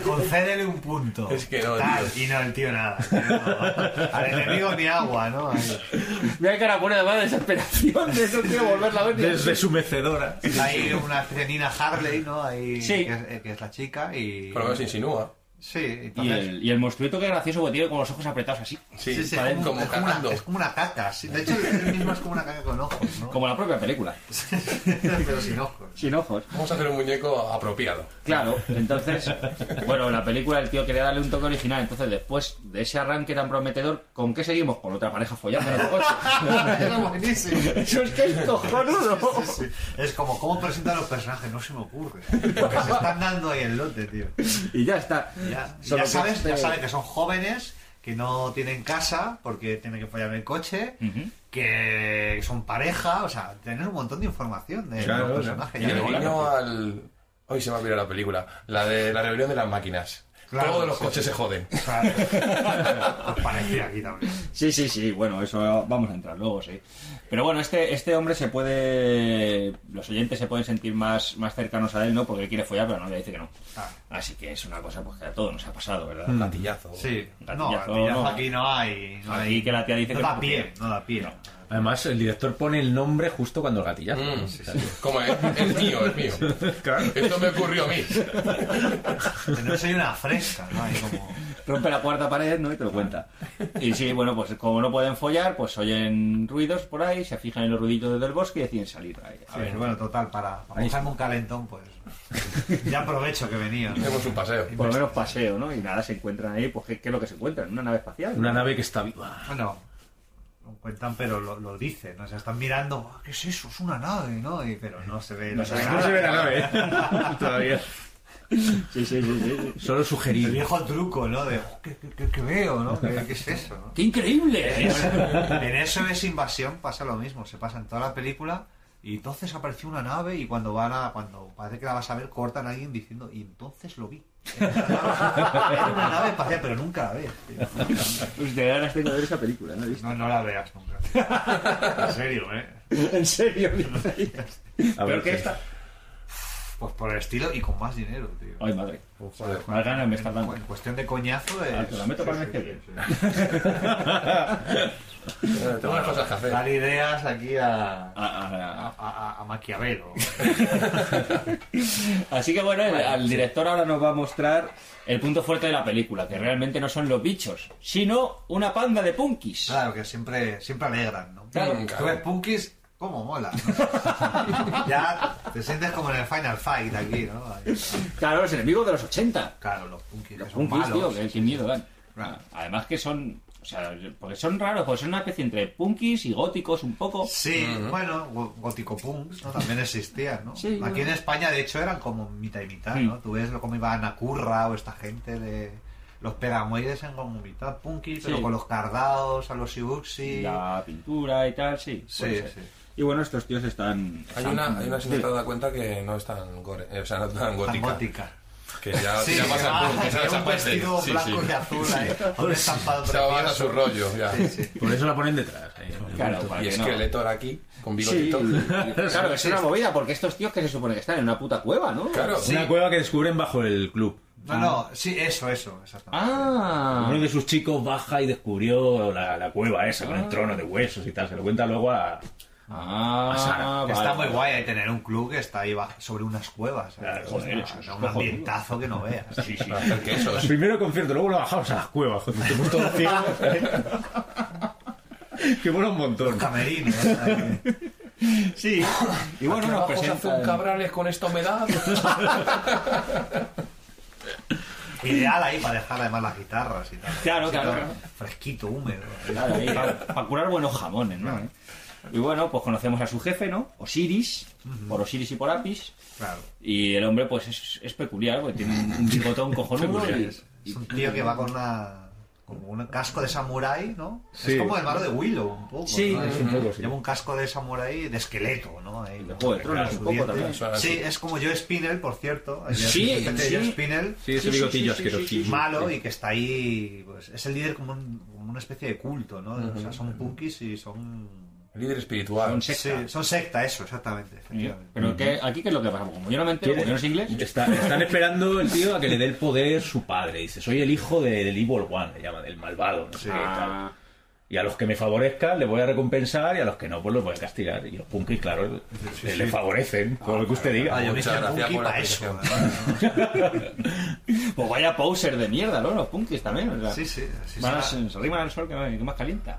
Speaker 11: concédele un punto.
Speaker 10: Es que no,
Speaker 11: Tal,
Speaker 10: tío.
Speaker 11: y no, el tío nada. el tío no. Al enemigo ni agua, ¿no? Ahí,
Speaker 9: (laughs) Mira que la pone además de desesperación de eso, tío, volverla a ver. tío.
Speaker 12: Desde su mecedora.
Speaker 11: Hay una especie de Nina Harley, ¿no? Ahí,
Speaker 9: Sí.
Speaker 11: que, es, eh, que es la chica y...
Speaker 10: Por lo menos insinúa.
Speaker 11: Sí,
Speaker 9: Y
Speaker 11: entonces...
Speaker 9: el, y el monstruito que gracioso porque tiene con los ojos apretados así.
Speaker 10: Sí,
Speaker 11: sí, sí,
Speaker 9: para
Speaker 11: es, como,
Speaker 10: como
Speaker 11: es como
Speaker 10: cagando.
Speaker 11: una, es como una caca. sí. De hecho, él mismo es como una caca con ojos, ¿no?
Speaker 9: Como la propia película.
Speaker 11: (laughs) Pero sin ojos. (laughs)
Speaker 9: Sin ojos.
Speaker 10: Vamos a hacer un muñeco apropiado.
Speaker 9: Claro, entonces, bueno, la película el tío quería darle un toque original, entonces después de ese arranque tan prometedor, ¿con qué seguimos? Con otra pareja follando en el coche.
Speaker 11: Era buenísimo.
Speaker 9: (laughs) Eso es que es cojonudo.
Speaker 11: Sí, sí, sí. Es como, ¿cómo presentar a los personajes? No se me ocurre. Porque se están dando ahí el lote, tío.
Speaker 9: Y ya está.
Speaker 11: Ya,
Speaker 9: Solo
Speaker 11: ya
Speaker 9: que
Speaker 11: sabes,
Speaker 9: este-
Speaker 11: ya sabes que son jóvenes, que no tienen casa porque tienen que follar en el coche,
Speaker 9: Ujú.
Speaker 11: que son pareja, o sea, tener un montón de información de
Speaker 12: Claro,
Speaker 11: los
Speaker 12: claro.
Speaker 11: personajes.
Speaker 10: Y
Speaker 11: ya
Speaker 10: el
Speaker 11: me mola.
Speaker 10: guiño al. Hoy se me ha olvidado la película. La de la rebelión de las máquinas.
Speaker 11: Claro,
Speaker 10: Todos los
Speaker 11: sí,
Speaker 10: coches
Speaker 11: sí.
Speaker 10: se joden.
Speaker 11: Claro.
Speaker 9: (laughs)
Speaker 11: Pues parecía aquí también.
Speaker 9: Sí, sí, sí, bueno, eso vamos a entrar luego, sí. Pero bueno, este, este hombre se puede. Los oyentes se pueden sentir más, más cercanos a él, ¿no? Porque él quiere follar, pero no le dice que no.
Speaker 11: Ah.
Speaker 9: Así que es una cosa pues, que a todos nos ha pasado, ¿verdad?
Speaker 10: Gatillazo.
Speaker 11: Sí, no,
Speaker 9: Gatillazo,
Speaker 11: gatillazo
Speaker 9: no.
Speaker 11: aquí no hay. No
Speaker 9: Aquí
Speaker 11: hay-
Speaker 9: que la tía dice
Speaker 11: no
Speaker 9: que
Speaker 11: da
Speaker 9: no
Speaker 11: pie,
Speaker 9: puede.
Speaker 11: no da pie.
Speaker 12: Además, el director pone el nombre justo cuando el gatillazo.
Speaker 10: Mm,
Speaker 12: ¿no? O sea,
Speaker 10: Como es, es mío, es
Speaker 11: (laughs)
Speaker 10: mío.
Speaker 12: (laughs) Claro.
Speaker 10: Esto me ocurrió a mí.
Speaker 11: No soy una fresca, ¿no? Hay
Speaker 9: (laughs)
Speaker 11: como.
Speaker 9: rompe la cuarta pared, ¿no? Y te lo cuenta. Y sí, bueno, pues como no pueden follar, pues oyen ruidos por ahí, se fijan en los ruiditos del bosque y deciden salir. Ahí.
Speaker 11: A ver, bueno, total, para, para buscarme un calentón, pues. Ya aprovecho que venía. ¿no?
Speaker 10: Hacemos un paseo.
Speaker 9: Por lo menos paseo, ¿no? Y nada, se encuentran ahí, pues ¿qué, qué es lo que se encuentran? ¿Una nave espacial?
Speaker 12: Una nave que está viva.
Speaker 11: Bueno, lo cuentan, pero lo, lo dicen. ¿no? Se están mirando, "Ah, ¿qué es eso? Es una nave, ¿no? Y- pero no se ve. No, se ve nada.
Speaker 12: nave. Todavía.
Speaker 9: Sí, sí, sí, sí, sí.
Speaker 12: Solo
Speaker 11: El
Speaker 12: sugerido.
Speaker 11: viejo truco, ¿no? De, "Oh, ¿qué, qué- qué- qué veo, no? ¿Qué, qué es eso? no?".
Speaker 9: ¡Qué increíble!
Speaker 11: en eso es invasión, pasa lo mismo. Se pasa en toda la película. Y entonces apareció una nave y cuando van a, cuando parece que la vas a ver, cortan a alguien diciendo, y entonces lo vi. Era una nave espacial, pero nunca la ves. tío.
Speaker 9: Pues de ganas tengo de ver esa película, ¿no? he visto?
Speaker 11: No, no la veas nunca. En serio, ¿eh?
Speaker 9: (laughs) En (laughs) serio,
Speaker 12: A ver
Speaker 9: Pero que
Speaker 12: qué.
Speaker 9: esta.
Speaker 11: Pues por el estilo y con más dinero, tío.
Speaker 9: Ay, madre.
Speaker 10: Joder.
Speaker 9: Más ganas me está dando.
Speaker 11: En cuestión de coñazo es...
Speaker 9: Ah, te la meto para el mes que viene. (laughs)
Speaker 10: Eh, Tengo unas cosas que hacer.
Speaker 11: Dar ideas aquí a...
Speaker 9: A- a- a-
Speaker 11: A, a- a Maquiavelo.
Speaker 9: (laughs) Así que bueno, el, al director ahora nos va a mostrar el punto fuerte de la película, que realmente no son los bichos, sino una panda de punkis.
Speaker 11: Claro, que siempre, siempre alegran, ¿no?
Speaker 9: Claro.
Speaker 11: Tú ves punkis, cómo
Speaker 9: (laughs)
Speaker 11: mola. ¿no? ya te sientes como en el Final Fight aquí, ¿no?
Speaker 9: Claro, los enemigos de los 80.
Speaker 11: Claro, los punkis que
Speaker 9: Los
Speaker 11: son
Speaker 9: punkis, tío,
Speaker 11: malos.
Speaker 9: que, que miedo dan.
Speaker 11: Claro.
Speaker 9: Además que son... O sea, porque son raros, porque son una especie entre punkis y góticos un poco.
Speaker 11: Sí, bueno, go- gótico punks ¿no? también existían, ¿no?
Speaker 9: Sí,
Speaker 11: Aquí
Speaker 9: bueno.
Speaker 11: en España, de hecho, eran como mitad y mitad, ¿no?
Speaker 9: Mm.
Speaker 11: Tú ves lo- cómo iban a Curra o esta gente de... Los pegamoides eran como mitad punky, pero
Speaker 9: Sí.
Speaker 11: con los cardados, a los Ibuxi...
Speaker 9: La pintura y tal, sí.
Speaker 11: Sí,
Speaker 9: puede ser.
Speaker 11: sí.
Speaker 9: Y bueno, estos tíos están...
Speaker 10: Hay
Speaker 9: están-
Speaker 10: una, hay una si no te
Speaker 9: Sí.
Speaker 10: has dado cuenta que no es tan gore, eh, o sea, no tan
Speaker 11: tan
Speaker 10: gótica.
Speaker 11: gótica.
Speaker 10: Que ya,
Speaker 11: Sí,
Speaker 10: ya
Speaker 11: que
Speaker 10: pasa
Speaker 11: va-
Speaker 10: por- que
Speaker 11: que
Speaker 10: se
Speaker 11: lleva
Speaker 10: esa
Speaker 11: un
Speaker 10: parte.
Speaker 11: vestido
Speaker 10: Sí,
Speaker 11: blanco
Speaker 10: sí. Pues
Speaker 11: y azul, ¿eh? Con un estampado
Speaker 10: Se va a
Speaker 11: precioso.
Speaker 10: su rollo, ya.
Speaker 11: Sí, sí.
Speaker 12: Por eso la ponen detrás. ahí.
Speaker 9: Claro, para
Speaker 10: Y
Speaker 9: que no-
Speaker 10: esqueletor aquí, con
Speaker 9: Sí,
Speaker 10: bigotito.
Speaker 9: (laughs) claro, es una movida, porque estos tíos que se supone que están en una puta cueva, ¿no?
Speaker 10: Claro.
Speaker 12: Una cueva que descubren bajo el club.
Speaker 11: No, no, sí, eso, eso, exactamente.
Speaker 9: Ah,
Speaker 12: Uno de sus chicos baja y descubrió la, la cueva esa, con el trono de huesos y tal. Se lo cuenta luego a,
Speaker 9: Ah,
Speaker 11: a Sara. Que está
Speaker 9: vale.
Speaker 11: muy guay eh, tener un club que está ahí bajo- sobre unas cuevas. ¿sabes?
Speaker 9: Claro, joder,
Speaker 11: Está-
Speaker 9: eso es
Speaker 11: da un
Speaker 9: cojonudo.
Speaker 11: ambientazo que no veas.
Speaker 9: Sí, sí. Porque eso es-
Speaker 12: Primero concierto, luego lo bajamos a las
Speaker 9: (laughs)
Speaker 12: cuevas. joder, que hemos ¿eh? todo ciego. que mola un montón.
Speaker 11: camerinos. ¿eh?
Speaker 9: Sí. Y bueno,
Speaker 10: Aquí
Speaker 9: nos
Speaker 10: abajo se
Speaker 9: presentan-
Speaker 10: hace un cabrales con esta
Speaker 9: (laughs)
Speaker 10: humedad.
Speaker 11: Ideal ahí para dejar además las guitarras y tal.
Speaker 9: Claro,
Speaker 11: Así,
Speaker 9: claro.
Speaker 11: Fresquito, húmedo.
Speaker 9: Claro, ahí, para, para curar buenos jamones, ¿no? Y bueno, pues conocemos a su jefe, ¿no? Osiris, por Osiris y por Apis.
Speaker 11: Claro.
Speaker 9: Y el hombre, pues es, es peculiar, porque tiene un, un bigotón cojonudo. y- y-
Speaker 11: Es un tío que va con una. Como un casco de samurái, ¿no?
Speaker 9: Sí.
Speaker 11: Es como el malo de Willow, un poco.
Speaker 9: Sí,
Speaker 11: ¿no?
Speaker 9: es un poco, sí.
Speaker 11: Lleva un casco de samurái de esqueleto, ¿no? Ahí,
Speaker 9: de Juego de Tronos,
Speaker 11: Su
Speaker 9: un poco
Speaker 11: diente.
Speaker 9: también.
Speaker 11: Sí, es como Joe Spinell, por cierto. Ayer
Speaker 9: Sí,
Speaker 11: me encontré
Speaker 9: sí.
Speaker 11: Joe Spinell.
Speaker 12: Sí, ese Sí, sí, bigotillo sí, sí, asquerosillo. sí, sí.
Speaker 11: Malo y que está ahí. Pues, es el líder como, un- como una especie de culto, ¿no? O sea, son punkis y son.
Speaker 10: Líder espiritual.
Speaker 9: Son secta.
Speaker 11: Sí, son secta, eso, exactamente. efectivamente.
Speaker 9: Pero que, aquí, ¿qué es lo que pasa? Como yo no me entero, porque yo no sé inglés.
Speaker 12: Está- están esperando el tío a que le dé el poder su padre. Dice, soy el hijo de- del Evil One, le llaman, del malvado, no sé qué,
Speaker 9: Ah.
Speaker 12: tal. Y a los que me favorezcan les voy a recompensar y a los que no, pues los voy a castigar. Y los punkis, claro,
Speaker 11: Sí,
Speaker 12: le,
Speaker 11: sí.
Speaker 12: le favorecen, por lo que usted diga.
Speaker 11: Ah, yo me hice punky pa' eso.
Speaker 9: Pues vaya poser de mierda, ¿no? Los punkis también. o sea,
Speaker 11: (laughs) Sí, sí, así
Speaker 9: van a-
Speaker 11: será.
Speaker 9: se arriman al sol que, que más (laughs) calienta.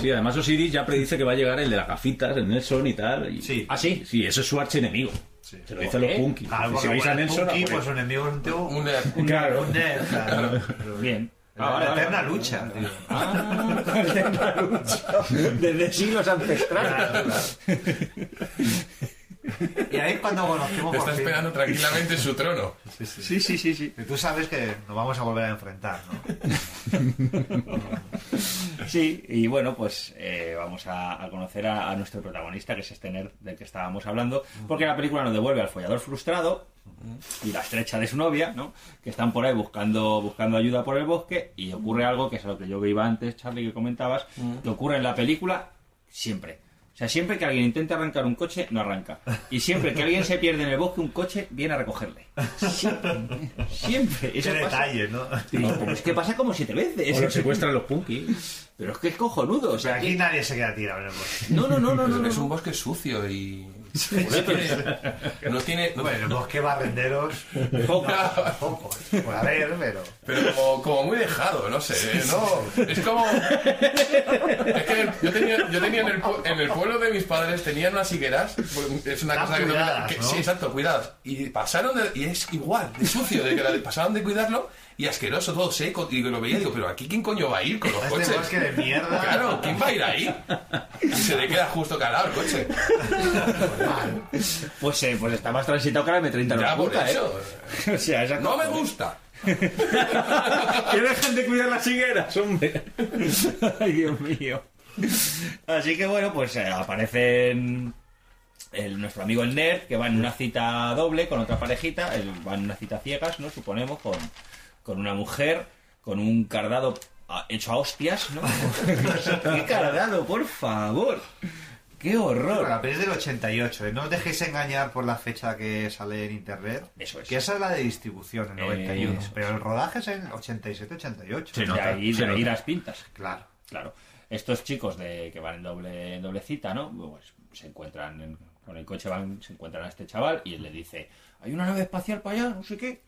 Speaker 12: Sí, además Osiris ya predice que va a llegar el de las gafitas, el Nelson y tal. Y...
Speaker 11: Sí.
Speaker 12: ¿Ah, sí? ¿Eh? Sí, eso es su archienemigo. Se lo dicen los punkis.
Speaker 11: Claro,
Speaker 12: Ah, si
Speaker 11: Ah, porque
Speaker 12: vais a
Speaker 11: bueno,
Speaker 12: Nelson,
Speaker 11: punky,
Speaker 12: a por (laughs)
Speaker 11: pues
Speaker 12: él.
Speaker 11: un enemigo es un tío.
Speaker 10: Un
Speaker 11: un- (laughs)
Speaker 12: Claro. (laughs)
Speaker 11: un nerd, claro.
Speaker 9: Bien.
Speaker 11: La,
Speaker 9: vale,
Speaker 11: la
Speaker 9: vale,
Speaker 11: eterna
Speaker 9: vale.
Speaker 11: lucha, tío.
Speaker 9: (laughs) Desde siglos ancestrales.
Speaker 11: Y ahí es cuando conocemos
Speaker 10: Está
Speaker 11: por fin.
Speaker 10: esperando tranquilamente en su trono.
Speaker 11: Sí, sí.
Speaker 9: Sí, sí, sí, sí.
Speaker 11: Que Tú sabes que nos vamos a volver a enfrentar, ¿no?
Speaker 9: (laughs) Sí, y bueno, pues eh, vamos a, a conocer a, a nuestro protagonista, que es este nerd del que estábamos hablando, porque la película nos devuelve al follador frustrado y la estrecha de su novia, ¿no? Que están por ahí buscando, buscando ayuda por el bosque y ocurre algo que es a lo que yo iba antes, Charlie, que comentabas, que ocurre en la película siempre. O sea, siempre que alguien intenta arrancar un coche, no arranca. Y siempre que alguien se pierde en el bosque, un coche viene a recogerle. Siempre. Siempre.
Speaker 11: Qué
Speaker 9: Eso pasa.
Speaker 11: detalle, ¿no?
Speaker 9: No, pero es que pasa como siete veces.
Speaker 12: O lo secuestran los punkis.
Speaker 9: Pero es que es cojonudo. O
Speaker 11: Pero
Speaker 9: sea,
Speaker 11: aquí
Speaker 9: que-
Speaker 11: nadie se queda tirado en el bosque.
Speaker 9: (laughs) No, no, no, no, no. no,
Speaker 10: es un
Speaker 9: no.
Speaker 10: bosque sucio y. No tiene- No tiene. no-
Speaker 11: Bueno, el bosque barrenderos,
Speaker 9: Poca-
Speaker 11: poco. Por haber, pero.
Speaker 10: Pero como, como muy dejado, no sé, ¿eh? no. Es como. Es que yo tenía, yo tenía en, el, pue- en el pueblo de mis padres tenían unas higueras. Es una
Speaker 11: Están
Speaker 10: cosa que,
Speaker 11: Ah, cuidadas,
Speaker 10: que-
Speaker 11: ¿no?
Speaker 10: Sí, exacto, cuidadas. Y pasaron de- Y es igual, de sucio, de que la- pasaron de cuidarlo y asqueroso, todo seco. Y lo veía y digo, pero aquí quién coño va a ir con los
Speaker 11: Este
Speaker 10: coches.
Speaker 11: bosque de mierda.
Speaker 10: Claro, ¿quién va a ir ahí? Y se le queda justo calado el coche.
Speaker 9: Pues, eh, pues está más transitado que la M30 no
Speaker 10: Ya
Speaker 9: la
Speaker 10: por
Speaker 9: puta, ¿eh? (laughs)
Speaker 10: eso.
Speaker 9: O sea, esa
Speaker 10: No me
Speaker 9: cosa-
Speaker 10: gusta.
Speaker 12: que dejen de cuidar las higueras, (laughs) hombre.
Speaker 9: Ay, Dios mío. Así que bueno, pues eh, aparecen el- nuestro amigo el nerd, que va en una cita doble con otra parejita, él va en una cita ciegas, ¿no? Suponemos, con, con una mujer, con un cardado a- hecho a hostias,
Speaker 12: (laughs)
Speaker 9: ¿no? ¡Qué cardado, por favor! ¡Qué
Speaker 11: Bueno, la
Speaker 9: horror!
Speaker 11: peli es del 88, ¿eh? no os dejéis engañar por la fecha que sale en internet.
Speaker 9: Eso es.
Speaker 11: Que esa es la de distribución, el 91.
Speaker 9: eso es.
Speaker 11: pero el rodaje es en 87-88.
Speaker 12: Sí, no.
Speaker 9: De
Speaker 12: nota,
Speaker 9: ahí,
Speaker 12: se
Speaker 9: de ahí
Speaker 12: nota.
Speaker 9: las pintas.
Speaker 11: Claro.
Speaker 9: Claro. Estos chicos de que van en doble, en doble cita, ¿no? Pues se encuentran en- con el coche, van, se encuentran a este chaval y él le dice, hay una nave espacial para allá, no sé qué.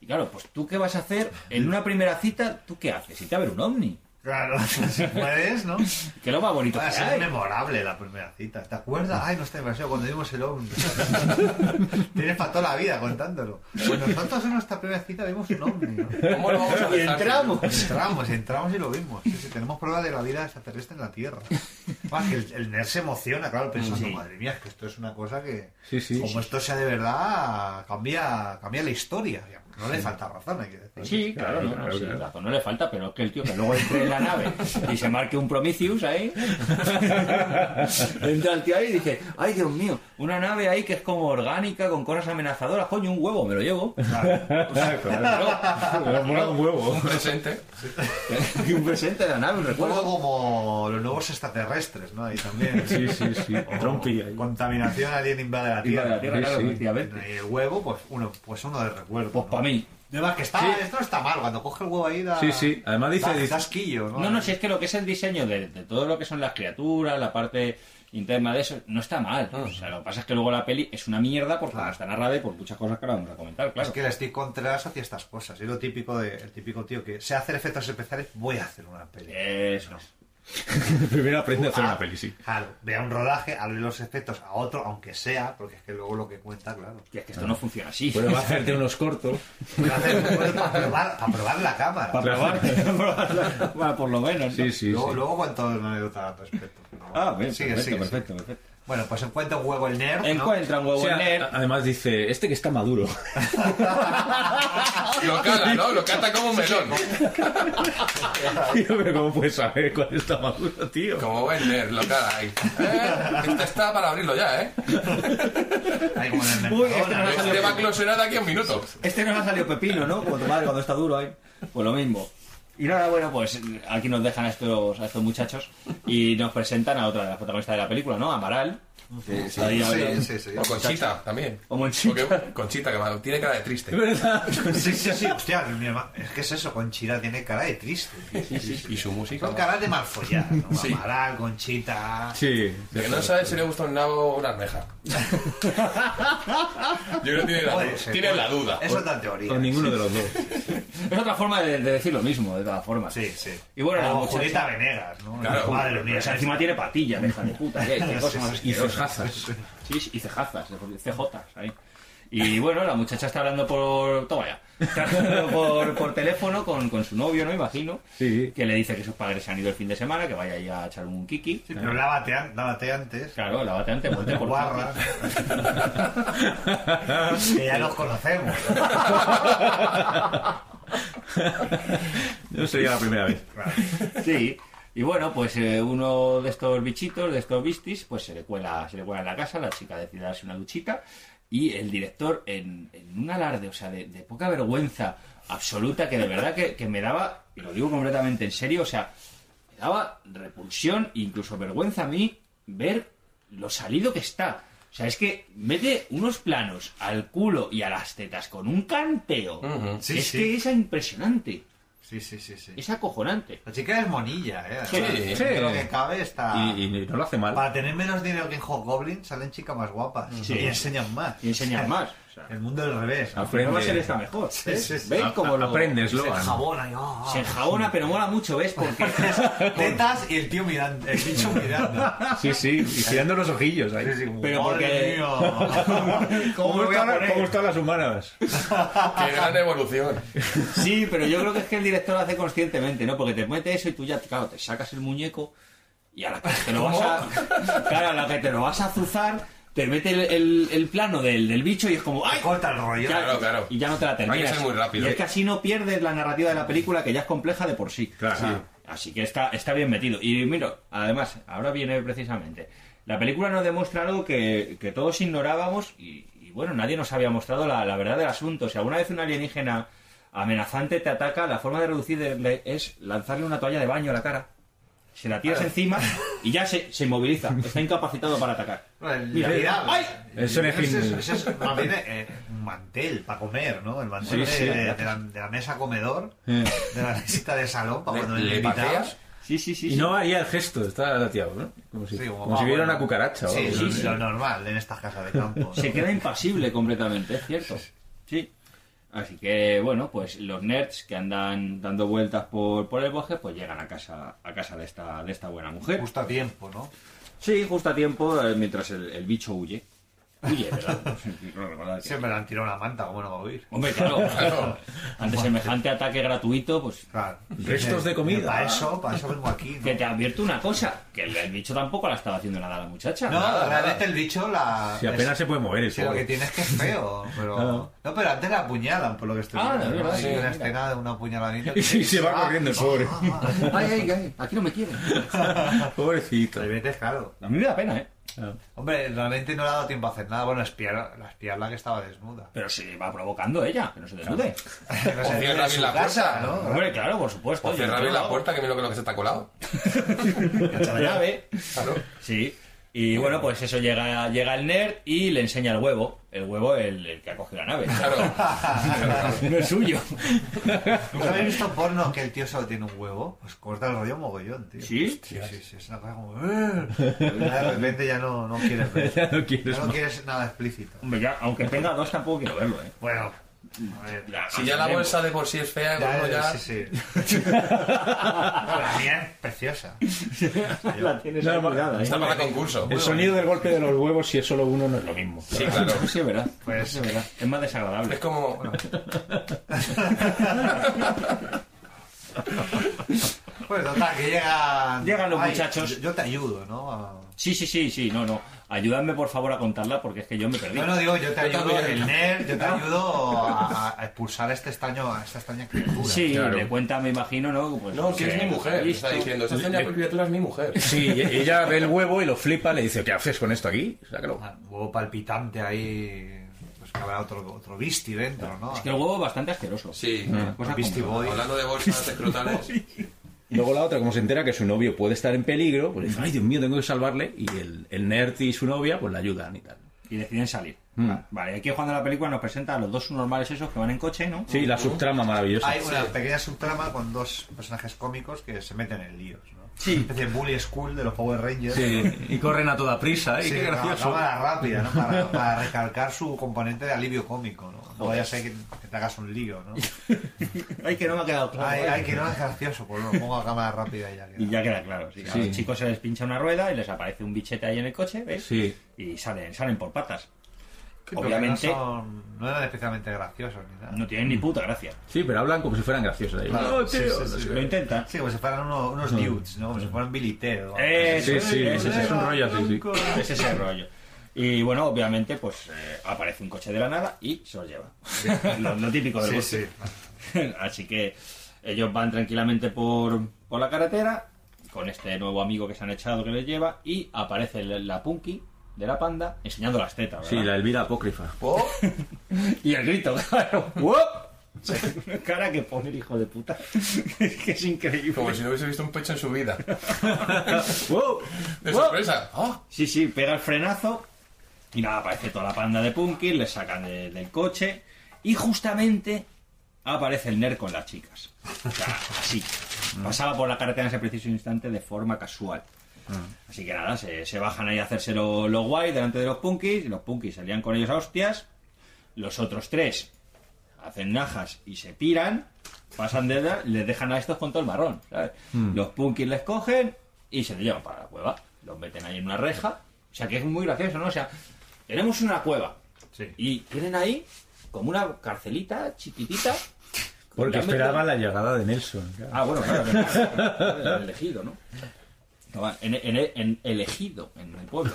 Speaker 9: Y claro, pues tú qué vas a hacer en una primera cita, tú qué haces, irte a ver un ovni.
Speaker 11: Claro, (laughs) si puedes, ¿no?
Speaker 9: Que es lo más
Speaker 12: Ah,
Speaker 9: bonito.
Speaker 11: Va a
Speaker 9: que
Speaker 11: ser
Speaker 9: Pues hay.
Speaker 11: memorable la primera cita, ¿te acuerdas? Ay, no está demasiado cuando vimos el ovni. Tienes para toda la vida contándolo. Bueno, nosotros en nuestra primera cita vimos un ovni, ¿no?
Speaker 10: ¿Cómo lo vamos a
Speaker 9: Y
Speaker 10: dejar?
Speaker 9: entramos.
Speaker 11: Entramos, entramos y lo vimos. Sí, sí, tenemos pruebas de la vida extraterrestre en la Tierra. Más que el, el nerd se emociona, claro, pensando,
Speaker 9: Sí.
Speaker 11: madre mía, es que esto es una cosa que,
Speaker 12: Sí, sí.
Speaker 11: como esto sea de verdad, cambia, cambia la historia. No le falta razón, hay que
Speaker 12: Pues
Speaker 11: decir.
Speaker 9: Sí, claro, no, no,
Speaker 12: Claro,
Speaker 9: sí,
Speaker 12: claro.
Speaker 9: razón no le falta, pero es que el tío que luego entre en la nave y se marque un Prometheus ahí, (laughs) entra el tío ahí y dice, ay Dios mío, una nave ahí que es como orgánica, con cosas amenazadoras, coño, un huevo, me lo llevo.
Speaker 12: Me ha molado un huevo.
Speaker 11: (laughs)
Speaker 10: Un presente.
Speaker 9: Y (laughs) un presente de la nave, un
Speaker 11: Un poco
Speaker 9: recuerdo.
Speaker 11: como los nuevos extraterrestres, ¿no? Ahí también.
Speaker 12: Sí, sí, sí.
Speaker 11: O
Speaker 12: Trompi ahí.
Speaker 11: Contaminación, alguien invade la
Speaker 9: Y
Speaker 11: Tierra.
Speaker 9: para la Tierra,
Speaker 12: Sí,
Speaker 9: claro,
Speaker 12: sí.
Speaker 9: efectivamente.
Speaker 11: Y el huevo, pues uno, pues uno de recuerdo.
Speaker 9: Pues
Speaker 11: ¿no?
Speaker 9: para mí.
Speaker 11: Además que está,
Speaker 12: Sí.
Speaker 11: esto está mal, cuando coge el huevo ahí da...
Speaker 12: Sí, sí. Además dice-
Speaker 11: da-
Speaker 12: dice-
Speaker 11: da asquillo, ¿no?
Speaker 9: No, no, si es que lo que es el diseño de, de todo lo que son las criaturas, la parte interna de eso, no está mal. O sea, lo que pasa es que luego la peli es una mierda por cómo está narrada y por muchas cosas que ahora vamos a comentar, claro.
Speaker 11: Es que el Steve Contreras hacía estas cosas. Es lo típico de, el típico tío que sé hacer efectos especiales, voy a hacer una peli.
Speaker 9: Eso no.
Speaker 12: Primero aprende a hacer
Speaker 11: Ah,
Speaker 12: una peli, sí.
Speaker 11: Claro, vea un rodaje, hable los efectos a otro, aunque sea, porque es que luego lo que cuenta, claro.
Speaker 9: Y es que esto no funciona así.
Speaker 12: Pero va a hacerte unos cortos.
Speaker 11: para, probar, para probar la cámara.
Speaker 12: Para probar-
Speaker 9: Bueno, por lo menos.
Speaker 12: Sí, sí,
Speaker 11: luego,
Speaker 12: sí.
Speaker 11: luego cuento una anécdota al respecto.
Speaker 9: Ah, bien,
Speaker 11: Sigue,
Speaker 9: perfecto,
Speaker 11: sigue,
Speaker 9: perfecto,
Speaker 11: Bueno, pues encuentra un huevo el nerd. ¿no?
Speaker 9: Encuentra Pues un huevo
Speaker 12: O sea,
Speaker 9: en él.
Speaker 12: a- Además dice, este que está maduro.
Speaker 11: (laughs)
Speaker 10: Lo cala, ¿no? Lo cata como un melón.
Speaker 12: Tío, pero ¿cómo puedes saber cuál está maduro, tío?
Speaker 10: Como buen nerd, lo cala ahí. Eh, Este está para abrirlo ya, ¿eh?
Speaker 9: Uy, este no me ha
Speaker 10: Este
Speaker 9: salido-
Speaker 10: va a closionar de aquí a un minuto.
Speaker 9: Este no ha salido pepino, ¿no? Como tu madre cuando está duro ahí. Pues lo mismo. Y nada, bueno, pues aquí nos dejan a estos, a estos muchachos y nos presentan a otra de las protagonistas de la película, ¿no? Amaral. que está ahí hablando.
Speaker 10: O Conchita también.
Speaker 9: O Conchita.
Speaker 10: Porque- Conchita, que va- tiene cara de triste.
Speaker 11: Sí, sí, sí. Hostia, mi hermano, es que es eso, Conchita tiene cara de triste.
Speaker 10: Y su música.
Speaker 11: Son caras de
Speaker 10: (laughs)
Speaker 11: mal folladas, ¿no?
Speaker 10: Sí.
Speaker 11: Amaral, Conchita.
Speaker 12: Sí.
Speaker 10: De que no sabes si le gusta un nabo o una (laughs) almeja. Yo creo que tiene la,
Speaker 11: Puede ser,
Speaker 10: tiene
Speaker 11: puede-
Speaker 10: la duda.
Speaker 11: Eso es la teoría.
Speaker 12: O ninguno de los dos.
Speaker 9: Es otra forma de, de decir lo mismo, de todas formas.
Speaker 11: Sí, sí.
Speaker 9: Y bueno, la
Speaker 11: o
Speaker 9: muchacha-
Speaker 11: Julieta Venegas, ¿no?
Speaker 10: Claro.
Speaker 11: Madre mía,
Speaker 9: O sea,
Speaker 11: ¿sabes?
Speaker 9: encima tiene patillas, hija de puta. ¿qué? (laughs) qué cosa más
Speaker 12: Y
Speaker 9: asquerosa.
Speaker 12: cejazas.
Speaker 9: Sí, sí, y cejazas, CJs ahí. Y bueno, la muchacha está hablando por. Toma ya. Está hablando por, por teléfono con, con su novio, ¿no? Imagino.
Speaker 12: Sí.
Speaker 9: Que le dice que sus padres se han ido el fin de semana, que vaya ahí a echar un kiki.
Speaker 11: Sí, pero lávate, an- lávate antes.
Speaker 9: Claro, la bate antes, vuelve por
Speaker 11: Guarra.
Speaker 9: (laughs)
Speaker 11: que ya nos conocemos.
Speaker 12: No sería la primera vez.
Speaker 9: Sí. Y bueno, pues eh, uno de estos bichitos, de estos bistis, pues se le cuela, se le cuela en la casa, la chica decide darse una duchita y el director en, en un alarde, o sea, de, de poca vergüenza absoluta que de verdad que, que me daba, y lo digo completamente en serio, o sea, me daba repulsión, incluso vergüenza a mí ver lo salido que está. O sea, es que mete unos planos al culo y a las tetas con un canteo.
Speaker 11: Sí,
Speaker 9: es
Speaker 11: sí.
Speaker 9: que es impresionante,
Speaker 11: Sí, sí, sí, sí.
Speaker 9: es acojonante.
Speaker 11: La chica es monilla, ¿eh?
Speaker 9: Sí,
Speaker 11: Además,
Speaker 12: sí.
Speaker 11: dentro de lo que cabe está...
Speaker 12: Y, y no lo hace mal.
Speaker 11: Para tener menos dinero que en Hot Goblin, salen chicas más guapas.
Speaker 9: Sí.
Speaker 11: Y enseñan más.
Speaker 9: Y
Speaker 11: (laughs)
Speaker 9: enseñar más. O sea,
Speaker 11: El mundo del revés. ¿no?
Speaker 12: Aprende.
Speaker 9: Pero va a ser esta mejor. ¿ves?
Speaker 11: sí, sí.
Speaker 9: ¿Veis
Speaker 12: A-
Speaker 9: cómo
Speaker 12: a-
Speaker 9: lo-
Speaker 12: aprendes,
Speaker 9: se-
Speaker 12: Logan.
Speaker 11: Jabona, y, ah, ah.
Speaker 9: Se enjabona, pero mola mucho, ¿ves?
Speaker 11: (laughs)
Speaker 9: Porque
Speaker 11: Tetas y el tío mirando. El
Speaker 12: (laughs)
Speaker 11: bicho mirando.
Speaker 12: Sí, sí. Y girando los ojillos ahí.
Speaker 9: Pero porque-
Speaker 12: (laughs)
Speaker 11: mío. ¿Cómo me voy a
Speaker 12: están,
Speaker 11: poner?
Speaker 12: cómo están las humanas?
Speaker 10: Qué gran evolución.
Speaker 9: sí, pero yo creo que es que el director lo hace conscientemente, ¿no? Porque te mete eso y tú ya, claro, te sacas el muñeco y a la que te lo vas a. (laughs) Claro, a la que te lo vas a azuzar, te mete el, el- el plano del, del bicho y es como. ¡Ay!
Speaker 11: Corta el rollo.
Speaker 9: Ya-
Speaker 10: Claro, claro.
Speaker 9: Y ya no te la terminas.
Speaker 10: Hay que ser muy rápido.
Speaker 9: Y es que así no pierdes la narrativa de la película, que ya es compleja de por sí.
Speaker 12: Claro.
Speaker 9: Sí. Así que está, está bien metido. Y mira, además, ahora viene precisamente. La película nos demuestra algo que, que todos ignorábamos y, y, bueno, nadie nos había mostrado la, la verdad del asunto. Si alguna vez un alienígena amenazante te ataca, la forma de reducirle es lanzarle una toalla de baño a la cara. Se la tiras encima y ya se, se inmoviliza. Está incapacitado para atacar.
Speaker 11: El-
Speaker 9: Mira,
Speaker 11: mira,
Speaker 9: ¡ay!
Speaker 12: Eso es
Speaker 11: ese es,
Speaker 12: Hitler.
Speaker 11: ese es más bien, eh, un mantel para comer, ¿no? El mantel
Speaker 12: Sí, Eh. sí.
Speaker 11: de, de la, de la mesa comedor, de la mesita de salón, para cuando
Speaker 10: Le-
Speaker 11: vienen
Speaker 10: le
Speaker 11: invitados.
Speaker 10: pateas.
Speaker 9: Sí, sí, sí.
Speaker 12: Y
Speaker 9: sí.
Speaker 12: no haría el gesto, está lateado, ¿no? Como si,
Speaker 11: Sí, como,
Speaker 12: como
Speaker 11: ah,
Speaker 12: si hubiera
Speaker 11: bueno.
Speaker 12: una cucaracha. o
Speaker 11: Sí,
Speaker 12: algo,
Speaker 11: sí,
Speaker 12: ¿no?
Speaker 11: sí, lo normal en estas casas de campo. ¿no?
Speaker 9: se queda impasible completamente, es cierto. Sí. Así que, bueno, pues los nerds que andan dando vueltas por, por el bosque, pues llegan a casa, a casa de esta, de esta buena mujer.
Speaker 11: Justo a tiempo, ¿no?
Speaker 9: Sí, justo a tiempo, eh, mientras el, el bicho huye. Huye, ¿verdad? Pues, claro, la verdad que-
Speaker 11: Siempre le han tirado una manta, ¿cómo no va a huir?
Speaker 9: Hombre, claro,
Speaker 10: Claro.
Speaker 9: Ante semejante ataque gratuito, pues.
Speaker 11: Claro.
Speaker 12: Restos de comida.
Speaker 11: Para eso, para eso vengo aquí. ¿no?
Speaker 9: Que te advierto una cosa, que el, el bicho tampoco la estaba haciendo nada a la muchacha.
Speaker 11: No,
Speaker 10: Nada,
Speaker 11: realmente el bicho la.
Speaker 12: Si apenas se puede mover el
Speaker 11: Sí, lo que
Speaker 12: pobre.
Speaker 11: tiene es que es feo, pero.
Speaker 12: Ah.
Speaker 11: No, pero antes la apuñalan, por lo que estoy
Speaker 9: Ah,
Speaker 11: viendo.
Speaker 9: de
Speaker 11: ¿no?
Speaker 9: verdad,
Speaker 11: Hay
Speaker 9: sí,
Speaker 11: una
Speaker 9: mira.
Speaker 11: escena de una
Speaker 9: (laughs)
Speaker 11: apuñaladita.
Speaker 12: Y sí, se va
Speaker 11: "Ah,
Speaker 12: corriendo el pobre.
Speaker 9: Ay, ay, ay, aquí no me quieren.
Speaker 11: (laughs)
Speaker 12: Pobrecito.
Speaker 11: Te metes, claro.
Speaker 9: A mí me da pena, ¿eh?
Speaker 11: Hombre, realmente no le ha dado tiempo a hacer nada. Bueno, espiar, la espiarla que estaba
Speaker 9: (laughs)
Speaker 11: desnuda.
Speaker 9: Pero se va provocando ella, que no se desnude.
Speaker 11: No sé,
Speaker 10: cierra
Speaker 11: en
Speaker 10: bien
Speaker 11: su
Speaker 10: la
Speaker 11: casa,
Speaker 10: puerta,
Speaker 11: ¿no?
Speaker 9: Hombre, claro, por supuesto.
Speaker 10: O
Speaker 9: yo
Speaker 10: cerrarle
Speaker 9: creo-
Speaker 10: la puerta, que mira lo que lo que se está colado.
Speaker 9: la llave.
Speaker 10: Claro.
Speaker 9: Sí. Y bueno, pues eso llega, llega el nerd y le enseña el huevo. El huevo, el, el que ha cogido la nave.
Speaker 10: (laughs)
Speaker 9: (laughs) no es suyo.
Speaker 11: ¿Nunca habéis visto porno que el tío solo tiene un huevo? Pues corta el rollo mogollón, tío.
Speaker 9: ¿Sí?
Speaker 11: Sí, sí, sí, es una cosa como... "Eh". Ya de repente ya no, no quieres ver.
Speaker 9: Ya no quieres
Speaker 11: Ya no
Speaker 9: más.
Speaker 11: quieres nada explícito.
Speaker 9: Hombre, ya, aunque tenga dos tampoco quiero verlo, ¿eh?
Speaker 11: Bueno.
Speaker 10: Si ya la bolsa de por sí es fea,
Speaker 11: Ya,
Speaker 10: como ya.
Speaker 11: sí, La mía es preciosa.
Speaker 9: (laughs) La tienes
Speaker 12: No, ma-
Speaker 10: Está para concurso.
Speaker 12: El sonido del golpe de los huevos, si es solo uno, no es lo mismo.
Speaker 10: Sí, claro.
Speaker 9: Sí, es verdad.
Speaker 11: Pues-
Speaker 9: es verdad. Es más desagradable.
Speaker 10: Es como.
Speaker 11: Pues total, que llega...
Speaker 9: Llegan los
Speaker 11: Ay,
Speaker 9: muchachos.
Speaker 11: Yo, yo te ayudo, ¿no? A-
Speaker 9: Sí, sí, sí, sí. No, no. Ayúdame, por favor, a contarla porque es que yo me perdí.
Speaker 11: No, no, digo, yo te ayudo,
Speaker 9: también.
Speaker 11: el nerd, yo te ayudo a, a expulsar a, este extraño, a esta extraña criatura.
Speaker 9: Sí,
Speaker 10: Claro.
Speaker 9: le cuenta, me imagino, ¿no? Pues,
Speaker 10: No, que es mi mujer.
Speaker 9: listo.
Speaker 10: Está diciendo, esa doña criatura es mi mujer.
Speaker 12: Sí, y- ella ve el huevo y lo flipa, le dice, ¿qué haces con esto aquí? Sácalo.
Speaker 11: Un huevo palpitante ahí... Pues que habrá otro, otro bisti dentro, ¿no?
Speaker 9: Es que el huevo es bastante asqueroso.
Speaker 10: Sí.
Speaker 12: Mm.
Speaker 9: Cosa
Speaker 11: Beastie
Speaker 9: como-
Speaker 11: Boy.
Speaker 10: Hablando de bolsas
Speaker 12: (laughs)
Speaker 10: escrotales.
Speaker 12: Luego la otra, como se entera que su novio puede estar en peligro, pues dice, ay Dios mío, tengo que salvarle. Y el, el nerd y su novia, pues la ayudan y tal.
Speaker 9: Y deciden salir.
Speaker 12: Mm.
Speaker 9: Vale, aquí jugando la película nos presenta a los dos normales esos que van en coche, ¿no?
Speaker 12: Sí, la subtrama maravillosa.
Speaker 11: Hay una pequeña subtrama con dos personajes cómicos que se meten en líos, ¿no?
Speaker 9: Sí.
Speaker 11: Una especie de bully school de los Power Rangers.
Speaker 12: Sí, y corren a toda prisa, ¿eh?
Speaker 11: Sí,
Speaker 12: Qué
Speaker 11: a
Speaker 12: gracioso.
Speaker 11: cámara rápida, ¿no? Para, para recalcar su componente de alivio cómico, ¿no? No vaya a ser que, que te hagas un lío, ¿no?
Speaker 9: Ay, que no me ha quedado claro.
Speaker 11: Ay, ay, que no es gracioso, pues lo pongo a cámara rápida y ya queda.
Speaker 9: Y ya queda claro. sí. A
Speaker 12: Sí.
Speaker 9: los chicos se les pincha una rueda y les aparece un bichete ahí en el coche, ¿ves?
Speaker 12: Sí.
Speaker 9: Y salen, salen por patas.
Speaker 11: Pero que
Speaker 9: Obviamente
Speaker 11: No,
Speaker 9: no,
Speaker 11: son- no eran especialmente graciosos ni nada.
Speaker 9: tienen ni puta gracia.
Speaker 12: Sí, pero hablan como si fueran graciosos. ahí.
Speaker 11: Claro,
Speaker 12: No,
Speaker 11: sí,
Speaker 12: tío,
Speaker 11: sí, sí, sí.
Speaker 9: Lo intentan.
Speaker 11: Sí, como si fueran uno- unos dudes, ¿no? Como si fueran Billy Ted o algo así.
Speaker 9: Eso,
Speaker 12: Sí, sí,
Speaker 9: Eh, ese
Speaker 12: es
Speaker 9: es
Speaker 12: un
Speaker 9: el-
Speaker 12: rollo así, sí.
Speaker 9: es ese rollo. Y bueno, obviamente, pues eh, aparece un coche de la nada y se los lleva. (laughs) lo, lo típico del
Speaker 11: Sí,
Speaker 9: bosque.
Speaker 11: sí.
Speaker 9: (laughs) Así que ellos van tranquilamente por, por la carretera con este nuevo amigo que se han echado que les lleva y aparece el- la Punky de la panda enseñando las tetas,
Speaker 12: Sí,
Speaker 9: ¿verdad?
Speaker 12: la Elvira apócrifa.
Speaker 10: Oh,
Speaker 9: (laughs) Y el grito, claro. ¡Wow! (laughs) Cara que pone el hijo de puta. (laughs) Es que es
Speaker 10: como
Speaker 9: increíble.
Speaker 10: si no hubiese visto un pecho en su vida.
Speaker 12: (laughs)
Speaker 9: (laughs)
Speaker 12: ¡Wow!
Speaker 10: De sorpresa. ¡Ah!
Speaker 9: Sí, sí, pega el frenazo y nada, aparece toda la panda de Punky, le sacan de- del coche y justamente aparece el nerd con las chicas. O sea, así. Pasaba por la carretera en ese preciso instante de forma casual. Así que nada, se, se bajan ahí a hacerse lo, lo guay delante de los punkis, y los punkis salían con ellos a hostias, los otros tres hacen najas y se piran, pasan de edad, les dejan a estos con todo el marrón. ¿sabes? Los punkis les cogen y se los llevan para la cueva. Los meten ahí en una reja. O sea que es muy gracioso, ¿no? O sea, tenemos una cueva
Speaker 11: Sí.
Speaker 9: y tienen ahí como una carcelita chiquitita.
Speaker 12: Porque
Speaker 9: La meten-
Speaker 12: esperaba la llegada de Nelson. claro.
Speaker 9: Ah, bueno, claro, claro, claro, el elegido, ¿no? No, en, en- en elegido, en el (laughs) pueblo.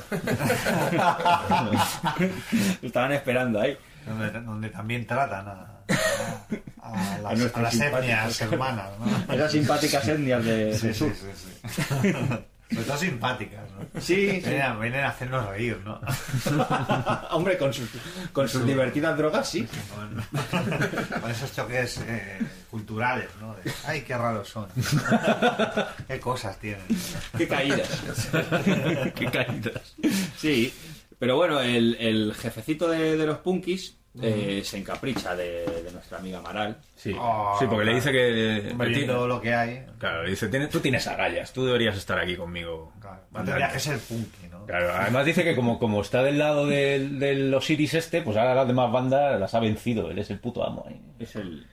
Speaker 9: Estaban esperando ahí.
Speaker 11: Donde, donde también tratan a, a-
Speaker 9: (laughs)
Speaker 11: a
Speaker 9: A
Speaker 11: las,
Speaker 9: nuestros
Speaker 11: a las
Speaker 9: simpáticos.
Speaker 11: etnias hermanas,
Speaker 9: (laughs)
Speaker 11: ¿no?
Speaker 9: Esas simpáticas etnias de
Speaker 11: Sí,
Speaker 9: Jesús.
Speaker 11: sí, sí, sí. Sobre todo simpáticas, ¿no?
Speaker 9: Sí, sí.
Speaker 11: Vienen a, vienen a hacernos reír, ¿no? (laughs)
Speaker 9: (laughs) Hombre, con sus, con sus divertidas drogas, sí.
Speaker 11: Con, con esos choques eh, culturales, ¿no? De, Ay, qué raros son. (laughs) qué cosas tienen.
Speaker 9: Qué caídas.
Speaker 12: (laughs) Qué caídas.
Speaker 9: Sí. Pero bueno, el, el jefecito de, de los punkis eh, se encapricha de, de nuestra amiga Maral.
Speaker 12: Sí,
Speaker 11: Oh,
Speaker 12: sí porque le dice que... eh, que tiene-
Speaker 11: Viendo todo lo que hay.
Speaker 12: Claro, le dice, "Tienes- tú tienes agallas, tú deberías estar aquí conmigo.
Speaker 11: Claro, no
Speaker 12: Andando".
Speaker 11: tendría que ser punky, ¿no?
Speaker 12: Claro, además dice que como, como está del lado del, del Osiris este, pues ahora las demás bandas las ha vencido, él es el puto amo. ahí.
Speaker 9: Es el,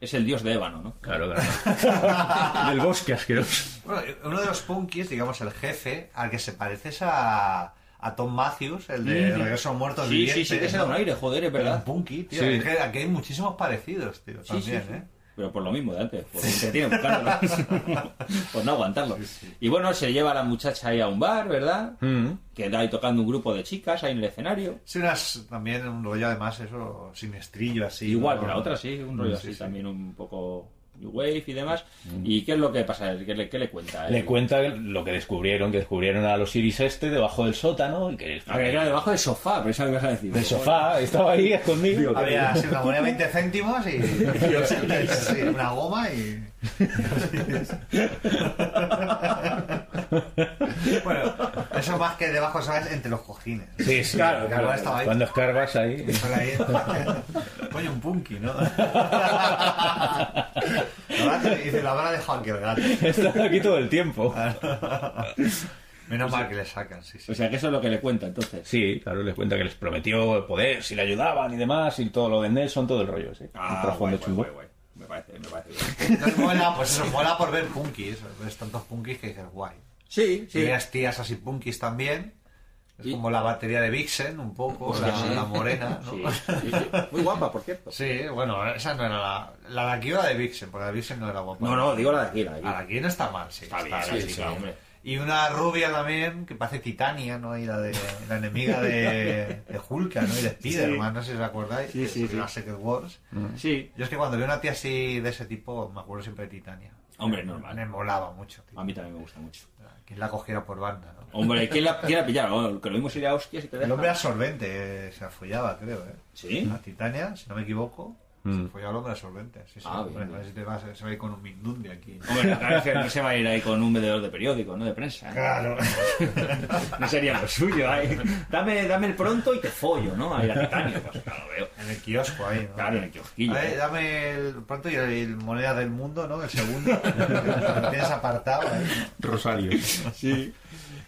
Speaker 9: es el dios de ébano, ¿no?
Speaker 12: Claro, claro. (laughs) del bosque asqueroso.
Speaker 11: Bueno, uno de los punkis, digamos, el jefe, al que se parece es a, a Tom Matthews, el de
Speaker 9: Mm.
Speaker 11: Regreso a los Muertos
Speaker 9: Sí, sí,
Speaker 11: Vivientes.
Speaker 9: sí, que se da
Speaker 11: ¿no?
Speaker 9: un aire, joder, es verdad.
Speaker 11: Un punky, tío.
Speaker 12: Sí.
Speaker 11: Es que aquí hay muchísimos parecidos, tío,
Speaker 9: Sí,
Speaker 11: también,
Speaker 9: sí, sí.
Speaker 11: ¿eh?
Speaker 9: Pero por lo mismo de antes, por se tiene buscándolo. por no aguantarlo. Y bueno, se lleva a la muchacha ahí a un bar, ¿verdad?
Speaker 12: Mm.
Speaker 9: Que da ahí tocando un grupo de chicas ahí en el escenario.
Speaker 11: Sí, unas, también un rollo además eso sinestrillo así.
Speaker 9: Igual
Speaker 11: ¿no?
Speaker 9: que
Speaker 12: Ah.
Speaker 9: la otra, sí, un rollo
Speaker 11: Sí,
Speaker 9: así
Speaker 11: sí.
Speaker 9: también un poco New Wave y demás. ¿Y qué es lo que pasa? ¿Qué le, qué le cuenta? eh?
Speaker 12: Le
Speaker 9: él?
Speaker 12: cuenta lo que descubrieron, que descubrieron al Osiris este debajo del sótano y que...
Speaker 9: A ver, era debajo del sofá, pero eso me vas a decir.
Speaker 12: Del sofá, estaba ahí escondido.
Speaker 11: Había sí, una moneda de 20
Speaker 9: (laughs)
Speaker 11: céntimos y sí, una goma y... Bueno, eso más que debajo, ¿sabes? Entre los cojines.
Speaker 12: Sí, sí.
Speaker 11: Que
Speaker 12: Claro,
Speaker 11: igual estaba ahí.
Speaker 12: Cuando escarbas ahí.
Speaker 11: Igual ahí. (laughs) Coño, un punky,
Speaker 12: (laughs)
Speaker 11: ¿no? La verdad que dice, la habrá dejado aquí el gato.
Speaker 12: He estado aquí todo el tiempo.
Speaker 11: (laughs) Menos mal que le sacan, sí, sí.
Speaker 9: O sea, que eso es lo que le cuenta entonces.
Speaker 12: Sí, claro, les cuenta que les prometió el poder, si le ayudaban y demás, y todo lo de Nelson, todo el rollo, sí.
Speaker 9: Ah,
Speaker 12: Un trasfondo
Speaker 9: guay,
Speaker 12: chungo.
Speaker 9: guay, guay, Me parece, me parece.
Speaker 11: (laughs) Entonces mola, pues eso, mola por ver punkis. Ves tantos punkis que dices, guay.
Speaker 8: Sí,
Speaker 11: sí. Tienes tías así punkis también. Es como la batería de Vixen, un poco,
Speaker 9: Pues
Speaker 8: Hostia,
Speaker 11: la,
Speaker 8: sí.
Speaker 9: (laughs)
Speaker 11: la morena. ¿no?
Speaker 8: Sí,
Speaker 11: (laughs)
Speaker 8: sí, sí. Muy guapa, por cierto.
Speaker 11: Sí, bueno, esa no era la, la de aquí o la de Vixen, porque la de Vixen no era guapa.
Speaker 9: No, no, digo la de aquí, la de aquí.
Speaker 12: Ah,
Speaker 11: La de aquí no está mal, sí. Está,
Speaker 9: bien, sí,
Speaker 11: sí,
Speaker 9: sí,
Speaker 11: bien.
Speaker 9: hombre.
Speaker 11: Y una rubia también, que parece Titania, ¿no? Y la de la enemiga de, de Hulka, ¿no? Y de Spiderman,
Speaker 9: Sí.
Speaker 11: no sé si os acordáis. Sí, sí, Mm. La Secret Wars.
Speaker 9: Sí.
Speaker 11: Yo es que cuando veo una tía así de ese tipo, me acuerdo siempre de Titania.
Speaker 9: Hombre, normal.
Speaker 11: Me molaba mucho.
Speaker 9: A mí también me gusta mucho.
Speaker 11: Quien la cogiera por banda, ¿no?
Speaker 9: Hombre, ¿quién la, quién la pillaba? Oh, Que lo mismo sería hostias y te
Speaker 11: El
Speaker 9: deja.
Speaker 11: hombre absorbente eh, se la follaba, creo, ¿eh?
Speaker 9: ¿Sí?
Speaker 11: A Titania, si no me equivoco, se
Speaker 9: Mm.
Speaker 11: follaba al hombre absorbente. Sí, sí.
Speaker 9: Ah,
Speaker 11: Hombre,
Speaker 9: bien.
Speaker 11: a ver si te vas, se va a ir con un mindundi aquí.
Speaker 9: Hombre, claro que no se va a ir ahí con un vendedor de periódico, no de prensa. ¿eh? (laughs)
Speaker 11: Claro.
Speaker 9: No sería lo suyo. ahí. Dame, dame el pronto y te follo, ¿no? Ahí la Titania. Pues, claro, lo veo.
Speaker 11: En el kiosco ahí, ¿no?
Speaker 9: Claro, en el kiosquillo.
Speaker 11: A ver, dame el pronto y el, el moneda del mundo, ¿no? El
Speaker 12: (laughs)
Speaker 11: segundo. Lo tienes apartado ¿eh? ahí.
Speaker 12: Rosario.
Speaker 9: Sí.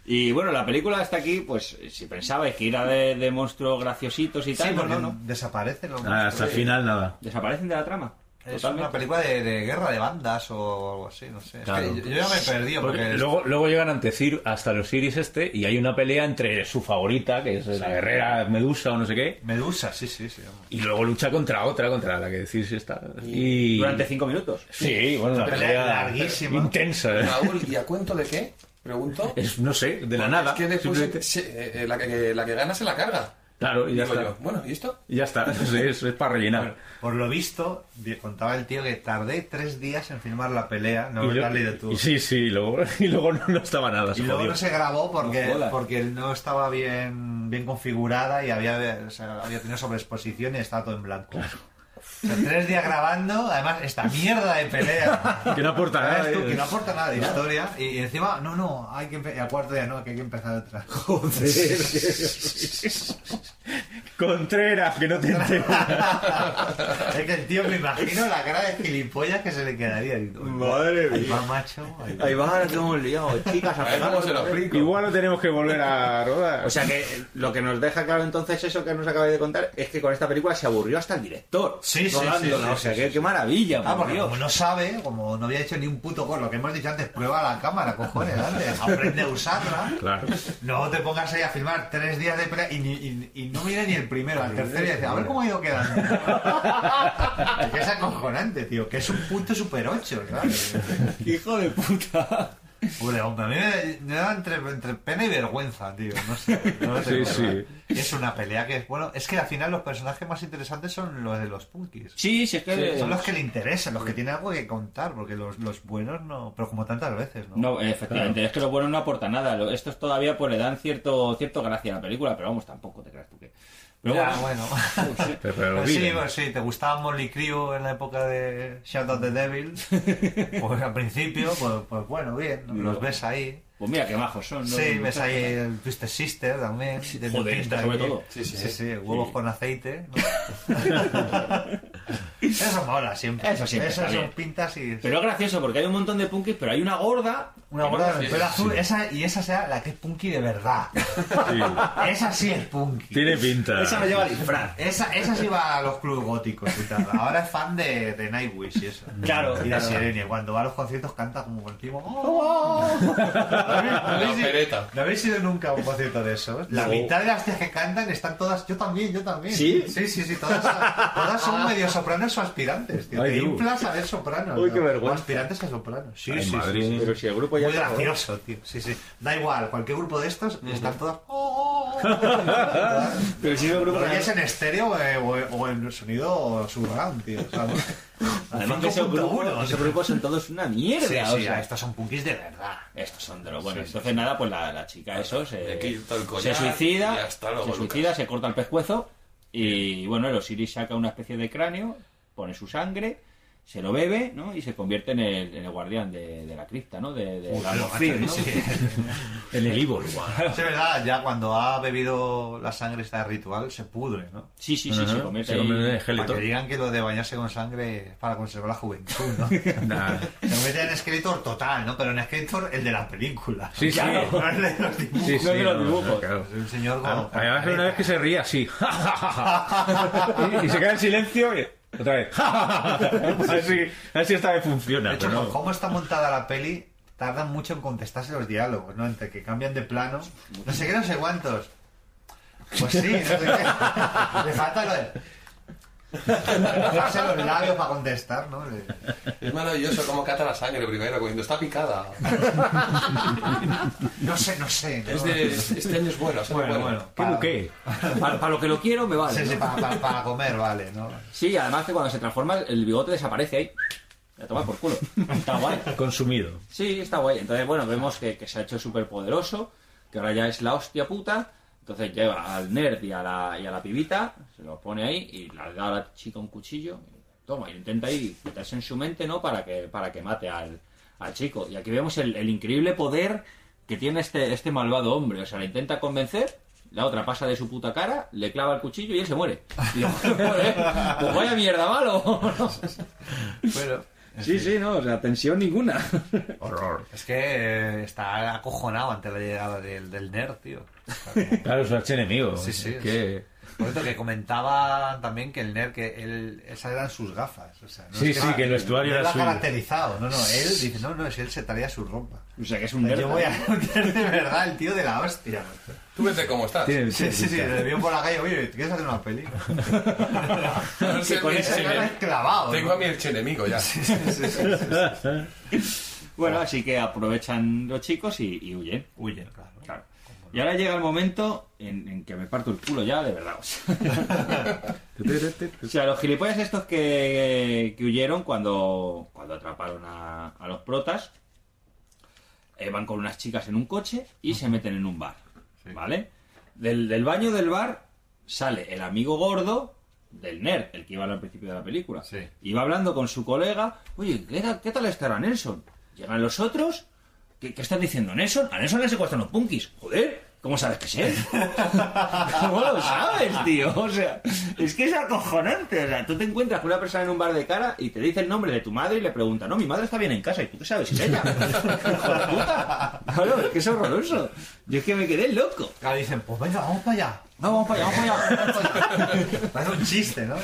Speaker 9: Y bueno, la película hasta aquí, pues si pensabais que era de, de monstruos graciositos y tal,
Speaker 11: Sí,
Speaker 9: pues
Speaker 11: porque
Speaker 9: no, no.
Speaker 11: desaparecen los
Speaker 12: Ah, hasta el
Speaker 11: monstruos.
Speaker 12: final nada.
Speaker 9: Desaparecen de la trama.
Speaker 11: Es
Speaker 9: Totalmente.
Speaker 11: una película de, de guerra de bandas o algo así, no sé. Es que yo, yo ya me he perdido porque... es-
Speaker 12: luego, luego llegan ante Cir, hasta los Iris este y hay una pelea entre su favorita, que es la guerrera Medusa o no sé qué.
Speaker 11: Medusa, sí, sí, sí.
Speaker 12: Y luego lucha contra otra, contra la que Circe está. Y...
Speaker 9: Durante cinco minutos.
Speaker 12: Sí, bueno, una
Speaker 10: Pelea
Speaker 12: pelea
Speaker 10: larguísima.
Speaker 12: Intensa. ¿eh?
Speaker 10: Raúl, ¿y a cuento de qué? Pregunto.
Speaker 12: Es, no sé, de la
Speaker 10: Porque
Speaker 12: nada.
Speaker 10: Es que después
Speaker 12: simplemente.
Speaker 10: se- eh, eh, la, que, la que gana se la carga.
Speaker 12: Claro, y ya
Speaker 10: Digo
Speaker 12: está.
Speaker 10: yo, Bueno, ¿y esto?
Speaker 12: Y Ya está, (laughs) no sé, es, es para rellenar.
Speaker 11: Por lo visto, di- contaba el tío que tardé tres días en filmar la pelea, no
Speaker 12: Y
Speaker 11: me
Speaker 12: yo-
Speaker 11: la has leído tú.
Speaker 12: y sí, sí, y luego, (laughs) y luego no, no estaba nada.
Speaker 11: Y
Speaker 12: se
Speaker 11: luego
Speaker 12: jodió.
Speaker 11: no se grabó porque,
Speaker 12: No jodas.
Speaker 11: porque no estaba bien, bien configurada y había, o sea, había tenido sobreexposición y estaba todo en blanco. O sea, tres días grabando, además, esta mierda de pelea.
Speaker 12: (laughs) Que no aporta
Speaker 11: ¿Sabes
Speaker 12: nada,
Speaker 11: tú?
Speaker 12: eh.
Speaker 11: Que no aporta nada de historia. Y, y encima, no, no, hay que empe- y al cuarto día no, que hay que empezar
Speaker 12: (laughs)
Speaker 11: otra.
Speaker 12: Contreras,
Speaker 11: (laughs)
Speaker 12: que no te
Speaker 11: Es que el tío me imagino la cara de gilipollas que se le quedaría.
Speaker 9: Madre
Speaker 11: mía. Ahí va, macho. ahí va.
Speaker 9: ahora que hemos liado,
Speaker 11: (laughs)
Speaker 9: chicas,
Speaker 10: A ver cómo se lo explico.
Speaker 12: Igual no tenemos que volver a rodar.
Speaker 9: O sea que lo que nos deja claro entonces eso que nos acabáis de contar es que con esta película se aburrió hasta el director.
Speaker 11: Sí, sí,
Speaker 9: rodándola.
Speaker 11: sí, sí,
Speaker 9: O sea,
Speaker 11: sí,
Speaker 9: que,
Speaker 11: sí,
Speaker 9: qué maravilla,
Speaker 11: Ah,
Speaker 9: por
Speaker 11: porque
Speaker 9: Dios.
Speaker 11: como no sabe, como no había hecho ni un puto con lo que hemos dicho antes, prueba la cámara, cojones, dale, aprende a usarla.
Speaker 12: Claro.
Speaker 11: No te pongas ahí a filmar tres días de pelea y, ni- y- y no mira ni el primero, al tercero y dice, a ver cómo ha ido quedando. es que es acojonante, tío, que es un punto super 8, ¿sabes?
Speaker 9: Hijo de puta.
Speaker 11: Hombre, hombre, a mí me, me da entre, entre pena y vergüenza, tío. No sé. no lo
Speaker 12: Sí,
Speaker 11: tengo
Speaker 12: sí.
Speaker 11: claro. Es una pelea que es bueno. Es que al final los personajes más interesantes son los de los punkis.
Speaker 9: Sí, Eh, sí, es que-
Speaker 11: son los que le interesan, los que tienen algo que contar, porque los, los buenos no. Pero como tantas veces, ¿no?
Speaker 9: No, efectivamente,
Speaker 11: Claro.
Speaker 9: es que lo bueno no aporta nada. Lo- Estos todavía pues le dan cierto, cierto gracia a la película, pero vamos, tampoco te creas tú que. Pero
Speaker 11: Ya,
Speaker 9: (laughs) bueno.
Speaker 12: Pero, pero
Speaker 11: Pues sí,
Speaker 12: olviden.
Speaker 11: pues sí, te gustaba Molly Crew en la época de Shadow of
Speaker 9: (laughs)
Speaker 11: the Devil. Pues al principio, pues, pues bueno, bien, ¿no? los ves ahí.
Speaker 9: Pues mira qué majos son, ¿no?
Speaker 11: Sí, ves ahí el Twisted Sister también. tiene
Speaker 9: Joder,
Speaker 11: pinta
Speaker 9: esta sobre
Speaker 11: aquí.
Speaker 9: todo.
Speaker 11: Sí, sí,
Speaker 9: Sí, sí.
Speaker 11: huevos
Speaker 9: Sí.
Speaker 11: con aceite.
Speaker 9: (laughs)
Speaker 11: ¿no? Eso mola siempre.
Speaker 9: Eso siempre
Speaker 11: Esas
Speaker 9: está
Speaker 11: son
Speaker 9: bien.
Speaker 11: pintas y.
Speaker 9: Pero es gracioso porque hay un montón de punkis, pero hay una gorda.
Speaker 11: Una
Speaker 9: que no
Speaker 11: gorda de
Speaker 9: graciosa.
Speaker 11: pelo azul, esa, y esa sea la que es punky
Speaker 9: (laughs)
Speaker 11: de verdad. Esa sí es punky.
Speaker 12: Tiene pinta.
Speaker 9: Esa no lleva disfraz.
Speaker 11: Esa, esa sí va a los clubes góticos y tal. Ahora es fan de, de Nightwish y eso.
Speaker 9: Claro,
Speaker 11: Y de
Speaker 9: claro.
Speaker 11: Sirenia. Cuando va a los conciertos canta como por encima. ¡Oh! ¿No habéis- no
Speaker 10: La
Speaker 11: habéis ido-
Speaker 10: opereta.
Speaker 11: ¿No habéis ido nunca a un concierto de esos? La
Speaker 9: No.
Speaker 11: mitad de las tías que cantan están todas. Yo también, yo también.
Speaker 9: ¿Sí? Ah.
Speaker 11: Sí, sí, sí. Todas, todas son medio sopranos o aspirantes. Tío.
Speaker 12: Ay,
Speaker 11: Te
Speaker 12: tú.
Speaker 11: inflas a ver sopranos.
Speaker 9: Uy,
Speaker 11: ¿no?
Speaker 9: qué vergüenza.
Speaker 11: O aspirantes a sopranos. Sí,
Speaker 12: Ay,
Speaker 11: sí, sí,
Speaker 12: madre.
Speaker 11: sí.
Speaker 9: Pero si el grupo ya
Speaker 11: Muy
Speaker 9: está-
Speaker 11: gracioso, tío. Sí, sí. Da igual, cualquier grupo de estos están todas. "Oh, oh, oh".
Speaker 9: Pero si el
Speaker 11: Lo
Speaker 9: grupo
Speaker 11: oyes en estéreo eh, o, o en sonido surround, tío. (laughs) ¿sabes?
Speaker 9: Además que esos
Speaker 11: 5.1,
Speaker 9: grupos,
Speaker 11: tío.
Speaker 9: esos grupos son todos una mierda.
Speaker 11: Sí,
Speaker 9: o
Speaker 11: sí,
Speaker 9: sea,
Speaker 11: estos son punkis de verdad.
Speaker 9: Estos son de lo bueno. Entonces, nada, pues la, la chica, eso, se,
Speaker 10: Le quito el collar
Speaker 9: se suicida,
Speaker 10: y hasta luego,
Speaker 9: se,
Speaker 10: Lucas.
Speaker 9: suicida se corta el pescuezo y, bueno, el Osiris saca una especie de cráneo, pone su sangre se lo bebe, ¿no? Y se convierte en el, en el guardián de, de la cripta, ¿no? De, de
Speaker 11: Uy,
Speaker 9: la
Speaker 11: pero
Speaker 9: Morfin,
Speaker 11: macho,
Speaker 9: ¿no?
Speaker 11: sí. El herbívoro. Es verdad, ya cuando ha bebido la sangre está ritual, se pudre, ¿no?
Speaker 9: Sí, sí, sí, Ajá. se convierte Se ahí-
Speaker 12: convierte en
Speaker 11: Para
Speaker 12: esqueleto.
Speaker 11: que digan que lo de bañarse con sangre es para conservar la juventud,
Speaker 12: (laughs)
Speaker 11: ¿no? Se convierte en esqueletor total, ¿no? Pero en esqueletor el de las películas.
Speaker 12: Sí, sí.
Speaker 11: Claro, no el de los dibujos.
Speaker 12: Sí, sí,
Speaker 11: No el de los
Speaker 12: no,
Speaker 11: dibujos.
Speaker 12: no, claro.
Speaker 11: Es un señor
Speaker 12: Ah,
Speaker 11: como...
Speaker 12: Además, una vez que se ríe (laughs) así. y, y se queda en silencio y otra (laughs) vez. Pues así, así esta vez funciona.
Speaker 11: De hecho,
Speaker 12: pero
Speaker 11: por cómo está montada la peli, tardan mucho en contestarse los diálogos, ¿no? Entre que cambian de plano, no sé qué, no sé cuántos. Pues sí, no sé qué. Le falta lo de... Bajarse los labios para contestar, ¿no? Le-
Speaker 10: Es maravilloso cómo cata la sangre primero, cuando está picada.
Speaker 11: No sé, no sé.
Speaker 10: Es de- este año es bueno, es bueno.
Speaker 9: Para- Para, para lo que lo quiero me vale.
Speaker 11: Sí, sí,
Speaker 9: ¿no?
Speaker 11: para, para- para comer, vale, ¿no?
Speaker 9: Sí, además que cuando se transforma el bigote desaparece ahí. La toma por culo. Está guay.
Speaker 12: Consumido.
Speaker 9: Sí, está guay. Entonces, bueno, vemos que, que se ha hecho súper poderoso, que ahora ya es la hostia puta. Entonces lleva al nerd y a la, y a la pibita, se lo pone ahí y le da a la chica un cuchillo. y toma, y intenta ahí meterse en su mente, ¿no? Para que, para que mate al, al chico. Y aquí vemos el, el increíble poder que tiene este, este malvado hombre. O sea, le intenta convencer. La otra pasa de su puta cara, le clava el cuchillo y él se muere. Y yo, "Joder, pues vaya mierda malo. (laughs) sí, sí, no, o sea, tensión ninguna.
Speaker 11: Horror. Es que eh, está acojonado ante la llegada del, del nerd, tío.
Speaker 12: Claro, es un archienemigo.
Speaker 11: Sí, sí.
Speaker 12: Es que-
Speaker 11: Por cierto, que comentaba también que el nerd, que él, esas eran sus gafas. O sea, no
Speaker 12: Sí,
Speaker 11: es
Speaker 12: sí, que el vestuario
Speaker 11: no
Speaker 12: era suyo.
Speaker 11: caracterizado. No, no, él dice, no, no, es él se traía su ropa.
Speaker 9: O sea, que es
Speaker 11: un
Speaker 10: nerd,
Speaker 11: Yo voy a
Speaker 10: ¿eh?
Speaker 11: ser de verdad el tío de la hostia.
Speaker 10: Tú vete cómo estás.
Speaker 11: Sí, sí, sí, le vio por la calle, oye, ¿quieres hacer una peli?
Speaker 10: No sé,
Speaker 11: con
Speaker 10: mi
Speaker 11: esa cara
Speaker 10: enemigo.
Speaker 11: es clavado,
Speaker 10: Tengo
Speaker 11: ¿no?
Speaker 10: a mi enemigo ya.
Speaker 9: Bueno, así que aprovechan los chicos y, y huyen. Ah. Huyen, claro. Y ahora llega el momento en, en que me parto el culo ya, de verdad. o sea.
Speaker 12: (laughs)
Speaker 9: O sea, los gilipollas estos que, que huyeron cuando, cuando atraparon a, a los protas eh, van con unas chicas en un coche y se meten en un bar. ¿Vale? Del, del baño del bar sale el amigo gordo del nerd, el que iba al principio de la película. Y va hablando con su colega. Oye, ¿qué tal, qué tal estará Nelson? Llegan los otros. ¿Qué, qué están diciendo, Nelson? A Nelson le secuestran los punkis. Joder, ¿cómo sabes que es él? (laughs) ¿Cómo lo sabes, tío? O sea, es que es acojonante. O sea, tú te encuentras con una persona en un bar de cara y te dice el nombre de tu madre y le pregunta, no, mi madre está bien en casa. ¿Y tú qué sabes? si Es ella. (laughs) Hijo de puta. Claro, es que es horroroso. Yo es que me quedé loco.
Speaker 11: Claro, dicen, pues venga, vamos para allá. (laughs)
Speaker 9: No, vamos para allá, vamos para allá.
Speaker 11: Es un chiste, ¿no?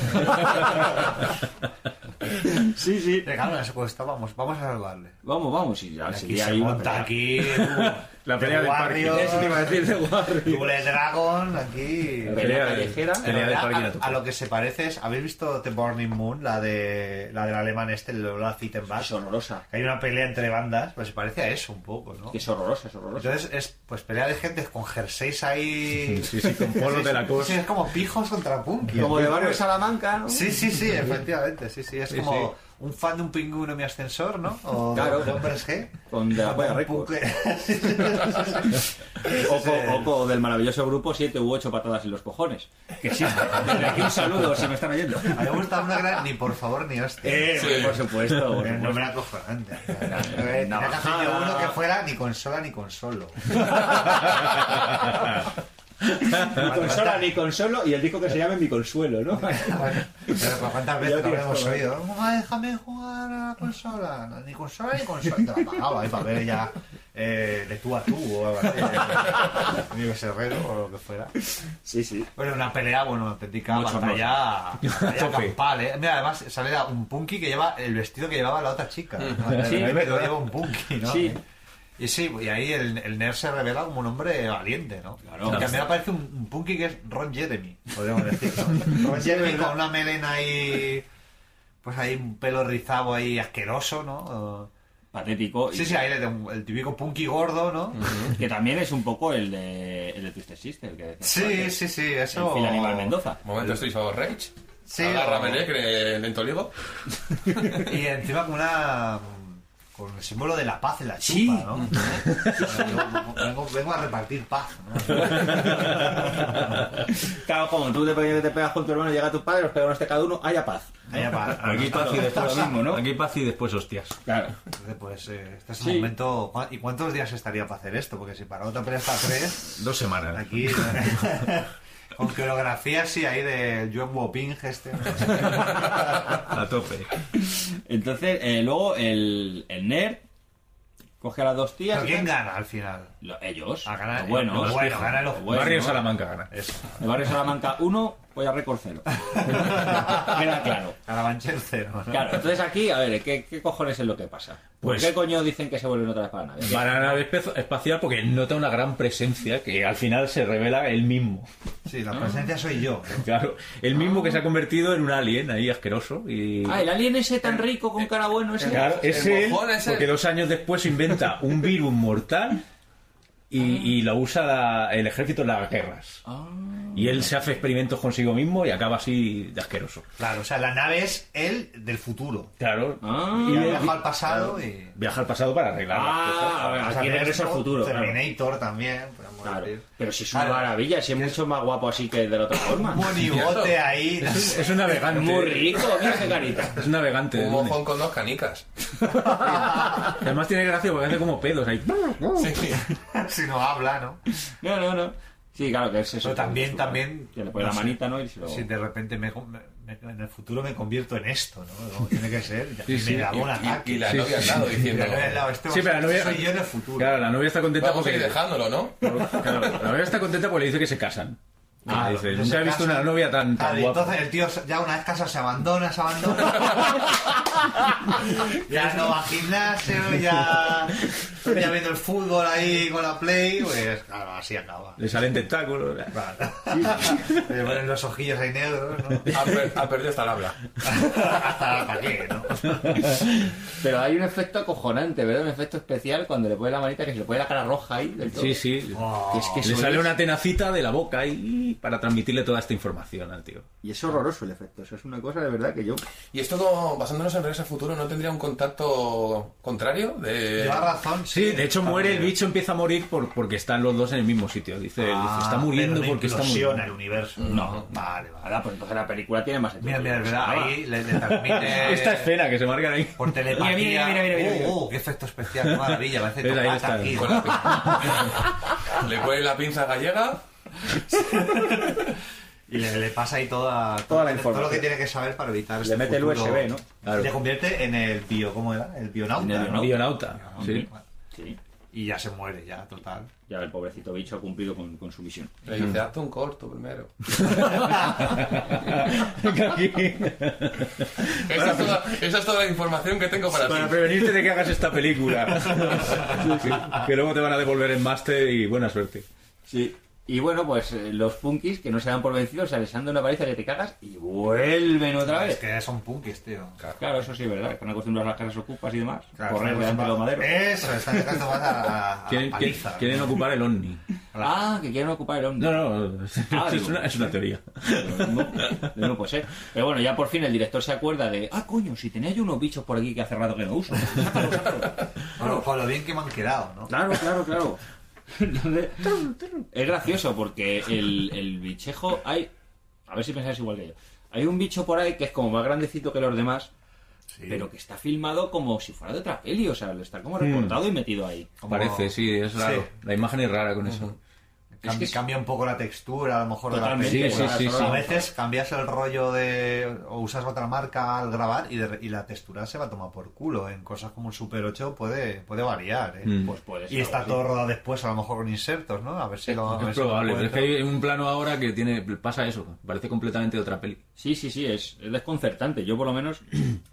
Speaker 9: sí, sí.
Speaker 11: Claro, la secuestra, vamos, vamos a salvarle.
Speaker 9: Vamos, vamos. Y ya,
Speaker 11: Aquí
Speaker 9: sí,
Speaker 11: se
Speaker 9: hay una pelea.
Speaker 11: monta aquí. uh,
Speaker 9: La
Speaker 11: pelea del parking.
Speaker 9: Eso te iba a decir de Warrior.
Speaker 11: Double Dragon, aquí.
Speaker 9: La pelea de- callejera. ah,
Speaker 11: En
Speaker 9: pelea de
Speaker 11: realidad,
Speaker 9: parking a
Speaker 11: a-
Speaker 9: tope.
Speaker 11: a, lo que se parece es. ¿Habéis visto The Burning Moon? La, de, la del alemán este, el Olaf Fittenbach. Es
Speaker 9: ah, horrorosa.
Speaker 11: Hay una pelea entre bandas, pues se parece a eso un poco, ¿no?
Speaker 9: Que es horrorosa, es horrorosa.
Speaker 11: Entonces es pues pelea de gente con jerseys ahí.
Speaker 12: Sí, sí, con polos de la cosa.
Speaker 11: Sí, es como pijos contra punkis.
Speaker 9: Como de barrio de Salamanca, ¿no?
Speaker 11: Sí, sí, sí, efectivamente. Sí, sí, es
Speaker 9: Sí,
Speaker 11: como
Speaker 9: sí.
Speaker 11: un fan de un pingüino en mi ascensor, ¿no? O
Speaker 9: Claro.
Speaker 11: de hombres G.
Speaker 9: Con de la Polla
Speaker 11: Un
Speaker 9: Records.
Speaker 11: punk-
Speaker 9: Oco, oco del maravilloso grupo 7 u 8 patadas en los cojones. Que sí, desde aquí un saludo, se me están oyendo.
Speaker 11: A mí (laughs) me gusta una gran ni por favor ni hostia. Eh,
Speaker 9: Eh, Sí. por supuesto, por
Speaker 11: Era
Speaker 9: supuesto.
Speaker 11: un nombre acojonante. (laughs) Eh, tenía que
Speaker 9: Navajada.
Speaker 11: hacerle uno que fuera ni consola ni (laughs) consolo.
Speaker 9: Ni consola, ni consolo, y el disco que se llame Mi Consuelo, ¿no?
Speaker 11: Pero pues, cuántas
Speaker 9: Ya
Speaker 11: veces lo
Speaker 9: tienes
Speaker 11: hemos
Speaker 9: todo.
Speaker 11: oído. Mamá, déjame jugar a la consola. No, Ni consola ni consola. Y Te la pagaba ahí para ver ya eh, de tú a tú o algo así. ¿eh? (laughs) Amigo Herrero o lo que fuera.
Speaker 9: Sí, sí.
Speaker 11: Bueno, una pelea, bueno, auténtica
Speaker 9: Mucho
Speaker 11: batalla,
Speaker 9: más. (laughs)
Speaker 11: batalla
Speaker 9: Tope.
Speaker 11: campal, ¿eh? Mira, además sale la- un punky que lleva el vestido que llevaba la otra chica.
Speaker 9: Sí,
Speaker 11: ¿no? El
Speaker 9: es
Speaker 11: que lo
Speaker 9: verdad.
Speaker 11: lleva un punky, ¿no?
Speaker 9: Sí.
Speaker 11: Y sí, y ahí el, el nerd se revela como un hombre valiente, ¿no? Porque a mí me aparece un, un punky que es Ron Jeremy, podríamos decir.
Speaker 9: (laughs)
Speaker 11: ¿no? Ron Jeremy con una melena ahí... Pues ahí un pelo rizado ahí asqueroso, ¿no?
Speaker 9: Patético.
Speaker 11: Sí, sí, ahí le da un- el típico punky gordo, ¿no?
Speaker 9: Que también es un poco el de, el de Twisted Sister. Que decías tú
Speaker 11: Sí,
Speaker 9: antes.
Speaker 11: sí, sí, eso...
Speaker 9: El Phil Aníbal Mendoza.
Speaker 10: Momento, estoy favor, Rage.
Speaker 11: Sí,
Speaker 10: Agárrame,
Speaker 11: o-
Speaker 10: negre, lento olivo.
Speaker 11: Y encima con una con el símbolo de la paz en la chupa,
Speaker 12: Sí.
Speaker 11: ¿no? Vengo- vengo, vengo a repartir paz.
Speaker 9: (laughs) Claro, como tú te, pe- te pegas con tu hermano, llega tu padre, los pegamos este cada uno, haya paz.
Speaker 12: (laughs) Aquí paz y después Aquí paz y después hostias.
Speaker 9: Claro.
Speaker 11: Pues eh, este es
Speaker 12: Sí.
Speaker 11: el momento. ¿cu- ¿Y cuántos días estaría para hacer esto? Porque si para otra pelea hasta tres,
Speaker 12: Dos semanas.
Speaker 11: aquí. (laughs) Con coreografía sí ahí de Joan Woping este.
Speaker 12: A tope.
Speaker 9: Entonces, eh, luego el, el nerd coge a las dos tías.
Speaker 11: ¿Pero
Speaker 9: y
Speaker 11: quién
Speaker 9: tal.
Speaker 11: gana al final?
Speaker 9: Lo- ellos.
Speaker 11: Ah, gana-
Speaker 9: los buenos.
Speaker 11: los buenos, gana los buenos. Barrio Salamanca
Speaker 12: gana.
Speaker 9: El barrio Salamanca 1, Polla Record
Speaker 11: (laughs)
Speaker 9: 0. Queda claro.
Speaker 11: Carabanchel cero. ¿no?
Speaker 9: Claro, entonces aquí, a ver, ¿qué, qué cojones es lo que pasa? ¿Por
Speaker 12: Pues-
Speaker 9: qué coño dicen que se vuelven otra vez para la nave?
Speaker 12: Para la nave espe- espacial porque nota una gran presencia que al final se revela él mismo. (laughs)
Speaker 11: Sí, la presencia soy yo.
Speaker 12: Claro, el mismo que se ha convertido en un alien ahí asqueroso y...
Speaker 9: Ah, el alien ese tan rico
Speaker 11: Eh,
Speaker 9: con cara bueno ese.
Speaker 12: Claro, es él, porque dos años después inventa un virus mortal y,
Speaker 11: Ah.
Speaker 12: y lo usa la- el ejército en las guerras. Y él se hace experimentos consigo mismo y acaba así de asqueroso.
Speaker 11: Claro, o sea, la nave es él del futuro.
Speaker 12: Claro.
Speaker 11: Ah. y Ah,
Speaker 12: Y
Speaker 11: ha
Speaker 12: él
Speaker 11: viajado al pasado y.
Speaker 12: viaja al pasado para arreglar las
Speaker 11: Pues
Speaker 12: cosas.
Speaker 11: O sea,
Speaker 9: Ah, aquí regresa al
Speaker 11: Terminator,
Speaker 9: futuro, claro.
Speaker 11: Terminator también. pero bueno,
Speaker 9: Claro.
Speaker 11: tío.
Speaker 9: Pero si es una maravilla, si es mucho más guapo así que de la otra
Speaker 11: (laughs)
Speaker 9: forma. (laughs)
Speaker 11: Un monigote ahí.
Speaker 12: Es, es un navegante.
Speaker 9: Muy rico, mira qué carita.
Speaker 12: Es un navegante. de
Speaker 10: Un
Speaker 12: lunes.
Speaker 10: mojón con dos canicas.
Speaker 12: Además tiene gracia porque hace como pedos ahí.
Speaker 11: (laughs) si no habla, ¿no?
Speaker 9: No, no, no. Sí, claro que es eso.
Speaker 11: Pero también,
Speaker 9: Chulo.
Speaker 11: también.
Speaker 9: Que le pone
Speaker 11: no
Speaker 9: la
Speaker 11: sé,
Speaker 9: manita, ¿no? Y se lo-
Speaker 11: Si de repente me, me- en el futuro me convierto en esto, ¿no? Como tiene que ser. Y
Speaker 12: Sí, sí.
Speaker 11: me grabó un
Speaker 12: Y-
Speaker 11: ataque.
Speaker 10: y- y la
Speaker 11: Sí,
Speaker 10: novia al
Speaker 11: sí.
Speaker 10: lado
Speaker 11: (laughs)
Speaker 10: diciendo-
Speaker 11: Y la novia al lado, este va
Speaker 12: Sí,
Speaker 11: a
Speaker 12: pero la
Speaker 11: ser-
Speaker 12: novia-
Speaker 11: soy yo en el futuro.
Speaker 12: Claro, la novia está contenta
Speaker 10: Vamos a ir
Speaker 12: porque.
Speaker 10: dejándolo,
Speaker 11: (laughs)
Speaker 10: ¿no?
Speaker 12: Claro, la novia está contenta porque le dice que se casan.
Speaker 11: Claro,
Speaker 12: Ah, dice,
Speaker 11: entonces
Speaker 12: nunca he
Speaker 11: se
Speaker 12: visto
Speaker 11: casan. Ah,
Speaker 12: una novia tan, tan
Speaker 11: Claro, y
Speaker 12: guapa.
Speaker 11: entonces el tío ya una vez casado se abandona, se
Speaker 12: (laughs)
Speaker 11: abandona. ya no va al gimnasio, ya, ya viendo el fútbol ahí con la play, pues claro, así acaba.
Speaker 12: Le salen tentáculos.
Speaker 11: Claro. Le ponen los ojillos ahí negros, ¿no?
Speaker 10: Ha, per- ha perdido hasta el habla.
Speaker 11: Hasta la paquete, ¿no?
Speaker 9: Pero hay un efecto acojonante, ¿verdad? Un efecto especial cuando le pone la manita que se le pone la cara roja ahí del todo.
Speaker 12: Sí, sí.
Speaker 9: Que es que
Speaker 12: Oh. le
Speaker 9: eso
Speaker 12: sale
Speaker 9: es-
Speaker 12: una tenacita de la boca y para transmitirle toda esta información al tío.
Speaker 9: Y es horroroso el efecto. Eso es una cosa de verdad que yo.
Speaker 10: Y esto, como basándonos en redes al futuro, ¿no tendría un contacto contrario? De...
Speaker 11: Lleva razón.
Speaker 12: Sí, de hecho muere el bicho, empieza a morir por, porque están los dos en el mismo sitio. Dice, dice,
Speaker 11: Ah,
Speaker 12: está muriendo porque está muriendo.
Speaker 11: el universo.
Speaker 9: No.
Speaker 11: Vale, vale.
Speaker 9: Ahora, pues entonces la película Ah, tiene más sentido.
Speaker 11: Mira, mira, es verdad, ahí le, le transmite
Speaker 12: (laughs) Esta escena que se marcan ahí.
Speaker 11: por telepatía.
Speaker 9: Mira, mira, mira, mira, mira.
Speaker 11: Oh, oh, qué efecto especial, qué maravilla, parece
Speaker 12: Ves, ahí
Speaker 11: tocata
Speaker 12: está.
Speaker 11: aquí.
Speaker 10: Con la pin- (laughs) Le ponen la pinza gallega.
Speaker 11: Y le, le pasa ahí toda,
Speaker 9: Toda la
Speaker 11: todo-
Speaker 9: información.
Speaker 11: todo lo que tiene que saber para evitar este
Speaker 9: mete el
Speaker 11: futuro.
Speaker 9: USB, ¿no?
Speaker 12: Claro.
Speaker 11: Le convierte en el bio, ¿cómo era? El bionauta.
Speaker 9: En el
Speaker 11: ¿no?
Speaker 12: Bionauta. Sí.
Speaker 9: Sí.
Speaker 11: Y ya se muere, ya, total.
Speaker 9: Ya el pobrecito bicho ha cumplido con, con su misión.
Speaker 10: Le dice, hazte un corto
Speaker 11: (laughs)
Speaker 10: primero.
Speaker 12: Aquí.
Speaker 10: Esa es, toda, esa es toda la información que tengo para
Speaker 12: (laughs) Para
Speaker 10: ti.
Speaker 12: prevenirte de que hagas esta (laughs) película. Que luego te van a devolver el máster y buena suerte.
Speaker 9: Sí. Y bueno, pues eh, los punkis que no se dan por vencidos, se les anda una paliza que te cagas y vuelven otra
Speaker 11: Es
Speaker 9: vez.
Speaker 11: que son punkis, tío.
Speaker 9: Claro, eso sí es verdad. Están acostumbrados a las casas ocupas y demás.
Speaker 11: Claro,
Speaker 9: correr
Speaker 11: están
Speaker 9: delante de los
Speaker 11: acostumbrados-
Speaker 9: maderos.
Speaker 11: Eso, están acostumbrados a, a, a
Speaker 12: Quieren,
Speaker 11: la paliza.
Speaker 12: quieren ocupar el Omni.
Speaker 9: Ah, que quieren ocupar el hombre.
Speaker 12: No, no, (laughs) es una, es una teoría.
Speaker 9: No, no puede ser. Pero bueno, ya por fin el director se acuerda de, ah, coño, si tenía yo unos bichos por aquí que hace rato que no uso. Sácalo, sácalo.
Speaker 11: Bueno, con lo bien que me han quedado, ¿no?
Speaker 9: Claro, claro, claro. Entonces, es gracioso porque el, el bichejo hay... A ver si pensáis igual que yo. Hay un bicho por ahí que es como más grandecito que los demás, pero que está filmado como si fuera de otra peli. O sea, lo está como recortado y metido ahí.
Speaker 11: Como-
Speaker 12: Parece, sí, es raro.
Speaker 11: Sí.
Speaker 12: La imagen es rara con eso.
Speaker 11: Cam-
Speaker 9: Es que es-
Speaker 11: Cambia un poco la textura, a lo mejor,
Speaker 9: Totalmente.
Speaker 11: de la película.
Speaker 12: Sí, sí, sí, sí.
Speaker 11: A veces cambias el rollo de... o usas otra marca al grabar y, de- y la textura se va a tomar por culo. En cosas como el Super 8 puede, puede variar, ¿eh?
Speaker 12: Mm.
Speaker 9: Pues puede ser
Speaker 11: Y está
Speaker 9: algo
Speaker 11: todo rodado después, a lo mejor con insertos, ¿no? A ver si lo... a ver
Speaker 12: Es
Speaker 11: si lo
Speaker 12: probable, pero es que
Speaker 11: encuentro.
Speaker 12: hay un plano ahora que tiene pasa eso, parece completamente de otra peli.
Speaker 9: Sí, sí, sí, es, es desconcertante. Yo por lo menos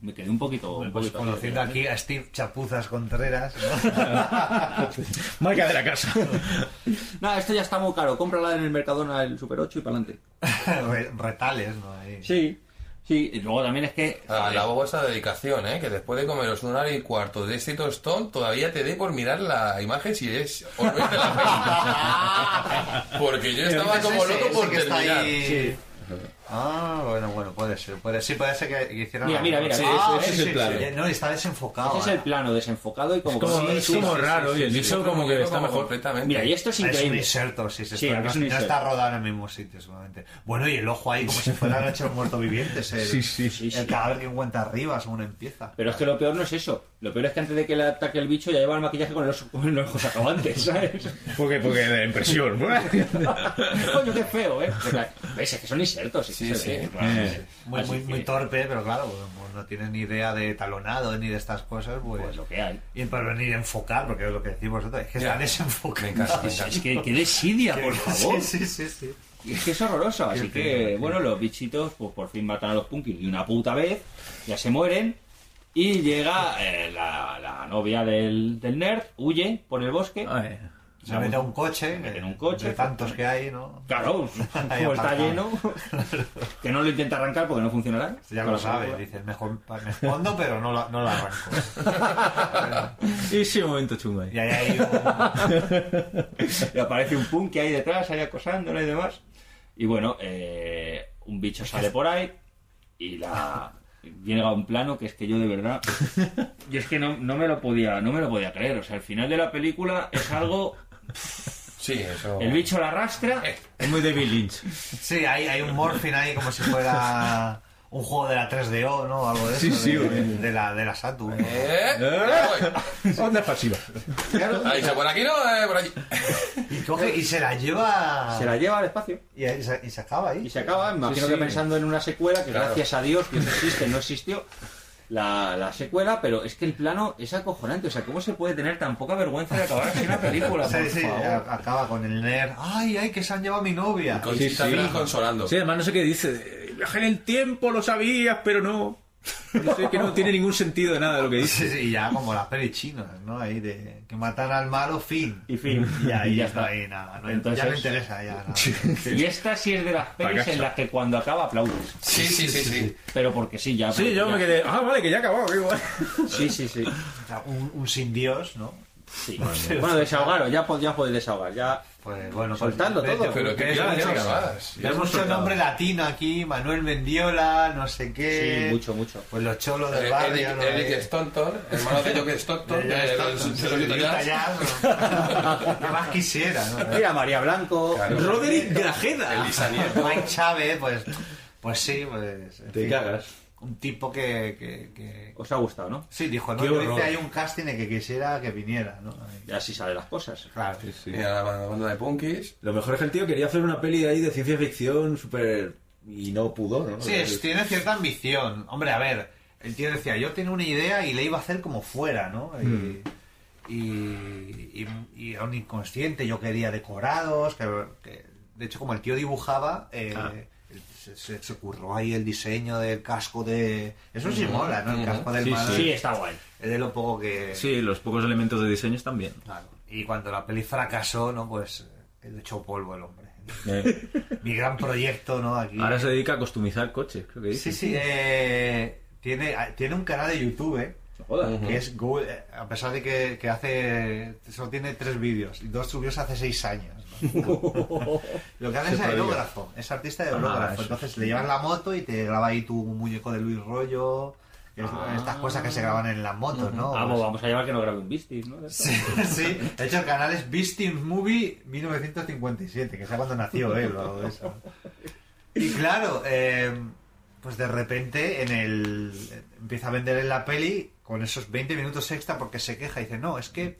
Speaker 9: me quedé un poquito... Un
Speaker 11: Pues
Speaker 9: poquito así.
Speaker 11: conociendo aquí a Steve Chapuzas Contreras, ¿no? (laughs)
Speaker 12: Marca de la (laughs) casa.
Speaker 9: (laughs) Nada, esto ya está muy caro. Cómprala en el Mercadona, el Super 8 y para adelante.
Speaker 11: Re- retales, ¿no? Ahí.
Speaker 9: Sí. Sí, y luego también es que...
Speaker 10: Ah, Alabo esa dedicación, ¿eh? Que después de comeros un hora y cuarto de este tostón, todavía te dé por mirar la imagen si es o no es de la peli. Porque yo estaba
Speaker 11: (laughs) Ese-
Speaker 10: como
Speaker 11: ese-
Speaker 10: loco
Speaker 11: ese
Speaker 10: por
Speaker 11: que está
Speaker 10: terminar.
Speaker 11: ahí. Ah, bueno, bueno, puede Puede ser, puede Sí, puede ser que, que hicieran.
Speaker 9: Mira,
Speaker 11: la-
Speaker 9: mira, mira. Sí,
Speaker 11: Ah,
Speaker 9: ese- ese es el plano.
Speaker 11: Ya, No, está desenfocado.
Speaker 9: Ese es el plano desenfocado y como,
Speaker 11: Es como-
Speaker 9: Sí,
Speaker 11: es
Speaker 9: sí,
Speaker 11: como
Speaker 9: sí,
Speaker 11: raro,
Speaker 9: sí,
Speaker 11: y el
Speaker 9: sí,
Speaker 11: liso
Speaker 9: sí.
Speaker 11: como que está mejor.
Speaker 9: Mira, y esto es increíble.
Speaker 11: Ah, Es un inserto, sí, se
Speaker 9: Sí,
Speaker 11: está-
Speaker 9: es un
Speaker 11: no,
Speaker 9: inserto.
Speaker 11: está rodado en el mismo sitio, seguramente. Bueno, y el ojo ahí, como si fueran hechos muertos
Speaker 9: (laughs)
Speaker 11: vivientes. El,
Speaker 9: Sí, sí, sí,
Speaker 11: el
Speaker 9: sí.
Speaker 11: cadáver que encuentra arriba, según empieza.
Speaker 9: Pero es que lo peor no es eso. Lo peor es que antes de que le ataque el bicho ya lleva el maquillaje con el oso- con los ojos acabantes,
Speaker 11: (laughs)
Speaker 9: ¿sabes?
Speaker 12: Porque, porque da (laughs) impresión.
Speaker 9: Coño, qué feo, ¿eh? Pero claro, ¿Ves? Es que son insertos. Sí,
Speaker 11: Sí, Eh. sí. Muy, muy, muy torpe, pero claro, como no tienes ni idea de talonado ni de estas cosas, pues,
Speaker 9: lo que hay.
Speaker 11: Y pero ni de enfocar, porque es lo que decís vosotros, es que
Speaker 9: Ya.
Speaker 11: está desenfocado.
Speaker 9: Me encanta,
Speaker 11: (laughs)
Speaker 9: me encanta. Es que- que desidia, por favor.
Speaker 11: Sí, sí, sí. sí.
Speaker 9: Y es que es horroroso. Así
Speaker 11: Qué
Speaker 9: que,
Speaker 11: pena.
Speaker 9: bueno, los bichitos pues por fin matan a los punkis de una puta vez. Ya se mueren. Y llega eh, la, la novia del, del nerd, huye por el bosque.
Speaker 11: Ah. Se mete a un coche,
Speaker 9: en un coche.
Speaker 11: de tantos que hay, ¿no?
Speaker 9: Claro,
Speaker 11: (laughs) Ahí
Speaker 9: como está
Speaker 11: aparcado.
Speaker 9: lleno, que no lo intenta arrancar porque no funcionará.
Speaker 11: Este Ya lo sabes, dices, mejor me escondo, pero no la, no la arranco.
Speaker 9: (laughs)
Speaker 12: Y sí, un momento chungo ahí.
Speaker 9: y aparece un punk que hay detrás, ahí acosándolo y demás. Y bueno, eh, un bicho sale por ahí y la llega a un plano que es que yo de (laughs) verdad y es que no, no me lo podía no me lo podía creer o sea el final de la película es algo
Speaker 10: sí eso Eh,
Speaker 9: el bicho la arrastra
Speaker 11: Eh.
Speaker 12: es muy David Lynch
Speaker 11: Sí, hay, hay un morphing ahí como si fuera un juego de la 3DO, ¿no? Algo de eso.
Speaker 12: Sí, sí,
Speaker 11: de,
Speaker 12: hombre.
Speaker 11: de la, de la Saturn.
Speaker 9: Eh.
Speaker 12: Onda pasiva.
Speaker 10: eh, Ahí dice, por aquí no, eh, por allí.
Speaker 11: Y coge y se la lleva.
Speaker 9: se la lleva al espacio
Speaker 11: Y, y se, y se acaba ahí.
Speaker 9: y se acaba imagino
Speaker 11: Sí, sí.
Speaker 9: que pensando en una secuela que
Speaker 11: Claro.
Speaker 9: gracias a Dios que no existe no existió la, la secuela pero es que el plano es acojonante o sea cómo se puede tener tan poca vergüenza de acabar así una película
Speaker 11: Sí,
Speaker 9: por
Speaker 11: sí,
Speaker 9: favor?
Speaker 11: a- acaba con el nerd. ¡Ay, ay, que se han llevado a mi novia!
Speaker 12: Sí, además no sé qué dice. Viaje en el tiempo, lo sabías, pero no. No sé, que no tiene ningún sentido de nada lo que
Speaker 11: Sí,
Speaker 12: dice.
Speaker 11: sí, ya como las pelis chinas, ¿no? Ahí de que matan al malo, fin.
Speaker 9: Y fin.
Speaker 11: Y
Speaker 9: (laughs)
Speaker 11: ahí
Speaker 9: Y ya
Speaker 11: ya está.
Speaker 9: está.
Speaker 11: Ahí, nada, no,
Speaker 9: Entonces-
Speaker 11: ya no interesa, ya. nada.
Speaker 9: Y esta sí es de las pelis
Speaker 12: Fracaso.
Speaker 9: en las que cuando acaba aplaudes.
Speaker 10: Sí, sí, sí, sí.
Speaker 9: Pero porque sí, ya.
Speaker 12: Sí, yo me quedé. Ah, vale, que ya acabó. qué guay.
Speaker 9: Sí, sí, sí.
Speaker 11: O sea, Un, un sin Dios, ¿no?
Speaker 9: Sí. Bueno, desahogaros, ya, pod- ya podéis desahogar. Ya.
Speaker 11: Pues bueno,
Speaker 9: soltando
Speaker 11: Vete,
Speaker 9: todo.
Speaker 11: pero que ya, ya acabas. Ya mucho nombre latino aquí, Manuel Mendiola, no sé qué.
Speaker 9: Sí, mucho, mucho.
Speaker 11: Pues los cholos del barrio.
Speaker 10: Eh, Eric,
Speaker 11: ¿no?
Speaker 10: Eric Stanton, hermano de Jock Stanton,
Speaker 11: De Jock
Speaker 10: de
Speaker 11: Stanton,
Speaker 10: los de los
Speaker 11: de
Speaker 10: Utah Jazz.
Speaker 11: ¿Qué más quisiera?
Speaker 9: (laughs)
Speaker 11: ¿no?
Speaker 9: Mira, María Blanco.
Speaker 12: Roderick Grajeda.
Speaker 10: Elisa Nieto.
Speaker 11: Mike Chávez, pues, pues sí, pues. en
Speaker 12: Te
Speaker 11: fin,
Speaker 12: cagas.
Speaker 11: Un tipo que, que, que-
Speaker 9: Os ha gustado, ¿no?
Speaker 11: Sí, dijo, no,
Speaker 9: Qué
Speaker 11: yo
Speaker 9: horror.
Speaker 11: hice ahí un casting de que quisiera que viniera, ¿no? Ahí.
Speaker 9: Y así salen las cosas.
Speaker 11: Claro.
Speaker 10: Y a la banda- banda de punkis.
Speaker 12: Lo mejor es que el tío quería hacer una peli de ahí de ciencia ficción súper. y no pudo, ¿no?
Speaker 11: Sí, es- tiene cierta ambición. Hombre, a ver, el tío decía, yo tenía una idea y le iba a hacer como fuera, ¿no? Y,
Speaker 12: Mm.
Speaker 11: y- y- y era un inconsciente, yo quería decorados, que, que- de hecho como el tío dibujaba, eh,
Speaker 12: Ah.
Speaker 11: se, se- se curró ahí el diseño del casco de... Eso sí
Speaker 12: Ujú,
Speaker 11: mola, ¿no? El
Speaker 12: ujú.
Speaker 11: casco del
Speaker 12: Sí,
Speaker 11: malo. eh,
Speaker 12: sí. Sí,
Speaker 9: está (laughs) guay.
Speaker 11: Es de lo poco que...
Speaker 12: Sí, los pocos elementos de diseño están bien.
Speaker 11: Claro. Y cuando la peli fracasó, ¿no? Pues eh, le echó polvo el hombre. Mi gran proyecto, ¿no? Aquí...
Speaker 12: Eh. Ahora se dedica a customizar coches, creo que
Speaker 11: Sí,
Speaker 12: dice.
Speaker 11: sí, eh, tiene, tiene un canal de YouTube eh, que es Go- eh, a pesar de que, que hace solo tiene tres vídeos y dos subidos hace seis años. (laughs) ¿no? Lo que hace
Speaker 12: Se
Speaker 11: es
Speaker 12: podría.
Speaker 11: aerógrafo, es artista de
Speaker 12: Ah,
Speaker 11: aerógrafo,
Speaker 12: eso.
Speaker 11: entonces le llevas la moto y te graba ahí tu muñeco de Luis Rollo. que es- Estas cosas que se graban en las motos, ¿no?
Speaker 9: Vamos, vamos a llevar que no grabe un Vistis, ¿no?
Speaker 11: (laughs) Sí, de hecho el canal es Beastin Movie 1957, que es cuando nació él o algo ¿eh? de eso. Y claro, eh, pues de repente en el empieza a vender en la peli con esos 20 minutos extra porque se queja y dice, no, es que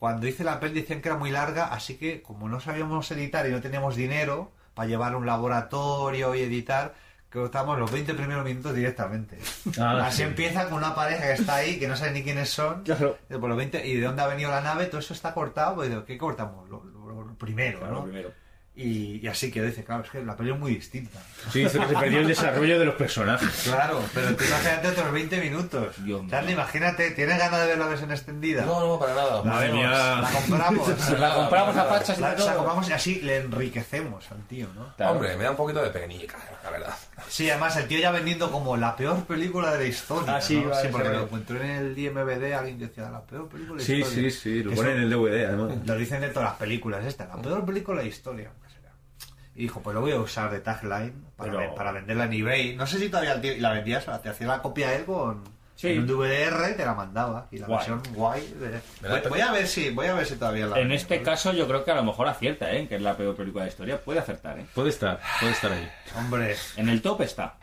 Speaker 11: cuando hice la peli decían que era muy larga, así que como no sabíamos editar y no teníamos dinero para llevar a un laboratorio y editar, cortamos los 20 primeros minutos directamente.
Speaker 12: Ah,
Speaker 11: Así
Speaker 12: sí.
Speaker 11: empieza con una pareja que está ahí, que no sabe ni quiénes son. Dice, Eh, por los 20, ¿Y de dónde ha venido la nave? Todo eso está cortado. Pues, digo, ¿Qué cortamos? Lo, lo- lo primero,
Speaker 9: Claro,
Speaker 11: ¿no?
Speaker 9: lo primero.
Speaker 11: Y, y así que dice, claro, es que la peli es muy distinta.
Speaker 12: Sí, dice que se perdió el desarrollo de los personajes.
Speaker 11: Claro, pero tú imagínate otros 20 minutos. Charlie, imagínate, ¿tienes ganas de ver la versión extendida?
Speaker 10: No, no, para nada.
Speaker 11: La, vemos, la
Speaker 12: (laughs)
Speaker 11: compramos.
Speaker 10: La compramos a pachas y
Speaker 11: La,
Speaker 10: todo.
Speaker 11: la compramos y así le enriquecemos al tío, ¿no?
Speaker 10: Hombre, me da un poquito de penica, eh, la verdad.
Speaker 11: Sí, además el tío ya vendiendo como la peor película de la historia.
Speaker 12: Ah, sí,
Speaker 11: ¿no?
Speaker 12: vale,
Speaker 11: sí, porque
Speaker 12: sí.
Speaker 11: lo encontré en el IMBD alguien que decía la peor película de la
Speaker 12: Sí,
Speaker 11: historia.
Speaker 12: sí, sí, lo
Speaker 11: Que
Speaker 12: ponen
Speaker 11: eso
Speaker 12: en el DVD además.
Speaker 11: Lo dicen de todas las películas, esta, la peor película de la historia. pues, era. Y dijo, pues lo voy a usar de tagline para,
Speaker 9: Pero-
Speaker 11: ve- para venderla en eBay. No sé si todavía el tío- la vendías, te hacía la copia él con
Speaker 9: Sí.
Speaker 11: en un DVR y te la mandaba. Y la
Speaker 9: Guay.
Speaker 11: versión guay. de- Voy, voy a ver si, voy a ver si todavía la
Speaker 9: En este caso yo creo que a lo mejor acierta, ¿eh? Que es la peor película de la historia. Puede acertar, ¿eh?
Speaker 12: Puede estar, puede estar ahí.
Speaker 11: Hombre.
Speaker 9: En el top está.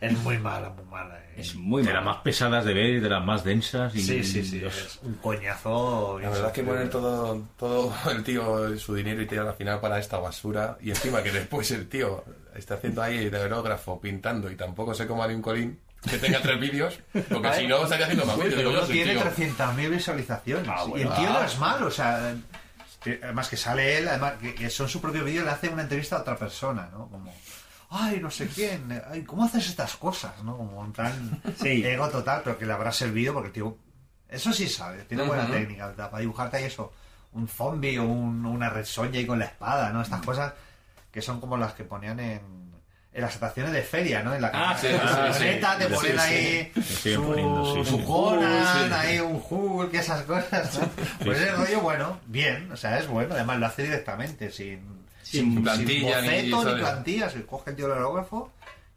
Speaker 11: es muy mala, muy mala. ¿eh?
Speaker 9: Es muy
Speaker 12: De las más pesadas de ver, y de las más densas. Y,
Speaker 11: Sí, sí, sí,
Speaker 12: Dios.
Speaker 11: es un coñazo.
Speaker 10: La verdad es que poner todo, todo (laughs) el tío, su dinero y tirar al final para esta basura. Y encima que después el tío está haciendo ahí de aerógrafo, pintando y tampoco sé cómo haré un colín que tenga tres vídeos. Porque si no, estaría haciendo más
Speaker 11: Uy,
Speaker 10: vídeos.
Speaker 11: pero
Speaker 10: Digo, yo
Speaker 11: no
Speaker 10: soy
Speaker 11: tiene
Speaker 10: tío.
Speaker 11: 300.000 visualizaciones. y el
Speaker 10: bueno.
Speaker 11: tío no
Speaker 10: Ah.
Speaker 11: es malo, o sea. que- Además que sale él, además que que son su propio vídeo, le hace una entrevista a otra persona, ¿no? Como, ay, no sé quién, ay, ¿cómo haces estas cosas, no? Como
Speaker 9: (laughs)
Speaker 11: un plan ego total, pero que le habrá servido porque el tío, eso sí sabe, tiene buena
Speaker 10: Ujú.
Speaker 11: técnica, ¿verdad? para dibujarte ahí eso, un zombie o un- una resoña ahí con la espada, ¿no?
Speaker 9: Mm.
Speaker 11: Estas cosas que son como las que ponían en, en las estaciones de feria, ¿no? En la (laughs)
Speaker 9: Ah, sí,
Speaker 11: en la
Speaker 9: sí, sí.
Speaker 11: camioneta te
Speaker 9: Sí,
Speaker 11: ponen
Speaker 9: sí.
Speaker 11: ahí
Speaker 9: Lo siguen
Speaker 11: su-
Speaker 9: poniendo, sí,
Speaker 11: su
Speaker 9: sí.
Speaker 11: Conan,
Speaker 9: Sí.
Speaker 11: ahí un Hulk, esas cosas, ¿no? Pues
Speaker 9: sí.
Speaker 11: ese rollo, bueno, bien, o sea, es bueno, además lo hace directamente, sin,
Speaker 10: Sin plantilla ni
Speaker 11: boceto, ni,
Speaker 10: historia.
Speaker 11: plantillas, y coge el tío el aerógrafo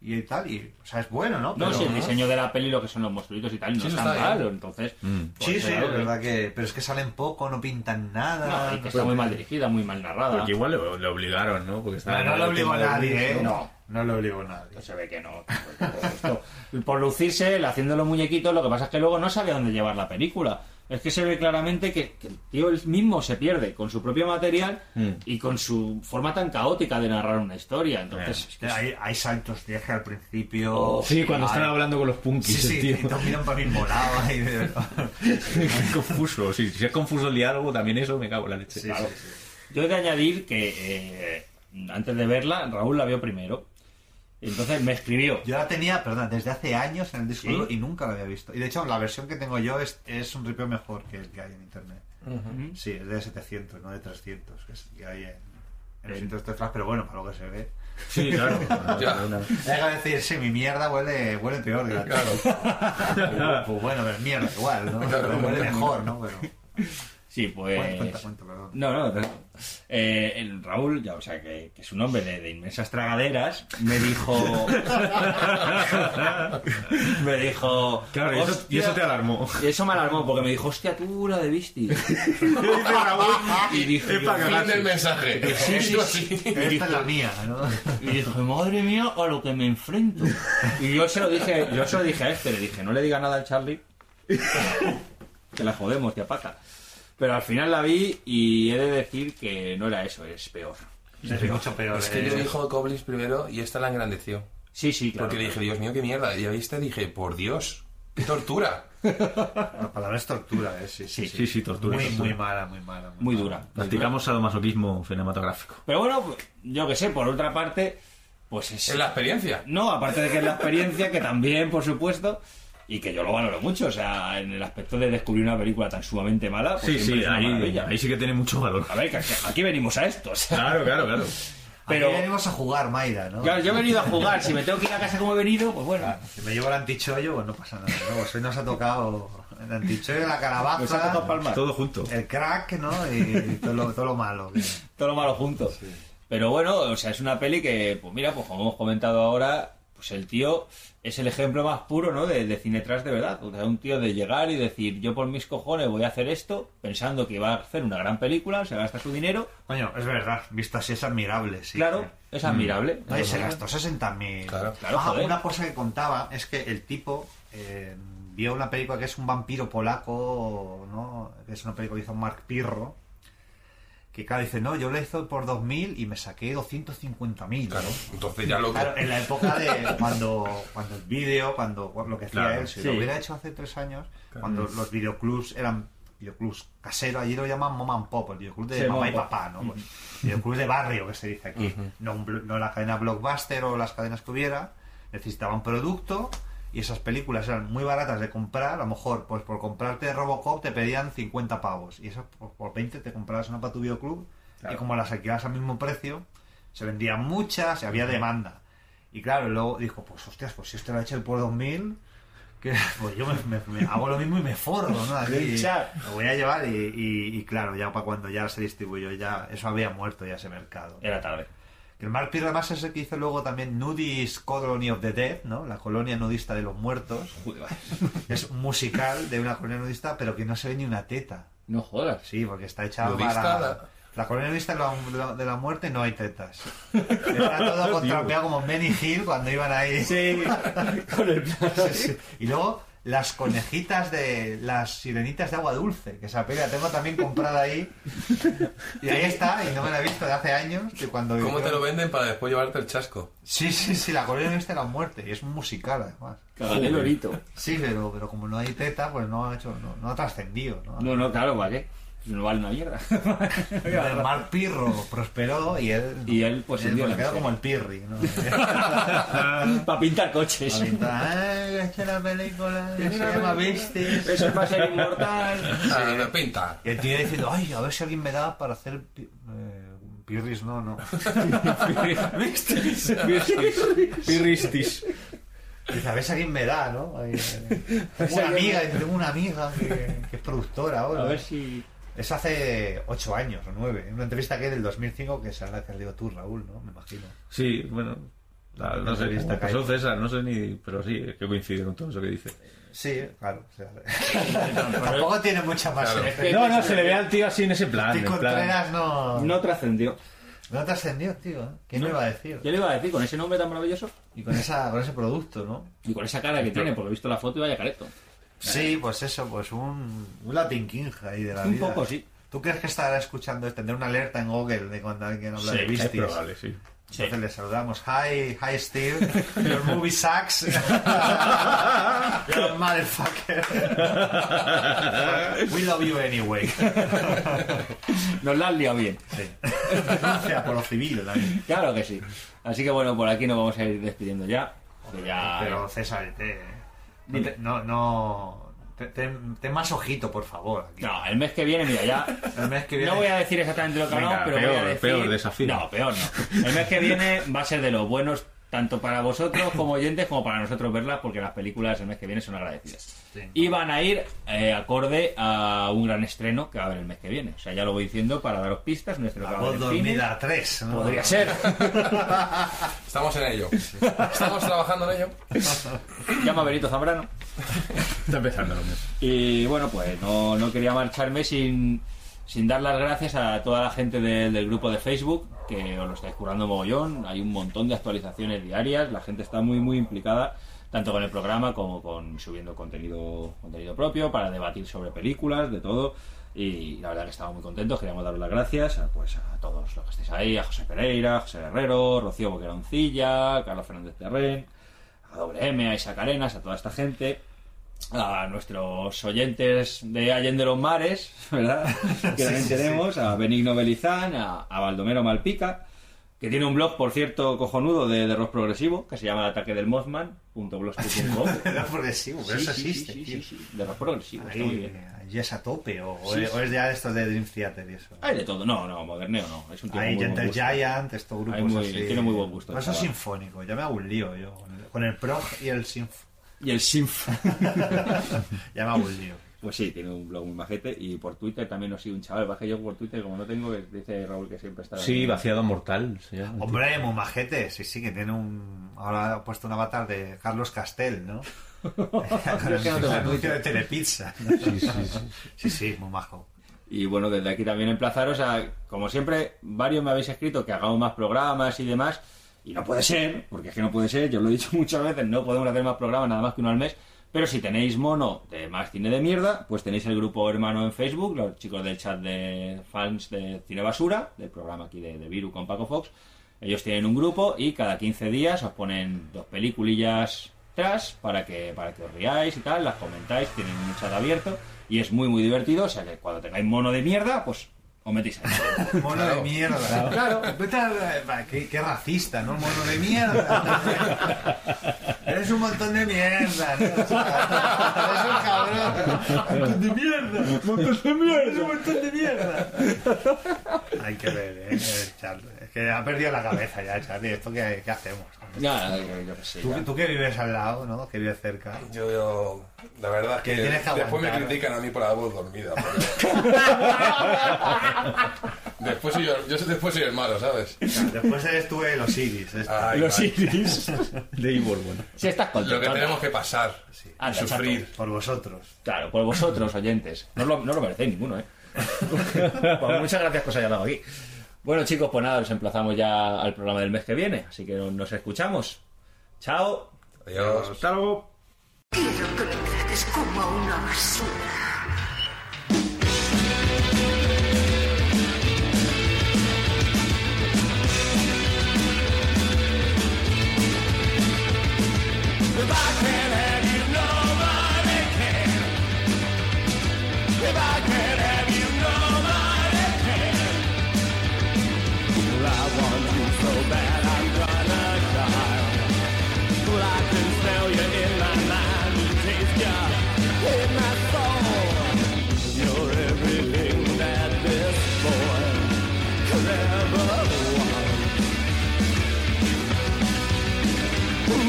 Speaker 11: y tal, y, o sea, es bueno, ¿no?
Speaker 9: No,
Speaker 11: Pero-
Speaker 9: si el diseño de la peli, lo que son los monstruitos y tal, no
Speaker 11: Sí,
Speaker 9: es
Speaker 11: eso
Speaker 9: tan
Speaker 11: está bien.
Speaker 9: malo. Entonces, pues,
Speaker 11: sí, sí,
Speaker 9: claro
Speaker 11: es verdad que, pero es que salen poco, no pintan nada.
Speaker 9: No, y que está muy mal dirigida, muy mal narrada.
Speaker 12: Porque igual le, le obligaron, ¿no? Porque estaba
Speaker 11: No, no lo
Speaker 12: el tema
Speaker 11: obligó
Speaker 12: del
Speaker 11: nadie,
Speaker 12: virus,
Speaker 11: ¿eh?
Speaker 12: ¿no?
Speaker 11: No, no lo obligó nadie.
Speaker 9: Se ve que no. por supuesto. Por lucirse, el haciendo los muñequitos, lo que pasa es que luego no sabe a dónde llevar la película. Es que se ve claramente que, que el tío él mismo se pierde con su propio material
Speaker 12: Mm.
Speaker 9: y con su forma tan caótica de narrar una historia. Entonces,
Speaker 11: Es que hay, hay saltos de eje al principio.
Speaker 12: Oh, sí, cuando
Speaker 11: Vale.
Speaker 12: están hablando con los punkis,
Speaker 11: Sí, sí,
Speaker 12: el tío.
Speaker 11: y todos miran para mí molado ahí, de-
Speaker 12: (laughs) Qué confuso. Si, si es confuso el diálogo, también eso me cago en la leche.
Speaker 9: Claro. Yo he de añadir que eh, antes de verla, Raúl la vio primero. Entonces me escribió.
Speaker 11: Yo la tenía, perdón, desde hace años en el disco
Speaker 9: ¿Sí?
Speaker 11: duro y nunca la había visto. Y de hecho, la versión que tengo yo es, es un ripio mejor que el que hay en internet.
Speaker 9: Ujú.
Speaker 11: Sí, es de 700, no de 300, que, es, que hay en, en los 100 teclas, pero bueno, para lo que se ve.
Speaker 12: Sí, (laughs) claro.
Speaker 10: Ya.
Speaker 11: Hay que decir, sí, mi mierda huele, huele peor que la tuya. Pues, pues bueno, pero es mierda igual, ¿no?
Speaker 9: Claro.
Speaker 11: Pero huele mejor, ¿no? Pero...
Speaker 9: Sí, pues.
Speaker 11: Cuenta, cuenta, cuenta, perdón.
Speaker 9: No, no, no. Eh, el Raúl, ya, o sea, que, que es un hombre de, de inmensas tragaderas, me
Speaker 12: (laughs)
Speaker 9: dijo. me dijo.
Speaker 12: Claro, y eso-
Speaker 9: "Hostia".
Speaker 12: y eso te alarmó.
Speaker 9: Y eso me alarmó, porque me dijo, hostia, tú la debiste.
Speaker 12: (laughs)
Speaker 9: y dije,
Speaker 10: Es
Speaker 9: yo,
Speaker 10: para
Speaker 9: "Fin
Speaker 10: cagarse".
Speaker 9: del mensaje.
Speaker 10: Sí, sí, sí.
Speaker 9: Y
Speaker 10: Esta
Speaker 9: dije,
Speaker 10: es la mía,
Speaker 9: Y dije, madre mía, a lo que me enfrento. Y yo se lo dije, yo se lo dije a este, le dije, no le diga nada al
Speaker 12: (laughs)
Speaker 9: Charlie. Que la jodemos, tía pata. Pero al final la vi y he de decir que no era eso, es peor.
Speaker 10: Es
Speaker 11: eh.
Speaker 10: que yo dijo Goblins primero y esta la engrandeció.
Speaker 9: Sí, sí, claro.
Speaker 10: Porque dije, Dios mío, qué mierda. Y ahí esta dije, por Dios, qué tortura.
Speaker 11: La palabra es tortura, ¿eh? Sí, sí,
Speaker 12: Sí, sí, tortura.
Speaker 11: Muy,
Speaker 12: tortura.
Speaker 11: muy mala, muy mala.
Speaker 9: Muy dura.
Speaker 12: Practicamos sadomasoquismo cinematográfico.
Speaker 9: Pero bueno, pues, yo que sé, por otra parte, pues es...
Speaker 10: Es la experiencia.
Speaker 9: No, aparte de que es la experiencia, que también, por supuesto, y que yo lo valoro mucho, o sea, en el aspecto de descubrir una película tan sumamente mala, pues
Speaker 12: Sí,
Speaker 9: siempre
Speaker 12: sí,
Speaker 9: es una
Speaker 12: ahí,
Speaker 9: maravilla.
Speaker 12: ahí sí que tiene mucho valor.
Speaker 9: A ver, que aquí- aquí venimos a esto, o sea.
Speaker 12: Claro, claro, claro.
Speaker 9: Pero-
Speaker 11: Aquí venimos a jugar, Mayra, ¿no?
Speaker 9: Claro, yo he venido a jugar, si me tengo que ir a casa como he venido, pues bueno.
Speaker 11: Si me llevo el antichollo, pues no pasa nada. ¿no? Pues hoy nos ha tocado el antichollo, la calabaza,
Speaker 9: Nos ha tocado palmar. Todo junto.
Speaker 11: el crack, ¿no? Y todo lo, todo lo malo. que-
Speaker 9: todo lo malo junto. Pero bueno, o sea, es una peli que, pues mira, pues como hemos comentado ahora, pues el tío es el ejemplo más puro, ¿no? De, de cine tras de verdad. O sea, un tío de llegar y decir, yo por mis cojones voy a hacer esto, pensando que va a hacer una gran película, se gasta su dinero.
Speaker 11: Coño, es verdad, visto así es admirable, sí.
Speaker 9: Claro, es admirable.
Speaker 11: No, y se gastó 60.000.
Speaker 9: Claro, claro,
Speaker 11: Ah,
Speaker 9: joder.
Speaker 11: una cosa que contaba es que el tipo eh, vio una película que es un vampiro polaco, ¿no? Que es una película que hizo Mark Pirro. Que claro, dice, no, yo la hice por 2.000 y me saqué 250.000. Claro,
Speaker 10: entonces ya loco.
Speaker 11: Claro, eh. en la época de cuando, cuando el vídeo, cuando bueno, lo que hacía
Speaker 10: Claro,
Speaker 11: él, si
Speaker 10: sí.
Speaker 11: lo hubiera hecho hace tres años, cuando los videoclubs eran videoclubs caseros, allí lo llaman mom and pop, el videoclub de
Speaker 9: Sí, mom
Speaker 11: mamá y
Speaker 9: and pop.
Speaker 11: papá, ¿no? Pues, videoclub de barrio que se dice aquí. no, un blo- no la cadena Blockbuster o las cadenas que hubiera, necesitaban producto y esas películas eran muy baratas de comprar, a lo mejor pues por comprarte Robocop te pedían 50 pavos y esas pues, por, por 20 te comprabas una para tu videoclub y como las alquilabas al mismo precio, se vendían muchas y había demanda. Y claro, luego dijo, pues hostias, pues si esto lo ha hecho el por 2000, que (laughs) pues yo me, me- me hago lo mismo y me forro, ¿no? Aquí,
Speaker 13: Del chat.
Speaker 11: lo voy a llevar y, y- y claro, ya para cuando ya se distribuyó, ya eso había muerto ya ese mercado.
Speaker 10: Eh.
Speaker 9: Era tarde.
Speaker 11: Que el Mark Pirro además es el que hizo luego también Nudis Colony of the Dead, ¿no? La colonia nudista de los muertos. (laughs) es un musical de una colonia nudista, pero que no se ve ni una teta.
Speaker 9: No jodas.
Speaker 11: Sí, porque está hecha
Speaker 10: Nudista,
Speaker 11: para...
Speaker 10: la-
Speaker 11: La colonia nudista de la, de la muerte no hay tetas.
Speaker 10: (laughs)
Speaker 11: Era todo contrapeado como en Benny Hill cuando iban ahí.
Speaker 9: Sí,
Speaker 12: (laughs)
Speaker 9: con el
Speaker 11: (laughs) Y luego las conejitas de las sirenitas de agua dulce, que esa peli la tengo también comprada ahí. Y ahí está, y no me la he visto de hace años. Que cuando
Speaker 10: ¿Cómo te
Speaker 11: yo-
Speaker 10: lo venden para después llevarte el chasco?
Speaker 11: Sí, sí, sí, la colonia nudista de la muerte, y es un musical además.
Speaker 9: Cágate, Lorito.
Speaker 11: Sí, pero, pero como no hay teta, pues no ha hecho, no, no ha trascendido, ¿no?
Speaker 9: No, no, claro, ¿para qué? No vale una mierda.
Speaker 11: El Mar Pirro prosperó y él,
Speaker 9: Y él, pues,
Speaker 11: él,
Speaker 9: hundió la
Speaker 11: quedó
Speaker 9: miseria.
Speaker 11: como el Pirri, ¿no?
Speaker 9: (laughs) Para pintar coches. (laughs)
Speaker 11: Para pintar, "Ah, es que la película
Speaker 9: Es
Speaker 11: se
Speaker 9: una película.
Speaker 11: llama Besties".
Speaker 9: Eso es para ser inmortal.
Speaker 10: Ah, me pinta.
Speaker 11: Y el tío diciendo, ay, a ver si alguien me da para hacer pi- eh, pirris, no, no.
Speaker 9: Pistis.
Speaker 12: Pirristis.
Speaker 11: Dice, a ver si alguien me da, ¿no? Ay, eh, Tengo
Speaker 9: si
Speaker 11: una
Speaker 9: alguien
Speaker 11: amiga,
Speaker 9: me da.
Speaker 11: tengo una amiga
Speaker 9: (laughs)
Speaker 11: que, que es productora ahora.
Speaker 9: A ver si-
Speaker 11: Eso hace ocho años o nueve. En una entrevista que hay del 2005 que es a la que has leído tú, Raúl, ¿no? Me imagino.
Speaker 12: Sí, bueno. la- no sé,
Speaker 11: Entrevista
Speaker 12: como
Speaker 11: que hay.
Speaker 12: pasó César, no sé ni. Pero sí, es que coincide con todo eso que dice.
Speaker 11: Sí, claro. o sea, tampoco tiene mucha más.
Speaker 12: No, no, se le ve al tío así en ese plan.
Speaker 11: Tito
Speaker 12: en plan-
Speaker 11: Contreras no.
Speaker 9: No trascendió.
Speaker 11: No trascendió, tío. ¿eh? ¿Qué
Speaker 9: No.
Speaker 11: me iba a decir?
Speaker 9: ¿Qué le iba a decir con ese nombre tan maravilloso? (laughs)
Speaker 11: Y con, esa, con ese producto, ¿no?
Speaker 9: Y con esa cara que tiene, por lo visto la foto y vaya careto.
Speaker 11: Sí, pues eso, pues un, un Latin King ahí de la
Speaker 9: Un
Speaker 11: vida.
Speaker 9: poco, sí.
Speaker 11: ¿Tú crees que estará escuchando, tendrá una alerta en Google de cuando alguien habla
Speaker 12: Sí,
Speaker 11: de
Speaker 12: es
Speaker 11: Beasties?
Speaker 12: probable, sí.
Speaker 11: Entonces le saludamos. Hi, hi Steve, your
Speaker 9: (laughs)
Speaker 11: movie sucks. Your motherfucker. We love you anyway.
Speaker 9: (laughs) Nos la han liado bien.
Speaker 11: Denuncia por lo civil también.
Speaker 9: Claro que sí. Así que bueno, por aquí nos vamos a ir despidiendo ya. Que ya-
Speaker 11: Pero César, te, no, te- no, no- te- te- ten más ojito, por favor. aquí.
Speaker 9: No, el mes que viene, mira, ya.
Speaker 11: (laughs) El mes que viene-
Speaker 9: No voy a decir exactamente lo que
Speaker 11: Venga,
Speaker 9: no, pero voy a
Speaker 12: peor,
Speaker 9: decir.
Speaker 12: peor, desafío.
Speaker 9: No, peor no. El mes que viene va a ser de los buenos, tanto para vosotros como oyentes, como para nosotros verlas, porque las películas el mes que viene son agradecidas.
Speaker 11: Sí.
Speaker 9: Y van a ir eh, acorde a un gran estreno que va a haber el mes que viene. O sea, ya lo voy diciendo para daros pistas. Nuestro
Speaker 11: La voz dormida 3. ¿no?
Speaker 9: Podría
Speaker 11: (laughs)
Speaker 9: ser.
Speaker 10: Estamos en ello. Estamos trabajando en ello.
Speaker 9: Llama a Benito Zambrano.
Speaker 12: Está empezando lo mismo.
Speaker 9: Y bueno, pues no, no quería marcharme sin, sin dar las gracias a toda la gente de- del grupo de Facebook, que os lo estáis currando mogollón. Hay un montón de actualizaciones diarias, la gente está muy, muy implicada, tanto con el programa como con subiendo contenido, contenido propio para debatir sobre películas, de todo. Y la verdad que estamos muy contentos, queríamos daros las gracias a, pues, a todos los que estáis ahí, a José Pereira, a José Guerrero, Rocío Boqueroncilla, a Carlos Fernández Terrén, a WM, a Isaac Arenas, a toda esta gente a nuestros oyentes de Allende los Mares,
Speaker 11: (laughs)
Speaker 9: ¿verdad? Que también tenemos a Benigno Belizán, a, a Baldomero Malpica, que tiene un blog, por cierto, cojonudo de, de rock progresivo, que se llama el ataque del
Speaker 11: Era progresivo, (laughs) pero pues eso existe. tío.
Speaker 9: de rock progresivo, está
Speaker 11: Ahí,
Speaker 9: muy bien.
Speaker 11: ahí es a tope, o, o
Speaker 9: Sí,
Speaker 11: es-
Speaker 9: sí.
Speaker 11: o es ya esto de Dream Theater y eso.
Speaker 9: Hay de todo, no, no, moderneo no, es un tipo
Speaker 11: Ahí
Speaker 9: muy buen
Speaker 11: Gentle
Speaker 9: gusto.
Speaker 11: Giant, estos grupos
Speaker 9: Hay muy-
Speaker 11: así.
Speaker 9: Tiene muy buen gusto.
Speaker 11: Pero Eso es
Speaker 9: chaval.
Speaker 11: sinfónico, ya me hago un lío yo. Con el, con el prog y el sinf.
Speaker 9: Y el Sinf.
Speaker 11: (laughs) ya me hago un lío.
Speaker 9: Pues sí, tiene un blog muy majete y por Twitter también nos sigue un chaval. Va que yo por Twitter, como no tengo, dice Raúl que siempre está... (laughs)
Speaker 12: Sí, vaciado mortal. se llama.
Speaker 11: Hombre, muy majete, sí, sí, que tiene un. Ahora ha puesto un avatar de Carlos Castell, ¿no? Con
Speaker 9: que no
Speaker 11: el (laughs)
Speaker 9: tengo
Speaker 11: anuncio
Speaker 9: Twitter.
Speaker 11: de Telepizza.
Speaker 9: Sí, sí, sí.
Speaker 11: Sí, sí, muy majo.
Speaker 9: Y bueno, desde aquí también emplazaros a, como siempre, varios me habéis escrito que hagamos más programas y demás. Y no puede ser, porque es que no puede ser, yo os lo he dicho (laughs) muchas veces, no podemos hacer más programas nada más que uno al mes. Pero si tenéis mono de más cine de mierda, pues tenéis el grupo hermano en Facebook, los chicos del chat de fans de Cine Basura, del programa aquí de, de Viru con Paco Fox. Ellos tienen un grupo y cada 15 días os ponen dos peliculillas atrás para que, para que os riáis y tal, las comentáis, tienen un chat abierto y es muy muy divertido, o sea que cuando tengáis mono de mierda, pues os metéis
Speaker 10: (laughs)
Speaker 9: ahí.
Speaker 11: Mono de mierda. Claro, vete a- va, qué, qué racista, ¿no? Mono de mierda. Eres un montón de mierda. ¿no? Eres un cabrón. Montón de mierda. Montón de mierda. Eres un montón de mierda. Hay que ver, ¿eh? El chat, es que ha perdido la cabeza ya, Charlie. ¿Esto qué, qué hacemos?
Speaker 9: Ya, yo- yo qué sé,
Speaker 11: ¿Tú,
Speaker 9: ya.
Speaker 11: tú que vives al lado, ¿no? Que vives cerca.
Speaker 10: Yo, yo la verdad es que,
Speaker 11: Que tienes que
Speaker 10: después me
Speaker 11: aguantar.
Speaker 10: critican a mí por la voz dormida. (laughs) pero- después soy yo, yo soy- después soy el malo, ¿sabes?
Speaker 11: Después eres tú el Osiris. este.
Speaker 9: Ah.
Speaker 10: Los
Speaker 12: Iris de Ivor, bueno.
Speaker 9: Si estás contento.
Speaker 10: Lo que tenemos que pasar.
Speaker 12: Ah,
Speaker 9: Anda,
Speaker 10: y sufrir.
Speaker 9: chato.
Speaker 11: Por vosotros.
Speaker 9: Claro, por vosotros, oyentes. No lo, no lo merecéis
Speaker 10: (laughs)
Speaker 9: ninguno, ¿eh? Pues muchas gracias que os hayáis dado aquí. Bueno, chicos, pues nada, os emplazamos ya al programa del mes que viene. Así que nos escuchamos. Chao.
Speaker 10: Adiós.
Speaker 12: Hasta luego.
Speaker 5: Quiero que me trates como una basura. If I can't have you, nobody can. If I can't have you, nobody can. Well, I want you so bad, I'm gonna die. Well, I can smell you in my mind, you taste ya in my soul. You're everything that this boy could ever want.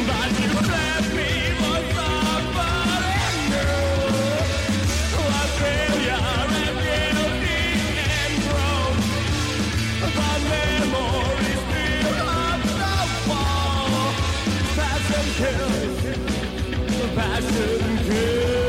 Speaker 5: But you left me for somebody new. Australia and guilty and broke. My memories still on the wall. Passion kills. Passion kills.